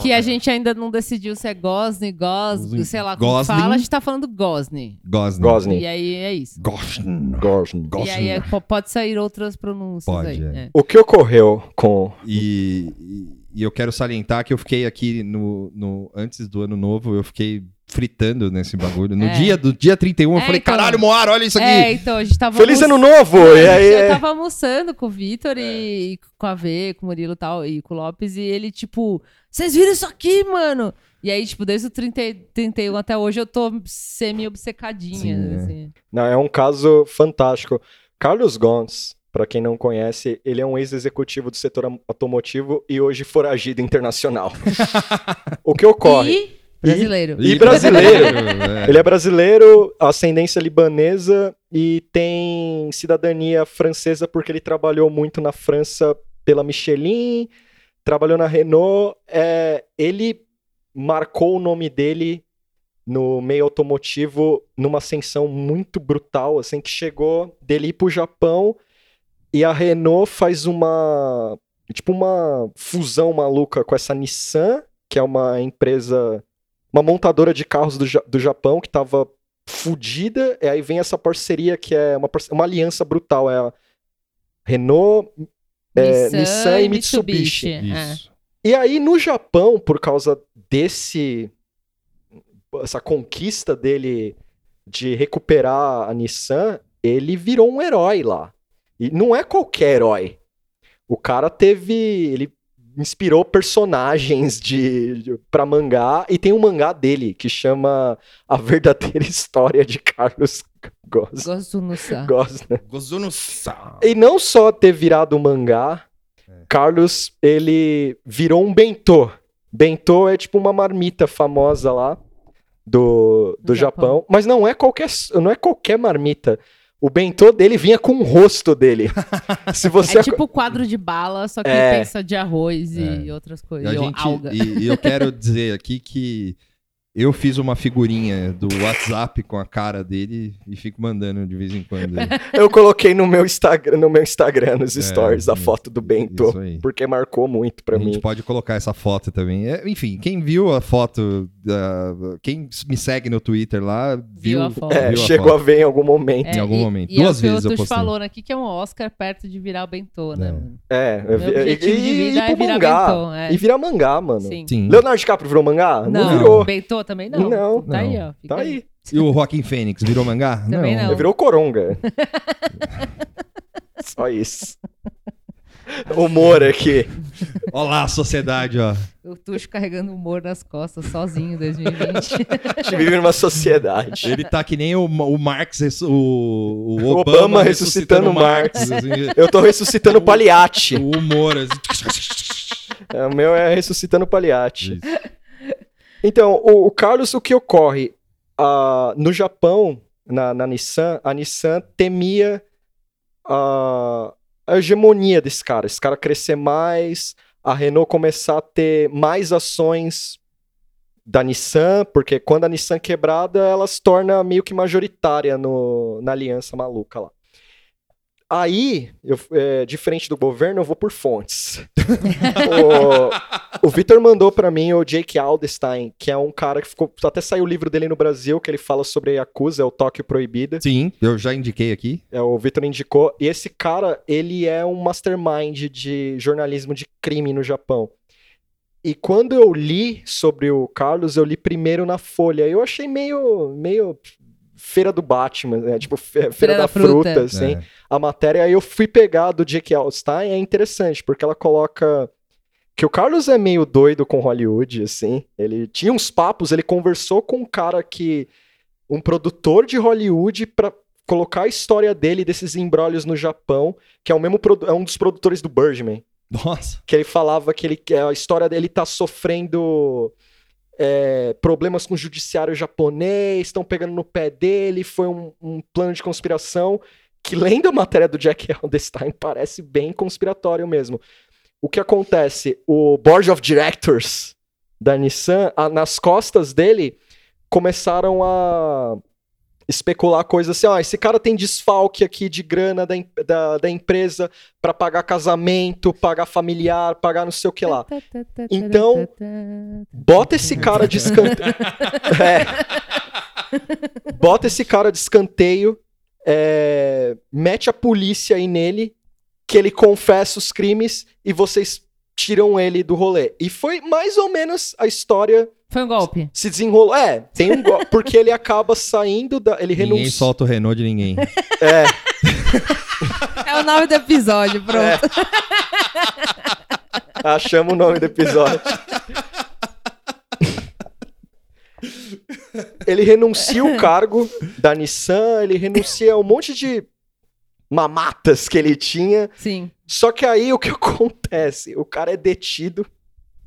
[SPEAKER 2] Que a gente ainda não decidiu se é Gosne, Gosne,
[SPEAKER 1] Gosling.
[SPEAKER 2] sei lá como
[SPEAKER 1] Gosling.
[SPEAKER 2] fala. A gente tá falando Gosne.
[SPEAKER 1] Gosn.
[SPEAKER 3] Gosling.
[SPEAKER 2] E aí é isso.
[SPEAKER 1] Gosn.
[SPEAKER 3] Gosling.
[SPEAKER 2] E aí é- po- pode sair outras pronúncias
[SPEAKER 1] Pode,
[SPEAKER 2] aí.
[SPEAKER 1] é.
[SPEAKER 2] é.
[SPEAKER 3] O que ocorreu com.
[SPEAKER 1] E, e- e eu quero salientar que eu fiquei aqui no, no- antes do ano novo, eu fiquei fritando nesse bagulho. No
[SPEAKER 2] É.
[SPEAKER 1] dia do dia 31, eu
[SPEAKER 2] É,
[SPEAKER 1] falei,
[SPEAKER 2] então.
[SPEAKER 1] caralho, Moara, olha isso aqui.
[SPEAKER 2] É, então, a gente tava.
[SPEAKER 3] Feliz
[SPEAKER 2] almoçando-
[SPEAKER 3] ano novo! E aí,
[SPEAKER 2] Eu
[SPEAKER 3] é...
[SPEAKER 2] tava almoçando com o Vitor e e com a V, com o Murilo e tal, e com o Lopes, e ele, tipo, vocês viram isso aqui, mano? E aí, tipo, desde o 30, e- 31 até hoje eu tô semi-obcecadinha.
[SPEAKER 1] Sim, é.
[SPEAKER 2] assim.
[SPEAKER 3] Não, é um caso fantástico. Carlos Gons, pra quem não conhece, ele é um ex-executivo do setor am- automotivo e hoje foragido internacional. o que ocorre?
[SPEAKER 2] E brasileiro.
[SPEAKER 3] E brasileiro.
[SPEAKER 1] É.
[SPEAKER 3] Ele é brasileiro, ascendência libanesa e tem cidadania francesa porque ele trabalhou muito na França pela Michelin, trabalhou na Renault. É, ele marcou o nome dele no meio automotivo numa ascensão muito brutal, assim, que chegou dele ir pro Japão e a Renault faz uma, tipo, uma fusão maluca com essa Nissan, que é uma empresa uma montadora de carros do, Ja- do Japão que tava fudida, e aí vem essa parceria que é uma, parce- uma aliança brutal, é a Renault, é, Nissan e Mitsubishi.
[SPEAKER 2] É.
[SPEAKER 1] Isso.
[SPEAKER 3] E aí no Japão, por causa desse essa conquista dele de recuperar a Nissan, ele virou um herói lá. E não é qualquer herói. O cara teve, ele inspirou personagens de, de para mangá e tem um mangá dele que chama A Verdadeira História de Carlos Gos-
[SPEAKER 2] É. Gosto do Nissan.
[SPEAKER 3] Gosner.
[SPEAKER 1] Gozuno-san.
[SPEAKER 3] E não só ter virado um mangá,
[SPEAKER 1] É.
[SPEAKER 3] Carlos, ele virou um bentô. Bentô é tipo uma marmita famosa lá do, do
[SPEAKER 2] Do Japão.
[SPEAKER 3] Japão. Mas não é qualquer não é qualquer marmita. O bentô dele vinha com o rosto dele. Se você
[SPEAKER 2] É tipo quadro de bala, só que
[SPEAKER 3] É.
[SPEAKER 2] pensa de arroz e outras
[SPEAKER 1] É. E,
[SPEAKER 2] coisas.
[SPEAKER 1] a
[SPEAKER 2] ou
[SPEAKER 1] gente-
[SPEAKER 2] alga.
[SPEAKER 1] e- e eu quero dizer aqui que eu fiz uma figurinha do WhatsApp com a cara dele e fico mandando de vez em quando.
[SPEAKER 3] Eu coloquei no meu Instagram, no meu Instagram, nos
[SPEAKER 1] É,
[SPEAKER 3] stories, a
[SPEAKER 1] isso-
[SPEAKER 3] foto do Bento.
[SPEAKER 1] Isso aí.
[SPEAKER 3] Porque marcou muito pra
[SPEAKER 1] a gente
[SPEAKER 3] mim.
[SPEAKER 1] pode colocar essa foto também. É, enfim, quem viu a foto, da- quem me segue no Twitter lá, viu,
[SPEAKER 2] Viu a foto.
[SPEAKER 3] É,
[SPEAKER 1] viu a
[SPEAKER 3] chegou a ver em algum momento.
[SPEAKER 1] em algum
[SPEAKER 2] e-
[SPEAKER 1] momento.
[SPEAKER 2] E
[SPEAKER 1] Duas
[SPEAKER 2] é o que
[SPEAKER 1] vezes
[SPEAKER 2] o
[SPEAKER 1] eu
[SPEAKER 2] Tuxo
[SPEAKER 1] postei.
[SPEAKER 2] falou aqui que é um Oscar perto de virar o Bentô, né?
[SPEAKER 1] É.
[SPEAKER 2] mano?
[SPEAKER 3] É, eu vi-
[SPEAKER 2] Meu objetivo de
[SPEAKER 3] e, e,
[SPEAKER 2] vida é
[SPEAKER 3] e pro
[SPEAKER 2] virar
[SPEAKER 3] mangá.
[SPEAKER 2] Bentô. É.
[SPEAKER 3] E virar mangá, mano.
[SPEAKER 2] Sim.
[SPEAKER 1] Sim.
[SPEAKER 3] Leonardo DiCaprio virou mangá? Não,
[SPEAKER 2] Não,
[SPEAKER 3] virou.
[SPEAKER 2] Bentô também não.
[SPEAKER 3] Não.
[SPEAKER 2] Tá aí, ó.
[SPEAKER 3] Tá
[SPEAKER 2] Fica
[SPEAKER 3] aí.
[SPEAKER 1] E o Joaquim Fênix virou mangá?
[SPEAKER 2] Também não.
[SPEAKER 3] Virou Coronga. Só isso. Humor aqui.
[SPEAKER 1] Olha lá a sociedade, ó.
[SPEAKER 2] O Tuxo carregando humor nas costas sozinho em 2020.
[SPEAKER 3] A gente vive numa sociedade.
[SPEAKER 1] Ele tá que nem o, o Marx, ressu- o, o
[SPEAKER 3] O
[SPEAKER 1] Obama,
[SPEAKER 3] Obama
[SPEAKER 1] ressuscitando
[SPEAKER 3] ressuscitando
[SPEAKER 1] o Marx. assim,
[SPEAKER 3] Eu tô ressuscitando paliate.
[SPEAKER 1] o humor, assim.
[SPEAKER 3] É, O meu é ressuscitando paliate. Então, o, o Carlos, o que ocorre? Ah, no Japão, na, na Nissan, a Nissan temia a, a hegemonia desse cara. Esse cara crescer mais, a Renault começar a ter mais ações da Nissan, porque quando a Nissan é quebrada, ela se torna meio que majoritária no, na aliança maluca lá. Aí, eu, é, diferente do governo, eu vou por fontes. o, o Vitor mandou pra mim o Jake Aldestein, que é um cara que ficou. Até saiu o livro dele no Brasil, que ele fala sobre a Yakuza, é o Tóquio Proibida.
[SPEAKER 1] Sim, eu já indiquei aqui.
[SPEAKER 3] É, o Vitor indicou. E esse cara, ele é um mastermind de jornalismo de crime no Japão. E quando eu li sobre o Carlos, eu li primeiro na Folha. Eu achei meio. meio Feira do Batman, né? Tipo, fe- Feira,
[SPEAKER 2] Feira
[SPEAKER 3] da,
[SPEAKER 2] da
[SPEAKER 3] fruta,
[SPEAKER 2] Fruta.
[SPEAKER 3] assim
[SPEAKER 1] É.
[SPEAKER 3] a matéria. Aí eu fui pegar do Jake Alstein, é interessante, porque ela coloca que o Carlos é meio doido com Hollywood, assim. Ele tinha uns papos, ele conversou com um cara que. um produtor de Hollywood pra colocar a história dele desses embrólios no Japão, que é o mesmo produ- é um dos produtores do Birdman
[SPEAKER 1] Nossa.
[SPEAKER 3] que ele falava que ele, que a história dele tá sofrendo é, problemas com o judiciário japonês, estão pegando no pé dele, foi um, um plano de conspiração que, lendo a matéria do Jack Aldenstein, parece bem conspiratório mesmo. O que acontece? O Board of Directors da Nissan, a- nas costas dele, começaram a especular coisas assim, ó, esse cara tem desfalque aqui de grana da, em- da, da empresa, Pra pagar casamento, pagar familiar, pagar não sei o que
[SPEAKER 2] Tá,
[SPEAKER 3] lá. Então, Bota esse cara de escanteio. É. Bota esse cara de escanteio, é, mete a polícia aí nele, que ele confessa os crimes e vocês tiram ele do rolê. E foi mais ou menos a história
[SPEAKER 2] Foi um golpe.
[SPEAKER 3] se desenrolou. É, tem um go... porque ele acaba saindo da, ele
[SPEAKER 1] Ninguém
[SPEAKER 3] renuncia.
[SPEAKER 1] solta o Renault de ninguém.
[SPEAKER 3] É,
[SPEAKER 2] É o nome do episódio, pronto.
[SPEAKER 3] Achamos o nome do episódio. ele renuncia o cargo da Nissan, ele renuncia um monte de mamatas que ele tinha.
[SPEAKER 2] Sim.
[SPEAKER 3] Só que aí o que acontece? O cara é detido,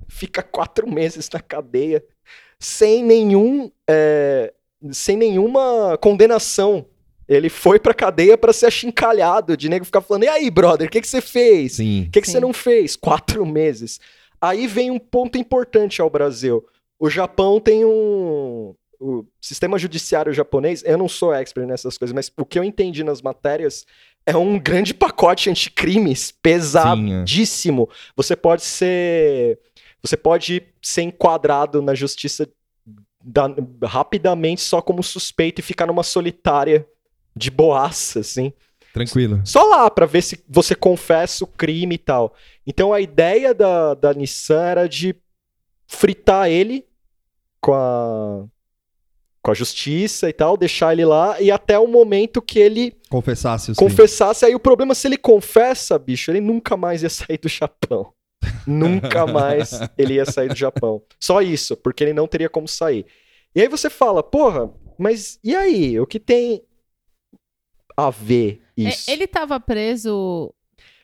[SPEAKER 3] fica quatro meses na cadeia, sem nenhum. é, sem nenhuma condenação. Ele foi pra cadeia pra ser achincalhado, de nego ficar falando: e aí, brother, o que, que você fez?
[SPEAKER 1] Sim.
[SPEAKER 3] O que, que
[SPEAKER 2] Sim.
[SPEAKER 3] você não fez? Quatro meses. Aí vem um ponto importante ao Brasil. O Japão tem um. O sistema judiciário japonês, eu não sou expert nessas coisas, mas o que eu entendi nas matérias é um grande pacote anticrimes
[SPEAKER 1] Sim, é.
[SPEAKER 3] pesadíssimo. Você pode ser. Você pode ser enquadrado na justiça da- rapidamente só como suspeito e ficar numa solitária de boaça, assim.
[SPEAKER 1] Tranquilo.
[SPEAKER 3] Só lá, pra ver se você confessa o crime e tal. Então a ideia da, da Nissan era de fritar ele com a, com a justiça e tal, deixar ele lá, e até o momento que ele
[SPEAKER 1] Confessasse os crimes.
[SPEAKER 3] confessasse. Aí o problema é se ele confessa, bicho, ele nunca mais ia sair do Japão. nunca mais ele ia sair do Japão. Só isso, porque ele não teria como sair. E aí você fala, porra, mas e aí? O que tem a ver isso?
[SPEAKER 2] É, ele tava preso.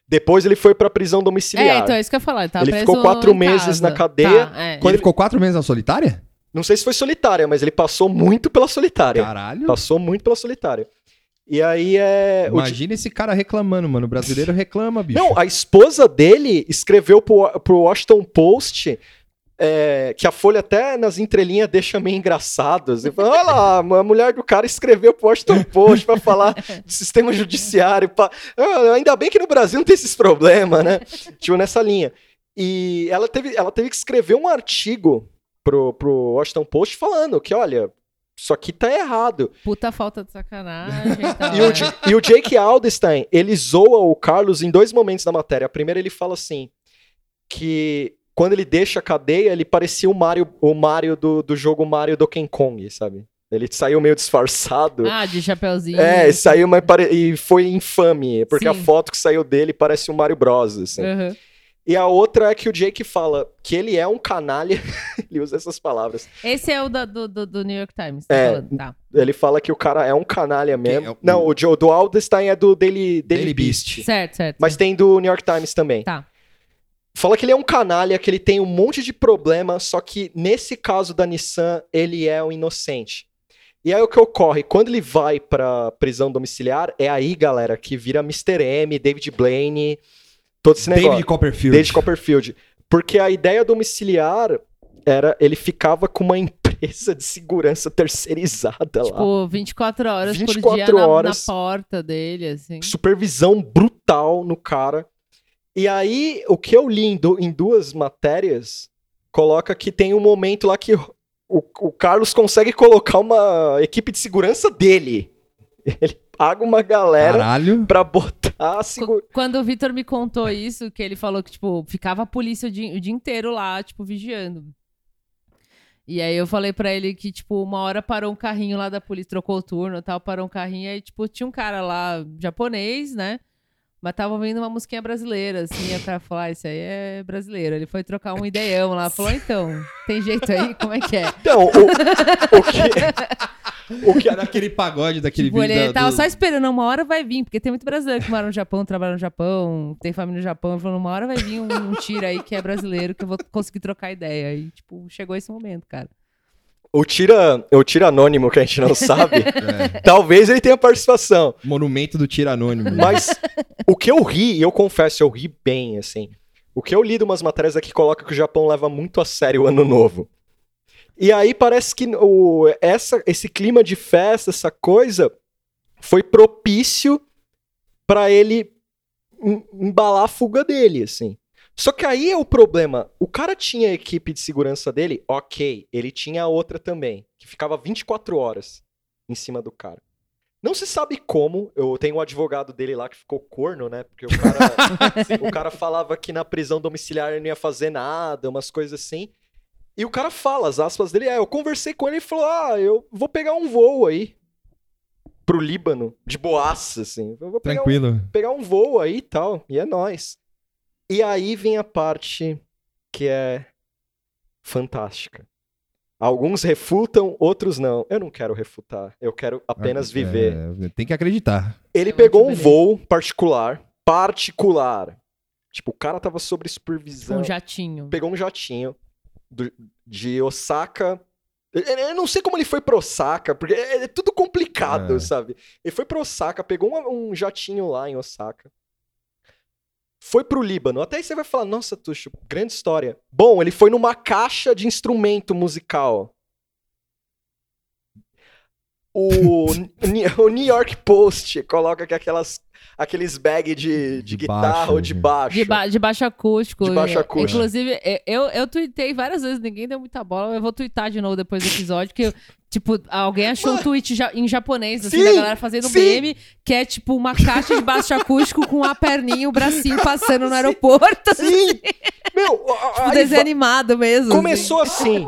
[SPEAKER 3] Depois ele foi pra prisão domiciliar.
[SPEAKER 2] É, então é isso que eu ia falar. Ele, tava
[SPEAKER 3] Ele
[SPEAKER 2] preso
[SPEAKER 3] ficou quatro
[SPEAKER 2] em
[SPEAKER 3] meses
[SPEAKER 2] casa.
[SPEAKER 3] na cadeia.
[SPEAKER 2] Tá, é.
[SPEAKER 1] Quando ele ficou quatro meses na solitária?
[SPEAKER 3] Não sei se foi solitária, mas ele passou muito pela solitária.
[SPEAKER 1] Caralho.
[SPEAKER 3] Passou muito pela solitária. E aí é. o
[SPEAKER 1] Imagina esse cara reclamando, mano. O brasileiro reclama, bicho.
[SPEAKER 3] Não, a esposa dele escreveu pro, pro Washington Post é, que a Folha até nas entrelinhas deixa meio engraçado. Assim, fala, Olha lá, a mulher do cara escreveu pro Washington Post pra falar do sistema judiciário. pá. Ah, Ainda bem que no Brasil não tem esses problemas, né? Tipo, nessa linha. E ela teve, ela teve que escrever um artigo pro, pro Washington Post falando que, olha, isso aqui tá errado.
[SPEAKER 2] Puta falta de sacanagem. e tal,
[SPEAKER 3] E o,
[SPEAKER 2] né?
[SPEAKER 3] Ja- e o Jake Aldestein, ele zoa o Carlos em dois momentos da matéria. Primeiro, ele fala assim: que quando ele deixa a cadeia, ele parecia o Mario, o Mario do, do jogo Mario Donkey Kong, sabe? Ele saiu meio disfarçado.
[SPEAKER 2] Ah, de chapeuzinho.
[SPEAKER 3] é, saiu, mas pare- e foi infame, porque a
[SPEAKER 2] Sim.
[SPEAKER 3] foto que saiu dele parece o Mario Bros. Assim.
[SPEAKER 2] Uhum.
[SPEAKER 3] E a outra é que o Jake fala que ele é um canalha. ele usa essas palavras.
[SPEAKER 2] Esse é o da- do, do, do New York Times. Tá
[SPEAKER 3] É.
[SPEAKER 2] falando, tá.
[SPEAKER 3] Ele fala que o cara é um canalha mesmo.
[SPEAKER 1] é o-
[SPEAKER 3] Não, o Joe do Aldestein é do Daily,
[SPEAKER 1] Daily
[SPEAKER 3] Daily, Beast.
[SPEAKER 2] Certo, certo.
[SPEAKER 3] Mas tem do New York Times também.
[SPEAKER 2] Tá.
[SPEAKER 3] Fala que ele é um canalha, que ele tem um monte de problema, só que nesse caso da Nissan, ele é um inocente. E aí o que ocorre? Quando ele vai pra prisão domiciliar, é aí, galera, que vira Mr. M, David Blaine, todo esse negócio.
[SPEAKER 1] David Copperfield.
[SPEAKER 3] David Copperfield. Porque a ideia domiciliar era ele ficava com uma empresa de segurança terceirizada lá.
[SPEAKER 2] Tipo, 24 horas por dia
[SPEAKER 3] 24
[SPEAKER 2] na-
[SPEAKER 3] horas.
[SPEAKER 2] Na, porta dele, assim.
[SPEAKER 3] supervisão brutal no cara. E aí, o que eu li em, du- em duas matérias, coloca que tem um momento lá que o, o Carlos consegue colocar uma equipe de segurança dele. Ele paga uma galera
[SPEAKER 1] Caralho.
[SPEAKER 3] pra botar a segu...
[SPEAKER 2] Qu- Quando o Vitor me contou isso, que ele falou que, tipo, ficava a polícia o dia, o dia inteiro lá, tipo, vigiando. E aí eu falei pra ele que, tipo, uma hora parou um carrinho lá da polícia, trocou o turno e tal, parou um carrinho, aí, tipo, tinha um cara lá, japonês, né? Mas tava ouvindo uma musiquinha brasileira, assim, e o cara falou, ah, esse aí é brasileiro. Ele foi trocar um ideião lá, falou, então, tem jeito aí? Como é que é?
[SPEAKER 3] Então, o, o que... O que...
[SPEAKER 1] Era aquele pagode daquele
[SPEAKER 2] Tipo,
[SPEAKER 1] vídeo.
[SPEAKER 2] ele
[SPEAKER 1] da-
[SPEAKER 2] tava
[SPEAKER 1] do-
[SPEAKER 2] só esperando, uma hora vai vir, porque tem muito brasileiro que mora no Japão, trabalha no Japão, tem família no Japão, ele falou, uma hora vai vir um, um tira aí que é brasileiro, que eu vou conseguir trocar ideia. E, tipo, chegou esse momento, cara.
[SPEAKER 3] O tira... O tira anônimo que a gente não sabe,
[SPEAKER 1] É,
[SPEAKER 3] talvez ele tenha participação.
[SPEAKER 1] monumento do tiro anônimo.
[SPEAKER 3] Mas o que eu ri, e eu confesso, eu ri bem, assim. O que eu li de umas matérias é que coloca que o Japão leva muito a sério o ano novo. E aí parece que o, essa, esse clima de festa, essa coisa, foi propício pra ele em- embalar a fuga dele, assim. Só que aí é o problema. O cara tinha a equipe de segurança dele, ok. Ele tinha a outra também, que ficava 24 horas em cima do cara. Não se sabe como. Eu tenho um advogado dele lá que ficou corno, né? Porque o cara, o cara falava que na prisão domiciliar ele não ia fazer nada, umas coisas assim. E o cara fala, as aspas dele, é, eu conversei com ele e falou, ah, eu vou pegar um voo aí pro Líbano, de boaça, assim. Eu vou pegar um
[SPEAKER 1] Tranquilo.
[SPEAKER 3] pegar um voo aí e tal, e é nóis. E aí vem a parte que é fantástica. Alguns refutam, outros não. Eu não quero refutar, eu quero apenas
[SPEAKER 1] É,
[SPEAKER 3] viver.
[SPEAKER 1] é, tem que acreditar.
[SPEAKER 3] Ele
[SPEAKER 2] É um
[SPEAKER 3] pegou um
[SPEAKER 2] anti-beleza.
[SPEAKER 3] voo particular, particular. Tipo, o cara tava sob supervisão.
[SPEAKER 2] Um jatinho.
[SPEAKER 3] Pegou um jatinho do- de Osaka. Eu- Eu não sei como ele foi pra Osaka, porque é é tudo complicado,
[SPEAKER 1] É.
[SPEAKER 3] sabe? Ele foi pra Osaka, pegou um, um jatinho lá em Osaka. Foi pro Líbano. Até aí você vai falar, nossa, Tuxo, grande história. Bom, ele foi numa caixa de instrumento musical. O, Ni- o New York Post coloca que aquelas, aqueles bag de, de,
[SPEAKER 1] De
[SPEAKER 3] guitarra
[SPEAKER 1] baixo, né?
[SPEAKER 3] ou de
[SPEAKER 1] gente.
[SPEAKER 3] baixo.
[SPEAKER 2] De, ba- de baixo acústico.
[SPEAKER 3] De baixo
[SPEAKER 2] É,
[SPEAKER 3] acústico.
[SPEAKER 2] Inclusive, é, eu, eu tuitei várias vezes, ninguém deu muita bola. mas Eu vou tuitar de novo depois do episódio, que eu, tipo, alguém achou um tweet ja- em japonês, assim,
[SPEAKER 3] Sim,
[SPEAKER 2] da galera fazendo um
[SPEAKER 3] sim.
[SPEAKER 2] meme, que é tipo uma caixa de baixo acústico com a perninha e o bracinho passando no aeroporto.
[SPEAKER 3] Sim! Meu, a- a-
[SPEAKER 2] Tipo,
[SPEAKER 3] aí
[SPEAKER 2] desenho
[SPEAKER 3] va-
[SPEAKER 2] animado mesmo. assim.
[SPEAKER 3] começou assim.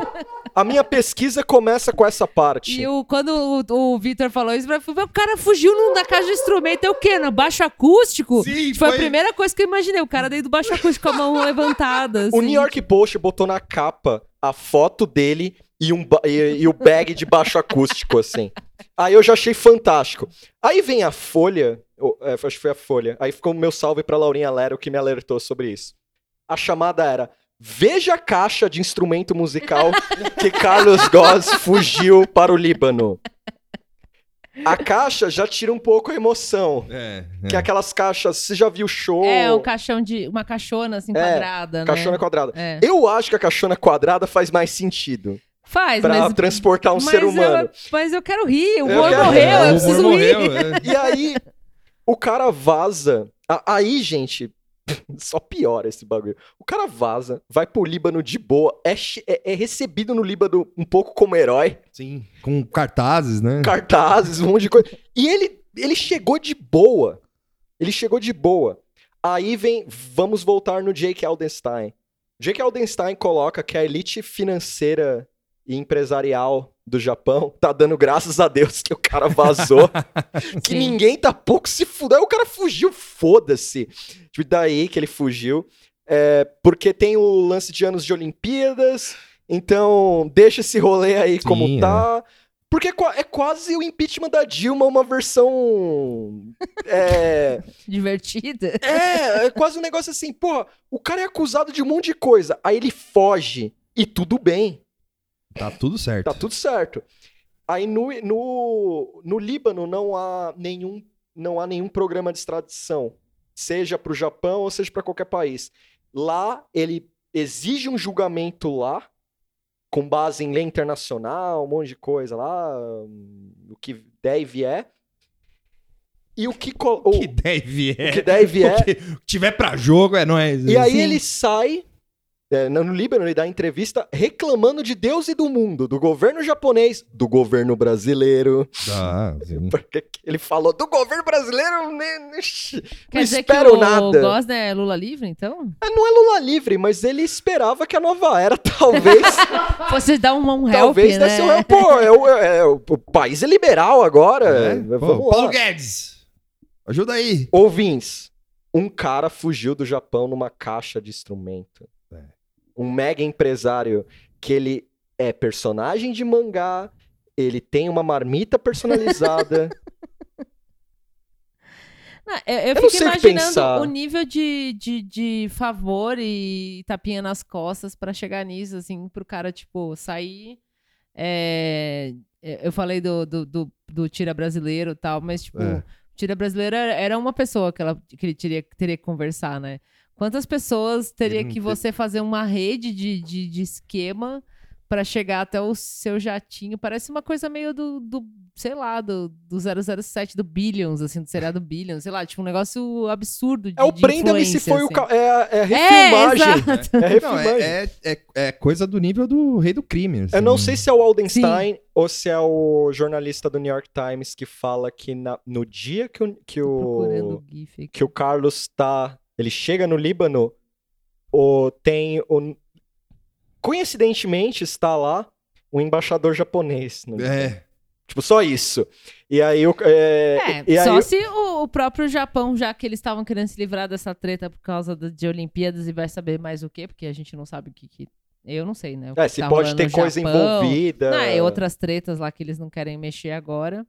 [SPEAKER 3] A minha pesquisa começa com essa parte.
[SPEAKER 2] assim. E o, quando o, o Vitor falou isso, eu falei, o cara fugiu no- da caixa de instrumento, é o quê? No baixo acústico? Tipo,
[SPEAKER 1] Sim,
[SPEAKER 2] foi a
[SPEAKER 1] foi-
[SPEAKER 2] primeira coisa que eu imaginei, o cara dentro do baixo acústico com a mão levantada.
[SPEAKER 3] O
[SPEAKER 2] assim.
[SPEAKER 3] New York Post botou na capa a foto dele e, um ba- e- e o bag de baixo acústico, assim. Aí eu já achei fantástico. Aí vem a Folha, ou, é, acho que foi a Folha. Aí ficou o meu salve pra Laurinha Lero, que me alertou sobre isso. A chamada era: Veja a caixa de instrumento musical que Carlos Goss fugiu para o Líbano. A caixa já tira um pouco a emoção.
[SPEAKER 1] É,
[SPEAKER 3] Que é aquelas caixas, você já viu show?
[SPEAKER 2] É, um caixão de. Uma caixona assim,
[SPEAKER 3] É,
[SPEAKER 2] quadrada, né?
[SPEAKER 3] caixona quadrada.
[SPEAKER 2] É.
[SPEAKER 3] Eu acho que a caixona quadrada faz mais sentido
[SPEAKER 2] Faz,
[SPEAKER 3] pra
[SPEAKER 2] mas.
[SPEAKER 3] transportar um
[SPEAKER 2] mas é
[SPEAKER 3] ser humano.
[SPEAKER 2] Eu, mas eu quero rir, o
[SPEAKER 3] Eu
[SPEAKER 2] humor
[SPEAKER 3] quero-
[SPEAKER 2] morreu, é eu
[SPEAKER 1] O
[SPEAKER 2] preciso
[SPEAKER 1] humor
[SPEAKER 2] rir.
[SPEAKER 1] morreu, é.
[SPEAKER 3] E aí, o cara vaza. A- Aí, gente, só piora esse bagulho. O cara vaza, vai pro Líbano de boa, é, che- é- é recebido no Líbano um pouco como herói,
[SPEAKER 1] Sim, com cartazes, né?
[SPEAKER 3] cartazes, um monte de coisa. E ele, ele chegou de boa. Ele chegou de boa. Aí vem, vamos voltar no Jake Aldenstein. Jake Aldenstein coloca que a elite financeira e empresarial do Japão tá dando graças a Deus que o cara vazou. que
[SPEAKER 2] Sim.
[SPEAKER 3] ninguém tá pouco se fudendo. Aí o cara fugiu, foda-se. Tipo, daí que ele fugiu. É, porque tem o lance de anos de Olimpíadas, então deixa esse rolê aí como
[SPEAKER 1] Sim, é.
[SPEAKER 3] tá. Porque é qua- é quase o impeachment da Dilma, uma versão. É,
[SPEAKER 2] Divertida.
[SPEAKER 3] é, é quase um negócio assim, porra, o cara é acusado de um monte de coisa, aí ele foge e tudo bem.
[SPEAKER 1] Tá tudo certo.
[SPEAKER 3] Tá tudo certo. Aí no, no, no Líbano não há nenhum não há nenhum programa de extradição, seja para o Japão ou seja para qualquer país. Lá ele exige um julgamento lá com base em lei internacional, um monte de coisa lá, hum, o que der e vier. E o que co-
[SPEAKER 1] O
[SPEAKER 3] ou-
[SPEAKER 1] que der e vier.
[SPEAKER 3] o que der e vier
[SPEAKER 1] O que tiver pra jogo, é nóis.
[SPEAKER 3] e aí
[SPEAKER 2] Sim.
[SPEAKER 3] ele sai é, no Líbano, ele dá entrevista reclamando de Deus e do mundo, do governo japonês, do governo brasileiro.
[SPEAKER 1] Tá, sim.
[SPEAKER 3] Porque ele falou do governo brasileiro, né, né,
[SPEAKER 2] Quer
[SPEAKER 3] não
[SPEAKER 2] dizer
[SPEAKER 3] espero
[SPEAKER 2] que o
[SPEAKER 3] nada.
[SPEAKER 2] Gosner é Lula livre, então?
[SPEAKER 3] É, Não é Lula livre, mas ele esperava que a nova era talvez,
[SPEAKER 2] Você dá um, um help,
[SPEAKER 3] talvez
[SPEAKER 2] né?
[SPEAKER 3] desse um help. Pô, é, o- é- é o o país é liberal agora.
[SPEAKER 1] É?
[SPEAKER 3] Vamos
[SPEAKER 1] Pô,
[SPEAKER 3] lá.
[SPEAKER 1] Paulo Guedes, ajuda aí.
[SPEAKER 3] Ouvins, um cara fugiu do Japão numa caixa de instrumento.
[SPEAKER 1] É.
[SPEAKER 3] Um mega empresário que ele é personagem de mangá, ele tem uma marmita personalizada.
[SPEAKER 2] Não, eu, eu
[SPEAKER 3] não
[SPEAKER 2] fico
[SPEAKER 3] sei o que
[SPEAKER 2] imaginando
[SPEAKER 3] pensar.
[SPEAKER 2] o nível de, de, de favor e tapinha nas costas pra chegar nisso, assim, pro cara, tipo, sair. é, eu falei do, do, do, do Tira Brasileiro e tal, mas, tipo,
[SPEAKER 1] É.
[SPEAKER 2] Tira Brasileiro era- era uma pessoa que, ela, que ele teria, teria que conversar, né? Quantas pessoas teria
[SPEAKER 1] não
[SPEAKER 2] que
[SPEAKER 1] te-
[SPEAKER 2] você fazer uma rede de, de, de esquema pra chegar até o seu jatinho? Parece uma coisa meio do, do sei lá, do, do 007 do Billions, assim, do seriado Billions, sei lá, tipo um negócio absurdo de
[SPEAKER 3] é o
[SPEAKER 2] de
[SPEAKER 3] Prenda-me se
[SPEAKER 2] influência,
[SPEAKER 3] foi o.
[SPEAKER 2] assim.
[SPEAKER 3] Ca... É, é
[SPEAKER 2] É,
[SPEAKER 3] refilmagem.
[SPEAKER 2] exato.
[SPEAKER 3] É,
[SPEAKER 1] Não,
[SPEAKER 3] refilmagem.
[SPEAKER 1] é, é, é- é coisa do nível do rei do crime. assim.
[SPEAKER 3] Eu não sei se é o Aldenstein ou se é o jornalista do New York Times que fala que na- no dia que o, que
[SPEAKER 2] Tô
[SPEAKER 3] o
[SPEAKER 2] procurando o GIF aqui.
[SPEAKER 3] que o Carlos tá. Ele chega no Líbano, o, tem. O, coincidentemente está lá o embaixador japonês. no Líbano.
[SPEAKER 1] É,
[SPEAKER 3] Tipo, só isso. E aí o. É, e
[SPEAKER 2] É,
[SPEAKER 3] aí,
[SPEAKER 2] só
[SPEAKER 3] o-
[SPEAKER 2] se o, o próprio Japão, já que eles estavam querendo se livrar dessa treta por causa do- de Olimpíadas e vai saber mais o quê, porque a gente não sabe o que. que- eu não sei, né? o que
[SPEAKER 3] é,
[SPEAKER 2] que
[SPEAKER 3] se
[SPEAKER 2] tá
[SPEAKER 3] pode
[SPEAKER 2] rolando
[SPEAKER 3] ter
[SPEAKER 2] no
[SPEAKER 3] coisa
[SPEAKER 2] Japão.
[SPEAKER 3] envolvida.
[SPEAKER 2] Não, é outras tretas lá que eles não querem mexer agora.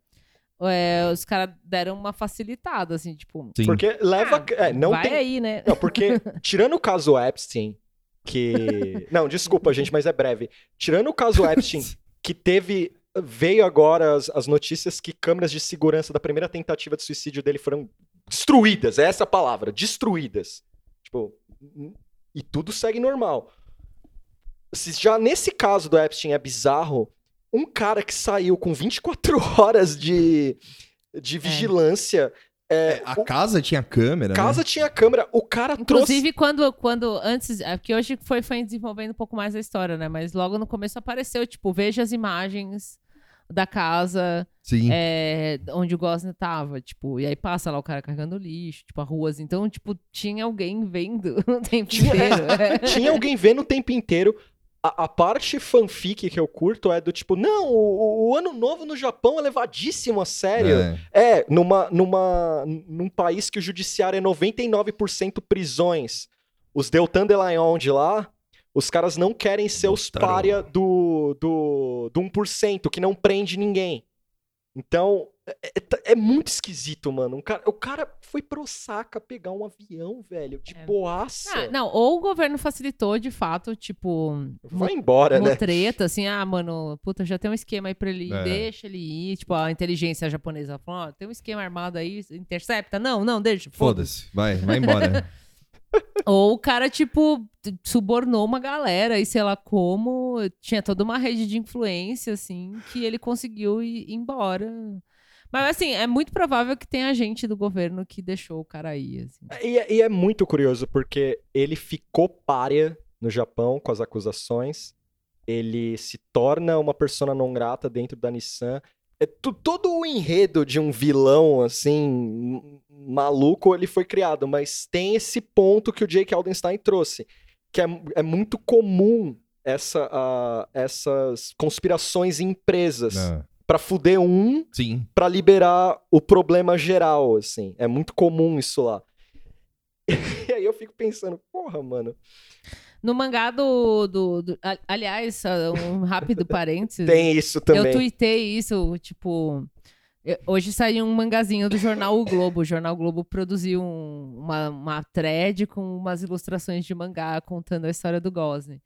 [SPEAKER 2] É, os caras deram uma facilitada, assim, tipo.
[SPEAKER 1] sim.
[SPEAKER 3] Porque leva.
[SPEAKER 2] ah,
[SPEAKER 3] é, não
[SPEAKER 2] vai
[SPEAKER 3] tem.
[SPEAKER 2] aí, né?
[SPEAKER 3] Não, porque, tirando o caso Epstein, que. Não, desculpa, gente, mas é breve. Tirando o caso Epstein, que teve. Veio agora as, as notícias que câmeras de segurança da primeira tentativa de suicídio dele foram destruídas. É essa a palavra, destruídas. Tipo, e tudo segue normal. Se já nesse caso do Epstein é bizarro, um cara que saiu com 24 horas de, de vigilância. É,
[SPEAKER 1] É, a né?
[SPEAKER 3] o-
[SPEAKER 1] casa tinha câmera.
[SPEAKER 3] casa tinha câmera, o cara trouxe.
[SPEAKER 2] Inclusive, quando, quando antes. é, Porque hoje foi, foi desenvolvendo um pouco mais a história, né? Mas logo no começo apareceu, tipo, veja as imagens da casa
[SPEAKER 1] né? Sim.
[SPEAKER 2] é, onde o Gosner tava, tipo, e aí passa lá o cara carregando lixo, tipo, a ruas. Então, tipo, tinha alguém vendo o tempo
[SPEAKER 3] Tinha-
[SPEAKER 2] inteiro. é.
[SPEAKER 3] Tinha alguém vendo o tempo inteiro. A, a parte fanfic que eu curto é do tipo, não, o, o- o ano novo no Japão é levadíssimo a sério.
[SPEAKER 1] É.
[SPEAKER 3] É, numa, numa, num país que o judiciário é 99% prisões. Os Deltan Delayon de lá, os caras não querem ser os
[SPEAKER 1] Deltan.
[SPEAKER 3] um pária do, do, do 1%, que não prende ninguém. Então, É, t- é muito esquisito, mano. Um cara, o cara foi pro Osaka pegar um avião, velho, de
[SPEAKER 2] É.
[SPEAKER 3] boaça.
[SPEAKER 2] Ah, não, ou o governo facilitou de fato, tipo,
[SPEAKER 3] Vai embora,
[SPEAKER 2] uma
[SPEAKER 3] né?
[SPEAKER 2] treta, assim, ah, mano, puta, já tem um esquema aí pra ele ir,
[SPEAKER 1] É.
[SPEAKER 2] deixa ele ir. Tipo, a inteligência japonesa falou, ó, tem um esquema armado aí, intercepta. Não, não, deixa, foda-se.
[SPEAKER 1] Foda-se, vai, vai embora.
[SPEAKER 2] Ou o cara, tipo, t- subornou uma galera e sei lá como. Tinha toda uma rede de influência, assim, que ele conseguiu ir embora. Mas, assim, é muito provável que tenha gente do governo que deixou o cara ir, assim.
[SPEAKER 3] E, e é muito curioso, porque ele ficou párea no Japão com as acusações. Ele se torna uma persona não grata dentro da Nissan. É tu- todo o enredo de um vilão, assim, m- maluco, ele foi criado. Mas tem esse ponto que o Jake Aldenstein trouxe, que é, mu- é muito comum essa, ah, essas conspirações em empresas.
[SPEAKER 1] Não.
[SPEAKER 3] Pra fuder um
[SPEAKER 1] Sim.
[SPEAKER 3] Pra liberar o problema geral, assim. É muito comum isso lá. E aí eu fico pensando, porra, mano,
[SPEAKER 2] No mangá do. do, do- a- aliás, só um rápido parênteses.
[SPEAKER 3] tem isso
[SPEAKER 2] Eu
[SPEAKER 3] também.
[SPEAKER 2] tuitei isso, tipo. eu- Hoje saiu um mangazinho do jornal O Globo. O jornal O Globo produziu um- uma, uma thread com umas ilustrações de mangá contando a história do Gosling.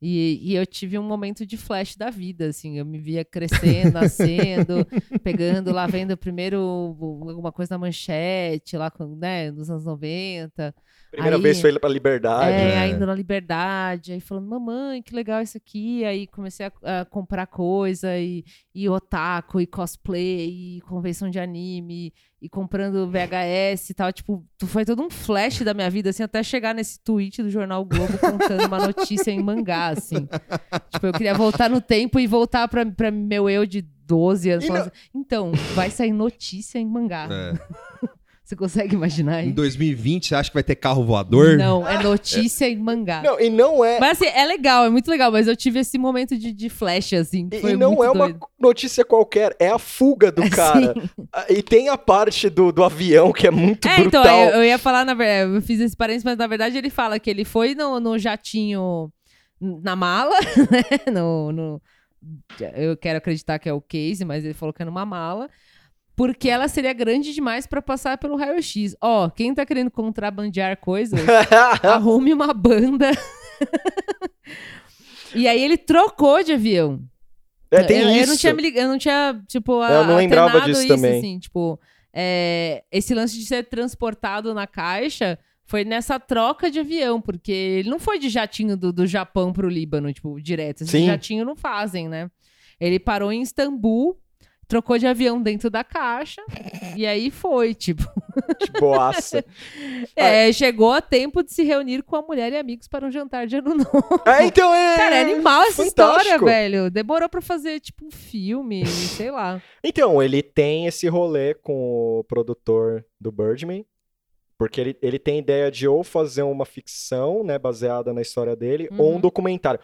[SPEAKER 2] E, e eu tive um momento de flash da vida, assim. Eu me via crescendo, nascendo, pegando lá, vendo primeiro alguma coisa na manchete, lá com, né, nos anos 90.
[SPEAKER 3] Primeira
[SPEAKER 2] aí-
[SPEAKER 3] vez foi ele pra liberdade.
[SPEAKER 2] É,
[SPEAKER 1] né?
[SPEAKER 2] ainda na liberdade, aí falando, mamãe, que legal isso aqui. Aí comecei a, a comprar coisa, e, e otaku, e cosplay, e convenção de anime, e comprando VHS e tal. Tipo, tu- foi todo um flash da minha vida, assim, até chegar nesse tweet do Jornal O Globo contando uma notícia em mangá, assim. Tipo, eu queria voltar no tempo e voltar pra, pra meu eu de 12 anos.
[SPEAKER 3] E
[SPEAKER 2] falando assim, então, vai sair notícia em mangá.
[SPEAKER 1] É.
[SPEAKER 2] Você consegue imaginar
[SPEAKER 1] Em
[SPEAKER 2] isso?
[SPEAKER 1] 2020, você acha que vai ter carro voador?
[SPEAKER 2] É. Não, é notícia em mangá.
[SPEAKER 3] Não, e não é,
[SPEAKER 2] Mas assim, é legal, é muito legal, mas eu tive esse momento de, de flash, assim.
[SPEAKER 3] e-
[SPEAKER 2] Foi
[SPEAKER 3] e não
[SPEAKER 2] muito
[SPEAKER 3] é uma
[SPEAKER 2] doido.
[SPEAKER 3] notícia qualquer, é a fuga do cara. Ah, E tem a parte do, do avião que é muito
[SPEAKER 2] É,
[SPEAKER 3] brutal.
[SPEAKER 2] então, eu, eu ia falar, na verdade, eu fiz esse parênteses, mas na verdade ele fala que ele foi no, no jatinho na mala, né? No, no- eu quero acreditar que é o case, mas ele falou que é numa mala. Porque ela seria grande demais pra passar pelo raio-x. Ó, quem tá querendo contrabandear coisas, arrume uma banda. e aí ele trocou de avião.
[SPEAKER 3] é, tem
[SPEAKER 2] eu, eu
[SPEAKER 3] isso.
[SPEAKER 2] não tinha me ligado, eu não tinha, tipo, a-
[SPEAKER 3] Eu não lembrava
[SPEAKER 2] antenado
[SPEAKER 3] disso
[SPEAKER 2] isso,
[SPEAKER 3] também.
[SPEAKER 2] assim, tipo, é, esse lance de ser transportado na caixa foi nessa troca de avião, porque ele não foi de jatinho do, do Japão pro Líbano, tipo, direto. Esses
[SPEAKER 3] Sim.
[SPEAKER 2] jatinhos não fazem, né? Ele parou em Istambul, trocou de avião dentro da caixa, e aí foi, tipo.
[SPEAKER 3] De boaça.
[SPEAKER 2] É, chegou a tempo de se reunir com a mulher e amigos para um jantar de ano novo.
[SPEAKER 3] é, então é...
[SPEAKER 2] Cara, é animal essa história,
[SPEAKER 3] fantástico.
[SPEAKER 2] velho. Demorou pra fazer, tipo, um filme, sei lá.
[SPEAKER 3] Então, ele tem esse rolê com o produtor do Birdman, porque ele, ele tem ideia de ou fazer uma ficção, né, baseada na história dele, ou
[SPEAKER 2] Uhum.
[SPEAKER 3] um documentário.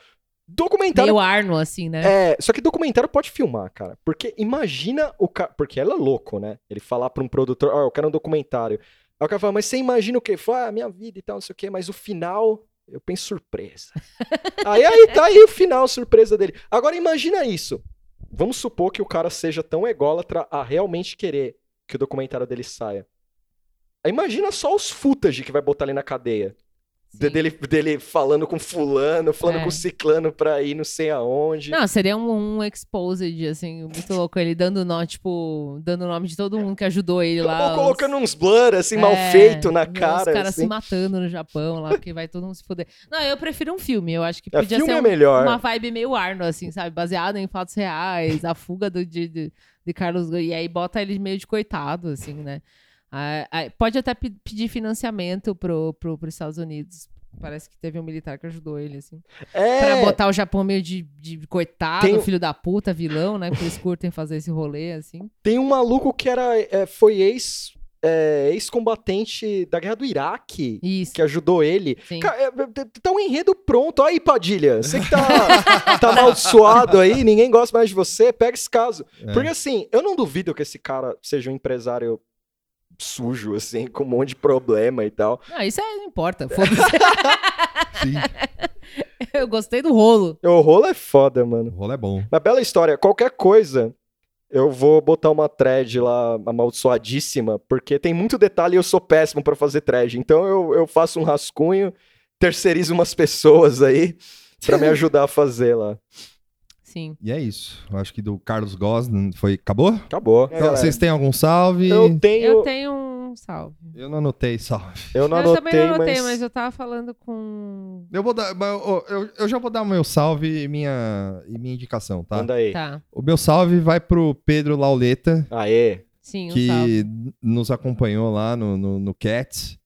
[SPEAKER 3] Documentário.
[SPEAKER 2] Meio Arno, assim, né?
[SPEAKER 3] É, só que documentário pode filmar, cara. Porque imagina o cara. Porque ela é louco, né? Ele falar pra um produtor, ó, eu quero um documentário. Aí o cara fala, mas você imagina o quê? Fala, ah, minha vida e tal, não sei o quê, mas o final, eu penso surpresa. aí, aí tá aí o final, surpresa dele. Agora imagina isso. Vamos supor que o cara seja tão ególatra a realmente querer que o documentário dele saia. Aí Imagina só os footage que vai botar ali na cadeia. De-
[SPEAKER 2] Sim.
[SPEAKER 3] dele, dele falando com fulano, falando
[SPEAKER 2] É.
[SPEAKER 3] com ciclano pra ir não sei aonde.
[SPEAKER 2] Não, seria um, um exposed, assim, muito louco. Ele dando nó, tipo, dando o nome de todo mundo que ajudou ele lá.
[SPEAKER 3] Ou
[SPEAKER 2] os-
[SPEAKER 3] colocando uns blur, assim, mal
[SPEAKER 2] É,
[SPEAKER 3] feito na
[SPEAKER 2] os
[SPEAKER 3] cara.
[SPEAKER 2] caras se
[SPEAKER 3] assim.
[SPEAKER 2] matando no Japão lá, porque vai todo mundo se fuder. Não, eu prefiro um filme. Eu acho que
[SPEAKER 3] É,
[SPEAKER 2] podia
[SPEAKER 3] filme
[SPEAKER 2] ser
[SPEAKER 3] é
[SPEAKER 2] um-
[SPEAKER 3] melhor.
[SPEAKER 2] uma vibe meio Arno, assim, sabe? Baseada em fatos reais, a fuga do, de, de, de Carlos. Ghosn, E aí bota ele meio de coitado, assim, né? Ah, ah, pode até pe- pedir financiamento pro, pro, pros Estados Unidos. Parece que teve um militar que ajudou ele, assim.
[SPEAKER 3] É,
[SPEAKER 2] Pra botar o Japão meio de, de coitado,
[SPEAKER 3] Tem- um
[SPEAKER 2] filho da puta, vilão, né? Que eles curtem fazer esse rolê, assim.
[SPEAKER 3] tem um maluco que era, é, foi ex, é, ex-combatente da guerra do Iraque.
[SPEAKER 2] Isso,
[SPEAKER 3] Que é ajudou ele.
[SPEAKER 2] sim.
[SPEAKER 3] Cara, é, é, tá um enredo pronto. Aí, Padilha, você que tá, tá amaldiçoado aí, ninguém gosta mais de você, pega esse caso.
[SPEAKER 1] É.
[SPEAKER 3] Porque assim, eu não duvido que esse cara seja um empresário sujo, assim, com um monte de problema e tal.
[SPEAKER 2] Não, Ah, isso aí não importa. foda-se.
[SPEAKER 1] Sim.
[SPEAKER 2] Eu gostei do rolo.
[SPEAKER 3] O rolo é foda, mano.
[SPEAKER 1] O rolo é bom.
[SPEAKER 3] Uma bela história. Qualquer coisa, Eu vou botar uma thread lá amaldiçoadíssima, porque tem muito detalhe e eu sou péssimo pra fazer thread. Então eu, eu faço um rascunho, terceirizo umas pessoas aí pra me ajudar a fazer lá.
[SPEAKER 2] Sim.
[SPEAKER 1] E é isso. Eu acho que do Carlos Gosling foi. Acabou?
[SPEAKER 3] Acabou.
[SPEAKER 1] Então, vocês têm algum salve?
[SPEAKER 3] Eu tenho.
[SPEAKER 2] Eu tenho um salve.
[SPEAKER 1] Eu não anotei salve.
[SPEAKER 3] Eu não
[SPEAKER 2] eu
[SPEAKER 3] anotei,
[SPEAKER 2] também não anotei, mas...
[SPEAKER 3] mas
[SPEAKER 2] eu tava falando com.
[SPEAKER 1] Eu vou dar. mas, ó, Eu, eu já vou dar o meu salve e minha, e minha indicação, tá?
[SPEAKER 3] Manda aí.
[SPEAKER 2] Tá.
[SPEAKER 1] O meu salve vai pro Pedro Lauleta,
[SPEAKER 3] Aê.
[SPEAKER 2] Sim, um salve.
[SPEAKER 1] que nos acompanhou lá no, no, no Cats.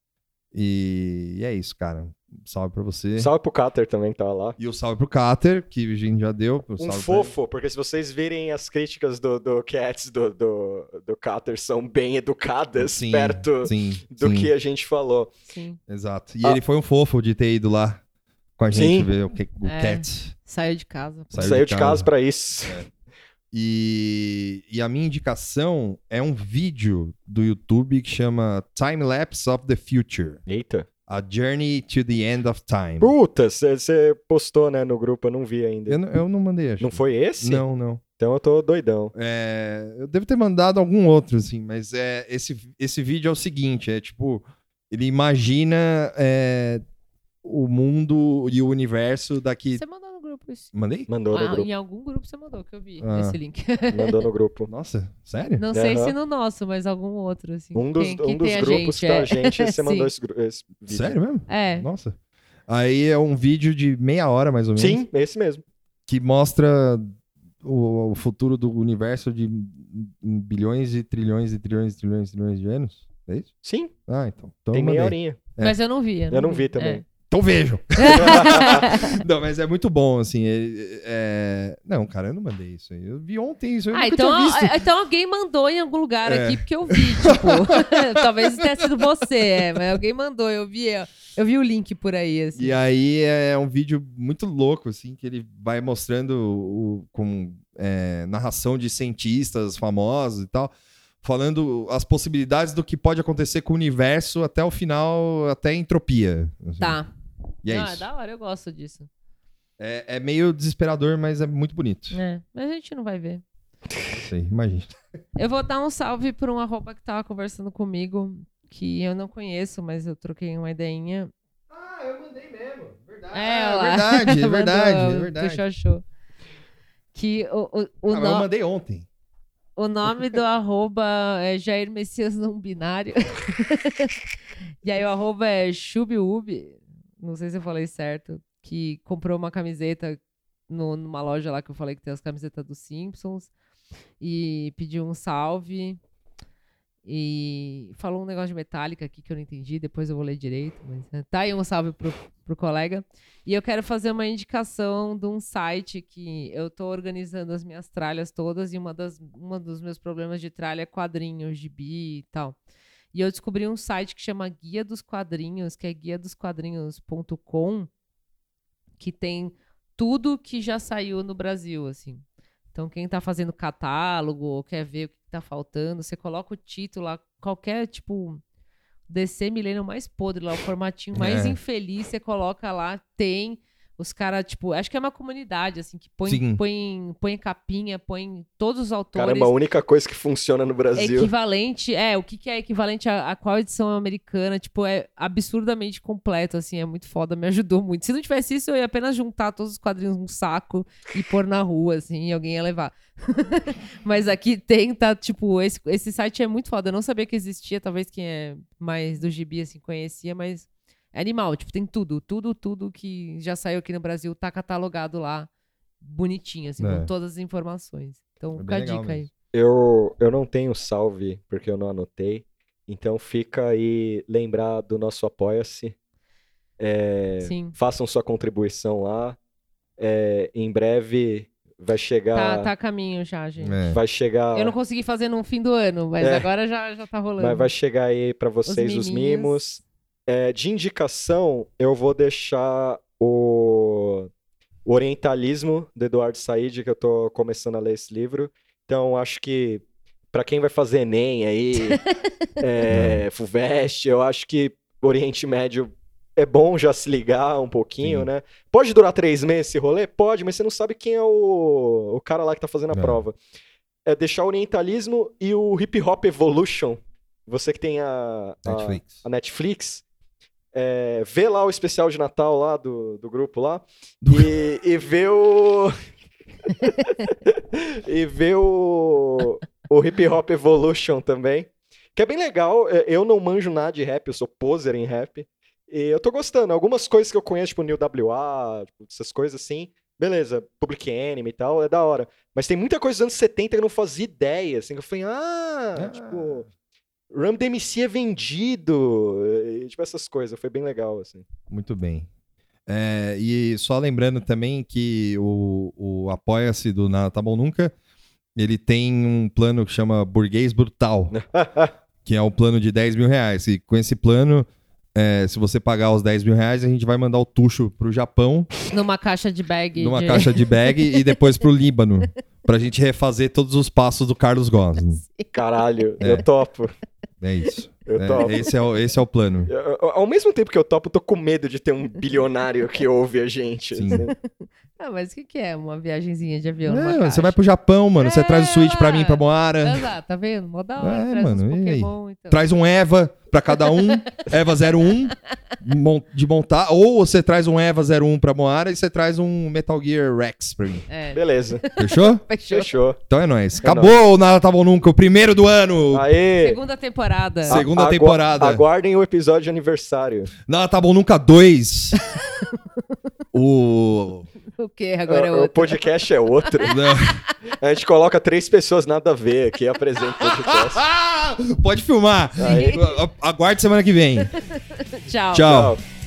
[SPEAKER 1] E, e é isso, cara. Salve pra você.
[SPEAKER 3] Salve pro Cater também que tava lá.
[SPEAKER 1] E o salve pro Cater, que a gente já deu. o
[SPEAKER 3] Um
[SPEAKER 1] salve pra
[SPEAKER 3] fofo, porque se vocês virem as críticas do, do Cats, do, do, do Cater, são bem
[SPEAKER 1] ele.
[SPEAKER 3] educadas,
[SPEAKER 1] Sim,
[SPEAKER 3] perto
[SPEAKER 1] sim,
[SPEAKER 3] do
[SPEAKER 1] sim,
[SPEAKER 3] que a gente falou.
[SPEAKER 2] Sim.
[SPEAKER 1] Exato. E
[SPEAKER 3] Ah.
[SPEAKER 1] ele foi um fofo de ter ido lá com a gente
[SPEAKER 3] Sim.
[SPEAKER 1] ver o, que, o
[SPEAKER 2] É.
[SPEAKER 1] Cats.
[SPEAKER 2] Saiu de casa.
[SPEAKER 3] Saiu, de casa, pra isso.
[SPEAKER 1] É. E, e a minha indicação é um vídeo do YouTube que chama Time Lapse of the Future:
[SPEAKER 3] Eita.
[SPEAKER 1] A Journey to the End of Time.
[SPEAKER 3] Puta, você postou, né, no grupo, eu não vi ainda.
[SPEAKER 1] Eu, não- eu não mandei, acho.
[SPEAKER 3] Não foi esse?
[SPEAKER 1] Não, não.
[SPEAKER 3] Então eu tô doidão.
[SPEAKER 1] É, eu devo ter mandado algum outro, assim, mas é, esse, esse vídeo é o seguinte: é tipo, ele imagina é, o mundo e o universo daqui.
[SPEAKER 2] Você mandou no grupo isso.
[SPEAKER 1] Mandei?
[SPEAKER 3] Mandou no
[SPEAKER 2] Ah,
[SPEAKER 3] grupo.
[SPEAKER 2] em algum grupo você mandou que eu vi
[SPEAKER 1] Ah.
[SPEAKER 2] esse link.
[SPEAKER 3] Mandou no grupo.
[SPEAKER 1] Nossa, sério?
[SPEAKER 2] Não sei
[SPEAKER 3] Aham.
[SPEAKER 2] se no nosso, mas algum outro, assim.
[SPEAKER 3] Um dos,
[SPEAKER 2] tem- que
[SPEAKER 3] um dos
[SPEAKER 2] tem a
[SPEAKER 3] grupos
[SPEAKER 2] gente,
[SPEAKER 3] da
[SPEAKER 2] é.
[SPEAKER 3] gente, você mandou
[SPEAKER 2] Sim.
[SPEAKER 3] esse, gru- esse vídeo.
[SPEAKER 1] Sério mesmo?
[SPEAKER 2] É.
[SPEAKER 1] Nossa. Aí é um vídeo de meia hora, mais ou menos.
[SPEAKER 3] Sim, esse mesmo.
[SPEAKER 1] que mostra o, o futuro do universo de em bilhões e trilhões e trilhões e trilhões e trilhões de anos. É isso?
[SPEAKER 3] Sim,
[SPEAKER 1] Ah, então. Então,
[SPEAKER 3] tem
[SPEAKER 1] eu
[SPEAKER 3] meia
[SPEAKER 1] mandei.
[SPEAKER 3] horinha.
[SPEAKER 1] É.
[SPEAKER 2] Mas eu não vi. É. Ah,
[SPEAKER 3] Eu não vi também.
[SPEAKER 1] então vejo. não, mas é muito bom, assim. ele- é- Não, cara, eu não mandei isso aí. Eu vi ontem isso. Eu
[SPEAKER 2] Ah,
[SPEAKER 1] nunca
[SPEAKER 2] então,
[SPEAKER 1] tinha
[SPEAKER 3] é,
[SPEAKER 1] visto.
[SPEAKER 2] ah, então alguém mandou em algum lugar
[SPEAKER 1] É.
[SPEAKER 2] aqui, porque eu vi, tipo. Talvez tenha sido você, é, mas alguém mandou, eu vi, eu, eu vi o link por aí, assim.
[SPEAKER 1] E aí é um vídeo muito louco, assim, que ele vai mostrando o, com é, narração de cientistas famosos e tal, falando as possibilidades do que pode acontecer com o universo até o final, até a entropia. assim.
[SPEAKER 2] Tá.
[SPEAKER 1] E é
[SPEAKER 2] Não, é
[SPEAKER 1] isso.
[SPEAKER 2] da hora, eu gosto disso.
[SPEAKER 1] É, é meio desesperador, mas é muito bonito.
[SPEAKER 2] É, mas a gente não vai ver. É.
[SPEAKER 1] Não sei, imagina.
[SPEAKER 2] Eu vou dar um salve para um arroba que tava conversando comigo, que eu não conheço, mas eu troquei uma ideinha.
[SPEAKER 1] Ah, eu mandei mesmo. Verdade.
[SPEAKER 2] É,
[SPEAKER 1] É,
[SPEAKER 2] olha lá.
[SPEAKER 1] verdade, é verdade, é
[SPEAKER 2] Mandou,
[SPEAKER 1] verdade.
[SPEAKER 2] Puxou, achou. Que o, o, o,
[SPEAKER 1] Ah, mas
[SPEAKER 2] no-
[SPEAKER 1] eu mandei ontem.
[SPEAKER 2] o nome do arroba é Jair Messias não binário. e aí o arroba é Chubiubi, não sei se eu falei certo, que comprou uma camiseta no- numa loja lá que eu falei que tem as camisetas dos Simpsons e pediu um salve e falou um negócio de metálica aqui que eu não entendi, depois eu vou ler direito, mas né, tá aí um salve pro, pro colega. E eu quero fazer uma indicação de um site que eu tô organizando as minhas tralhas todas e uma das uma dos meus problemas de tralha é quadrinhos, gibi e tal. E eu descobri um site que chama Guia dos Quadrinhos, que é guia dos quadrinhos.com, que tem tudo que já saiu no Brasil, assim. Então, quem tá fazendo catálogo ou quer ver o que tá faltando, você coloca o título lá, qualquer, tipo, DC Milênio mais podre lá, o formatinho mais
[SPEAKER 1] É.
[SPEAKER 2] infeliz, você coloca lá, tem. Os caras, tipo, acho que é uma comunidade, assim, que põe,
[SPEAKER 1] Sim.
[SPEAKER 2] põe, põe capinha, põe todos os autores.
[SPEAKER 3] Caramba, a única coisa que funciona no
[SPEAKER 2] então É
[SPEAKER 3] Brasil.
[SPEAKER 2] equivalente, é, o que, que é equivalente a, a qual edição americana, tipo, é absurdamente completo, assim, é muito foda, me ajudou muito. Se não tivesse isso, eu ia apenas juntar todos os quadrinhos num saco e pôr na rua, assim, e alguém ia levar. Mas aqui tem, tá, tipo, esse, esse site é muito foda, eu não sabia que existia, talvez quem é mais do gibi, assim, conhecia, mas é animal, tipo, tem tudo, tudo, tudo que já saiu aqui no Brasil tá catalogado lá, bonitinho, assim,
[SPEAKER 1] É.
[SPEAKER 2] com todas as informações. Então,
[SPEAKER 1] É bem
[SPEAKER 2] fica a
[SPEAKER 1] legal
[SPEAKER 2] dica aí.
[SPEAKER 1] mesmo.
[SPEAKER 3] Eu, eu não tenho salve, porque eu não anotei. Então fica aí lembrar do nosso Apoia-se. É,
[SPEAKER 2] Sim.
[SPEAKER 3] façam sua contribuição lá. É, em breve vai chegar.
[SPEAKER 1] Ah.
[SPEAKER 2] Tá, tá a caminho já, gente.
[SPEAKER 1] É.
[SPEAKER 3] Vai chegar.
[SPEAKER 2] Eu não consegui fazer no fim do ano, mas
[SPEAKER 3] É.
[SPEAKER 2] agora já, já tá rolando.
[SPEAKER 3] Vai, vai chegar aí pra vocês os,
[SPEAKER 2] miminhos.
[SPEAKER 3] mimos. É, de indicação, eu vou deixar o o Orientalismo do Eduardo Said, que eu tô começando a ler esse livro. Então, acho que pra quem vai fazer Enem aí, é, FUVEST, eu acho que Oriente Médio é bom já se ligar um pouquinho,
[SPEAKER 1] Sim.
[SPEAKER 3] né? Pode durar três meses esse rolê? Pode, mas você não sabe quem é o, o cara lá que tá fazendo a
[SPEAKER 1] É.
[SPEAKER 3] prova. é deixar o orientalismo e o hip hop evolution. Você que tem a, a-
[SPEAKER 1] Netflix.
[SPEAKER 3] a Netflix, é, vê lá o especial de Natal lá do, do grupo lá
[SPEAKER 1] Do-
[SPEAKER 3] e, e vê o. e vê o, o Hip Hop Evolution também. Que é bem legal. é, Eu não manjo nada de rap, eu sou poser em rap. E eu tô gostando. Algumas coisas que eu conheço, tipo New WA, tipo, essas coisas assim. Beleza, Public Enemy e tal, é da hora. Mas tem muita coisa dos anos 70 que eu não fazia ideia, assim, que eu falei, ah,
[SPEAKER 1] Ah.
[SPEAKER 3] tipo, Ram DMC é vendido, e, tipo, essas coisas, foi bem legal, assim.
[SPEAKER 1] Muito bem. É, e só lembrando também que o, o Apoia-se do Na Tá Bom Nunca, ele tem um plano que chama Burguês Brutal, que é um plano de 10 mil reais. E com esse plano, é, se você pagar os 10 mil reais, a gente vai mandar o Tuxo pro Japão,
[SPEAKER 2] Numa caixa de bag.
[SPEAKER 1] numa
[SPEAKER 2] de-
[SPEAKER 1] caixa de bag, e depois pro Líbano, pra gente refazer todos os passos do Carlos Gomes.
[SPEAKER 3] Caralho, eu topo,
[SPEAKER 1] É isso.
[SPEAKER 3] eu topo.
[SPEAKER 1] É, esse, é o, esse é o plano.
[SPEAKER 3] Eu- eu- Ao mesmo tempo que eu topo, eu tô com medo de ter um bilionário que ouve a gente.
[SPEAKER 1] Sim.
[SPEAKER 3] assim.
[SPEAKER 2] Ah, mas o que, que é uma viagenzinha de avião? numa
[SPEAKER 1] Não,
[SPEAKER 2] caixa?
[SPEAKER 1] você vai pro Japão, mano. Você
[SPEAKER 2] É,
[SPEAKER 1] traz o Switch pra mim, pra Moara.
[SPEAKER 2] Exato, tá vendo? Mó da hora.
[SPEAKER 1] É,
[SPEAKER 2] traz uns
[SPEAKER 1] mano, e aí?
[SPEAKER 2] Pokémon, então.
[SPEAKER 1] Traz um Eva pra cada um, Eva 01 mon- de montar, ou você traz um Eva 01 pra Moara e você traz um Metal Gear Rex pra mim.
[SPEAKER 2] É,
[SPEAKER 3] Beleza,
[SPEAKER 1] Fechou?
[SPEAKER 2] fechou.
[SPEAKER 3] fechou.
[SPEAKER 1] Então é nóis.
[SPEAKER 3] É
[SPEAKER 1] Acabou o Nada Tá Bom Nunca, o primeiro do ano.
[SPEAKER 3] Aê!
[SPEAKER 2] Segunda temporada.
[SPEAKER 1] Sim. É. segunda
[SPEAKER 3] Agu-
[SPEAKER 1] temporada.
[SPEAKER 3] Aguardem o episódio de aniversário.
[SPEAKER 1] Nada Tá Bom Nunca 2. O.
[SPEAKER 2] O que agora é
[SPEAKER 3] O- o
[SPEAKER 2] outro?
[SPEAKER 3] podcast é outro. A gente coloca três pessoas nada a ver aqui apresenta o podcast.
[SPEAKER 1] Pode filmar.
[SPEAKER 3] Aí.
[SPEAKER 1] Aguarde semana que vem.
[SPEAKER 2] Tchau.
[SPEAKER 1] Tchau.
[SPEAKER 3] Tchau.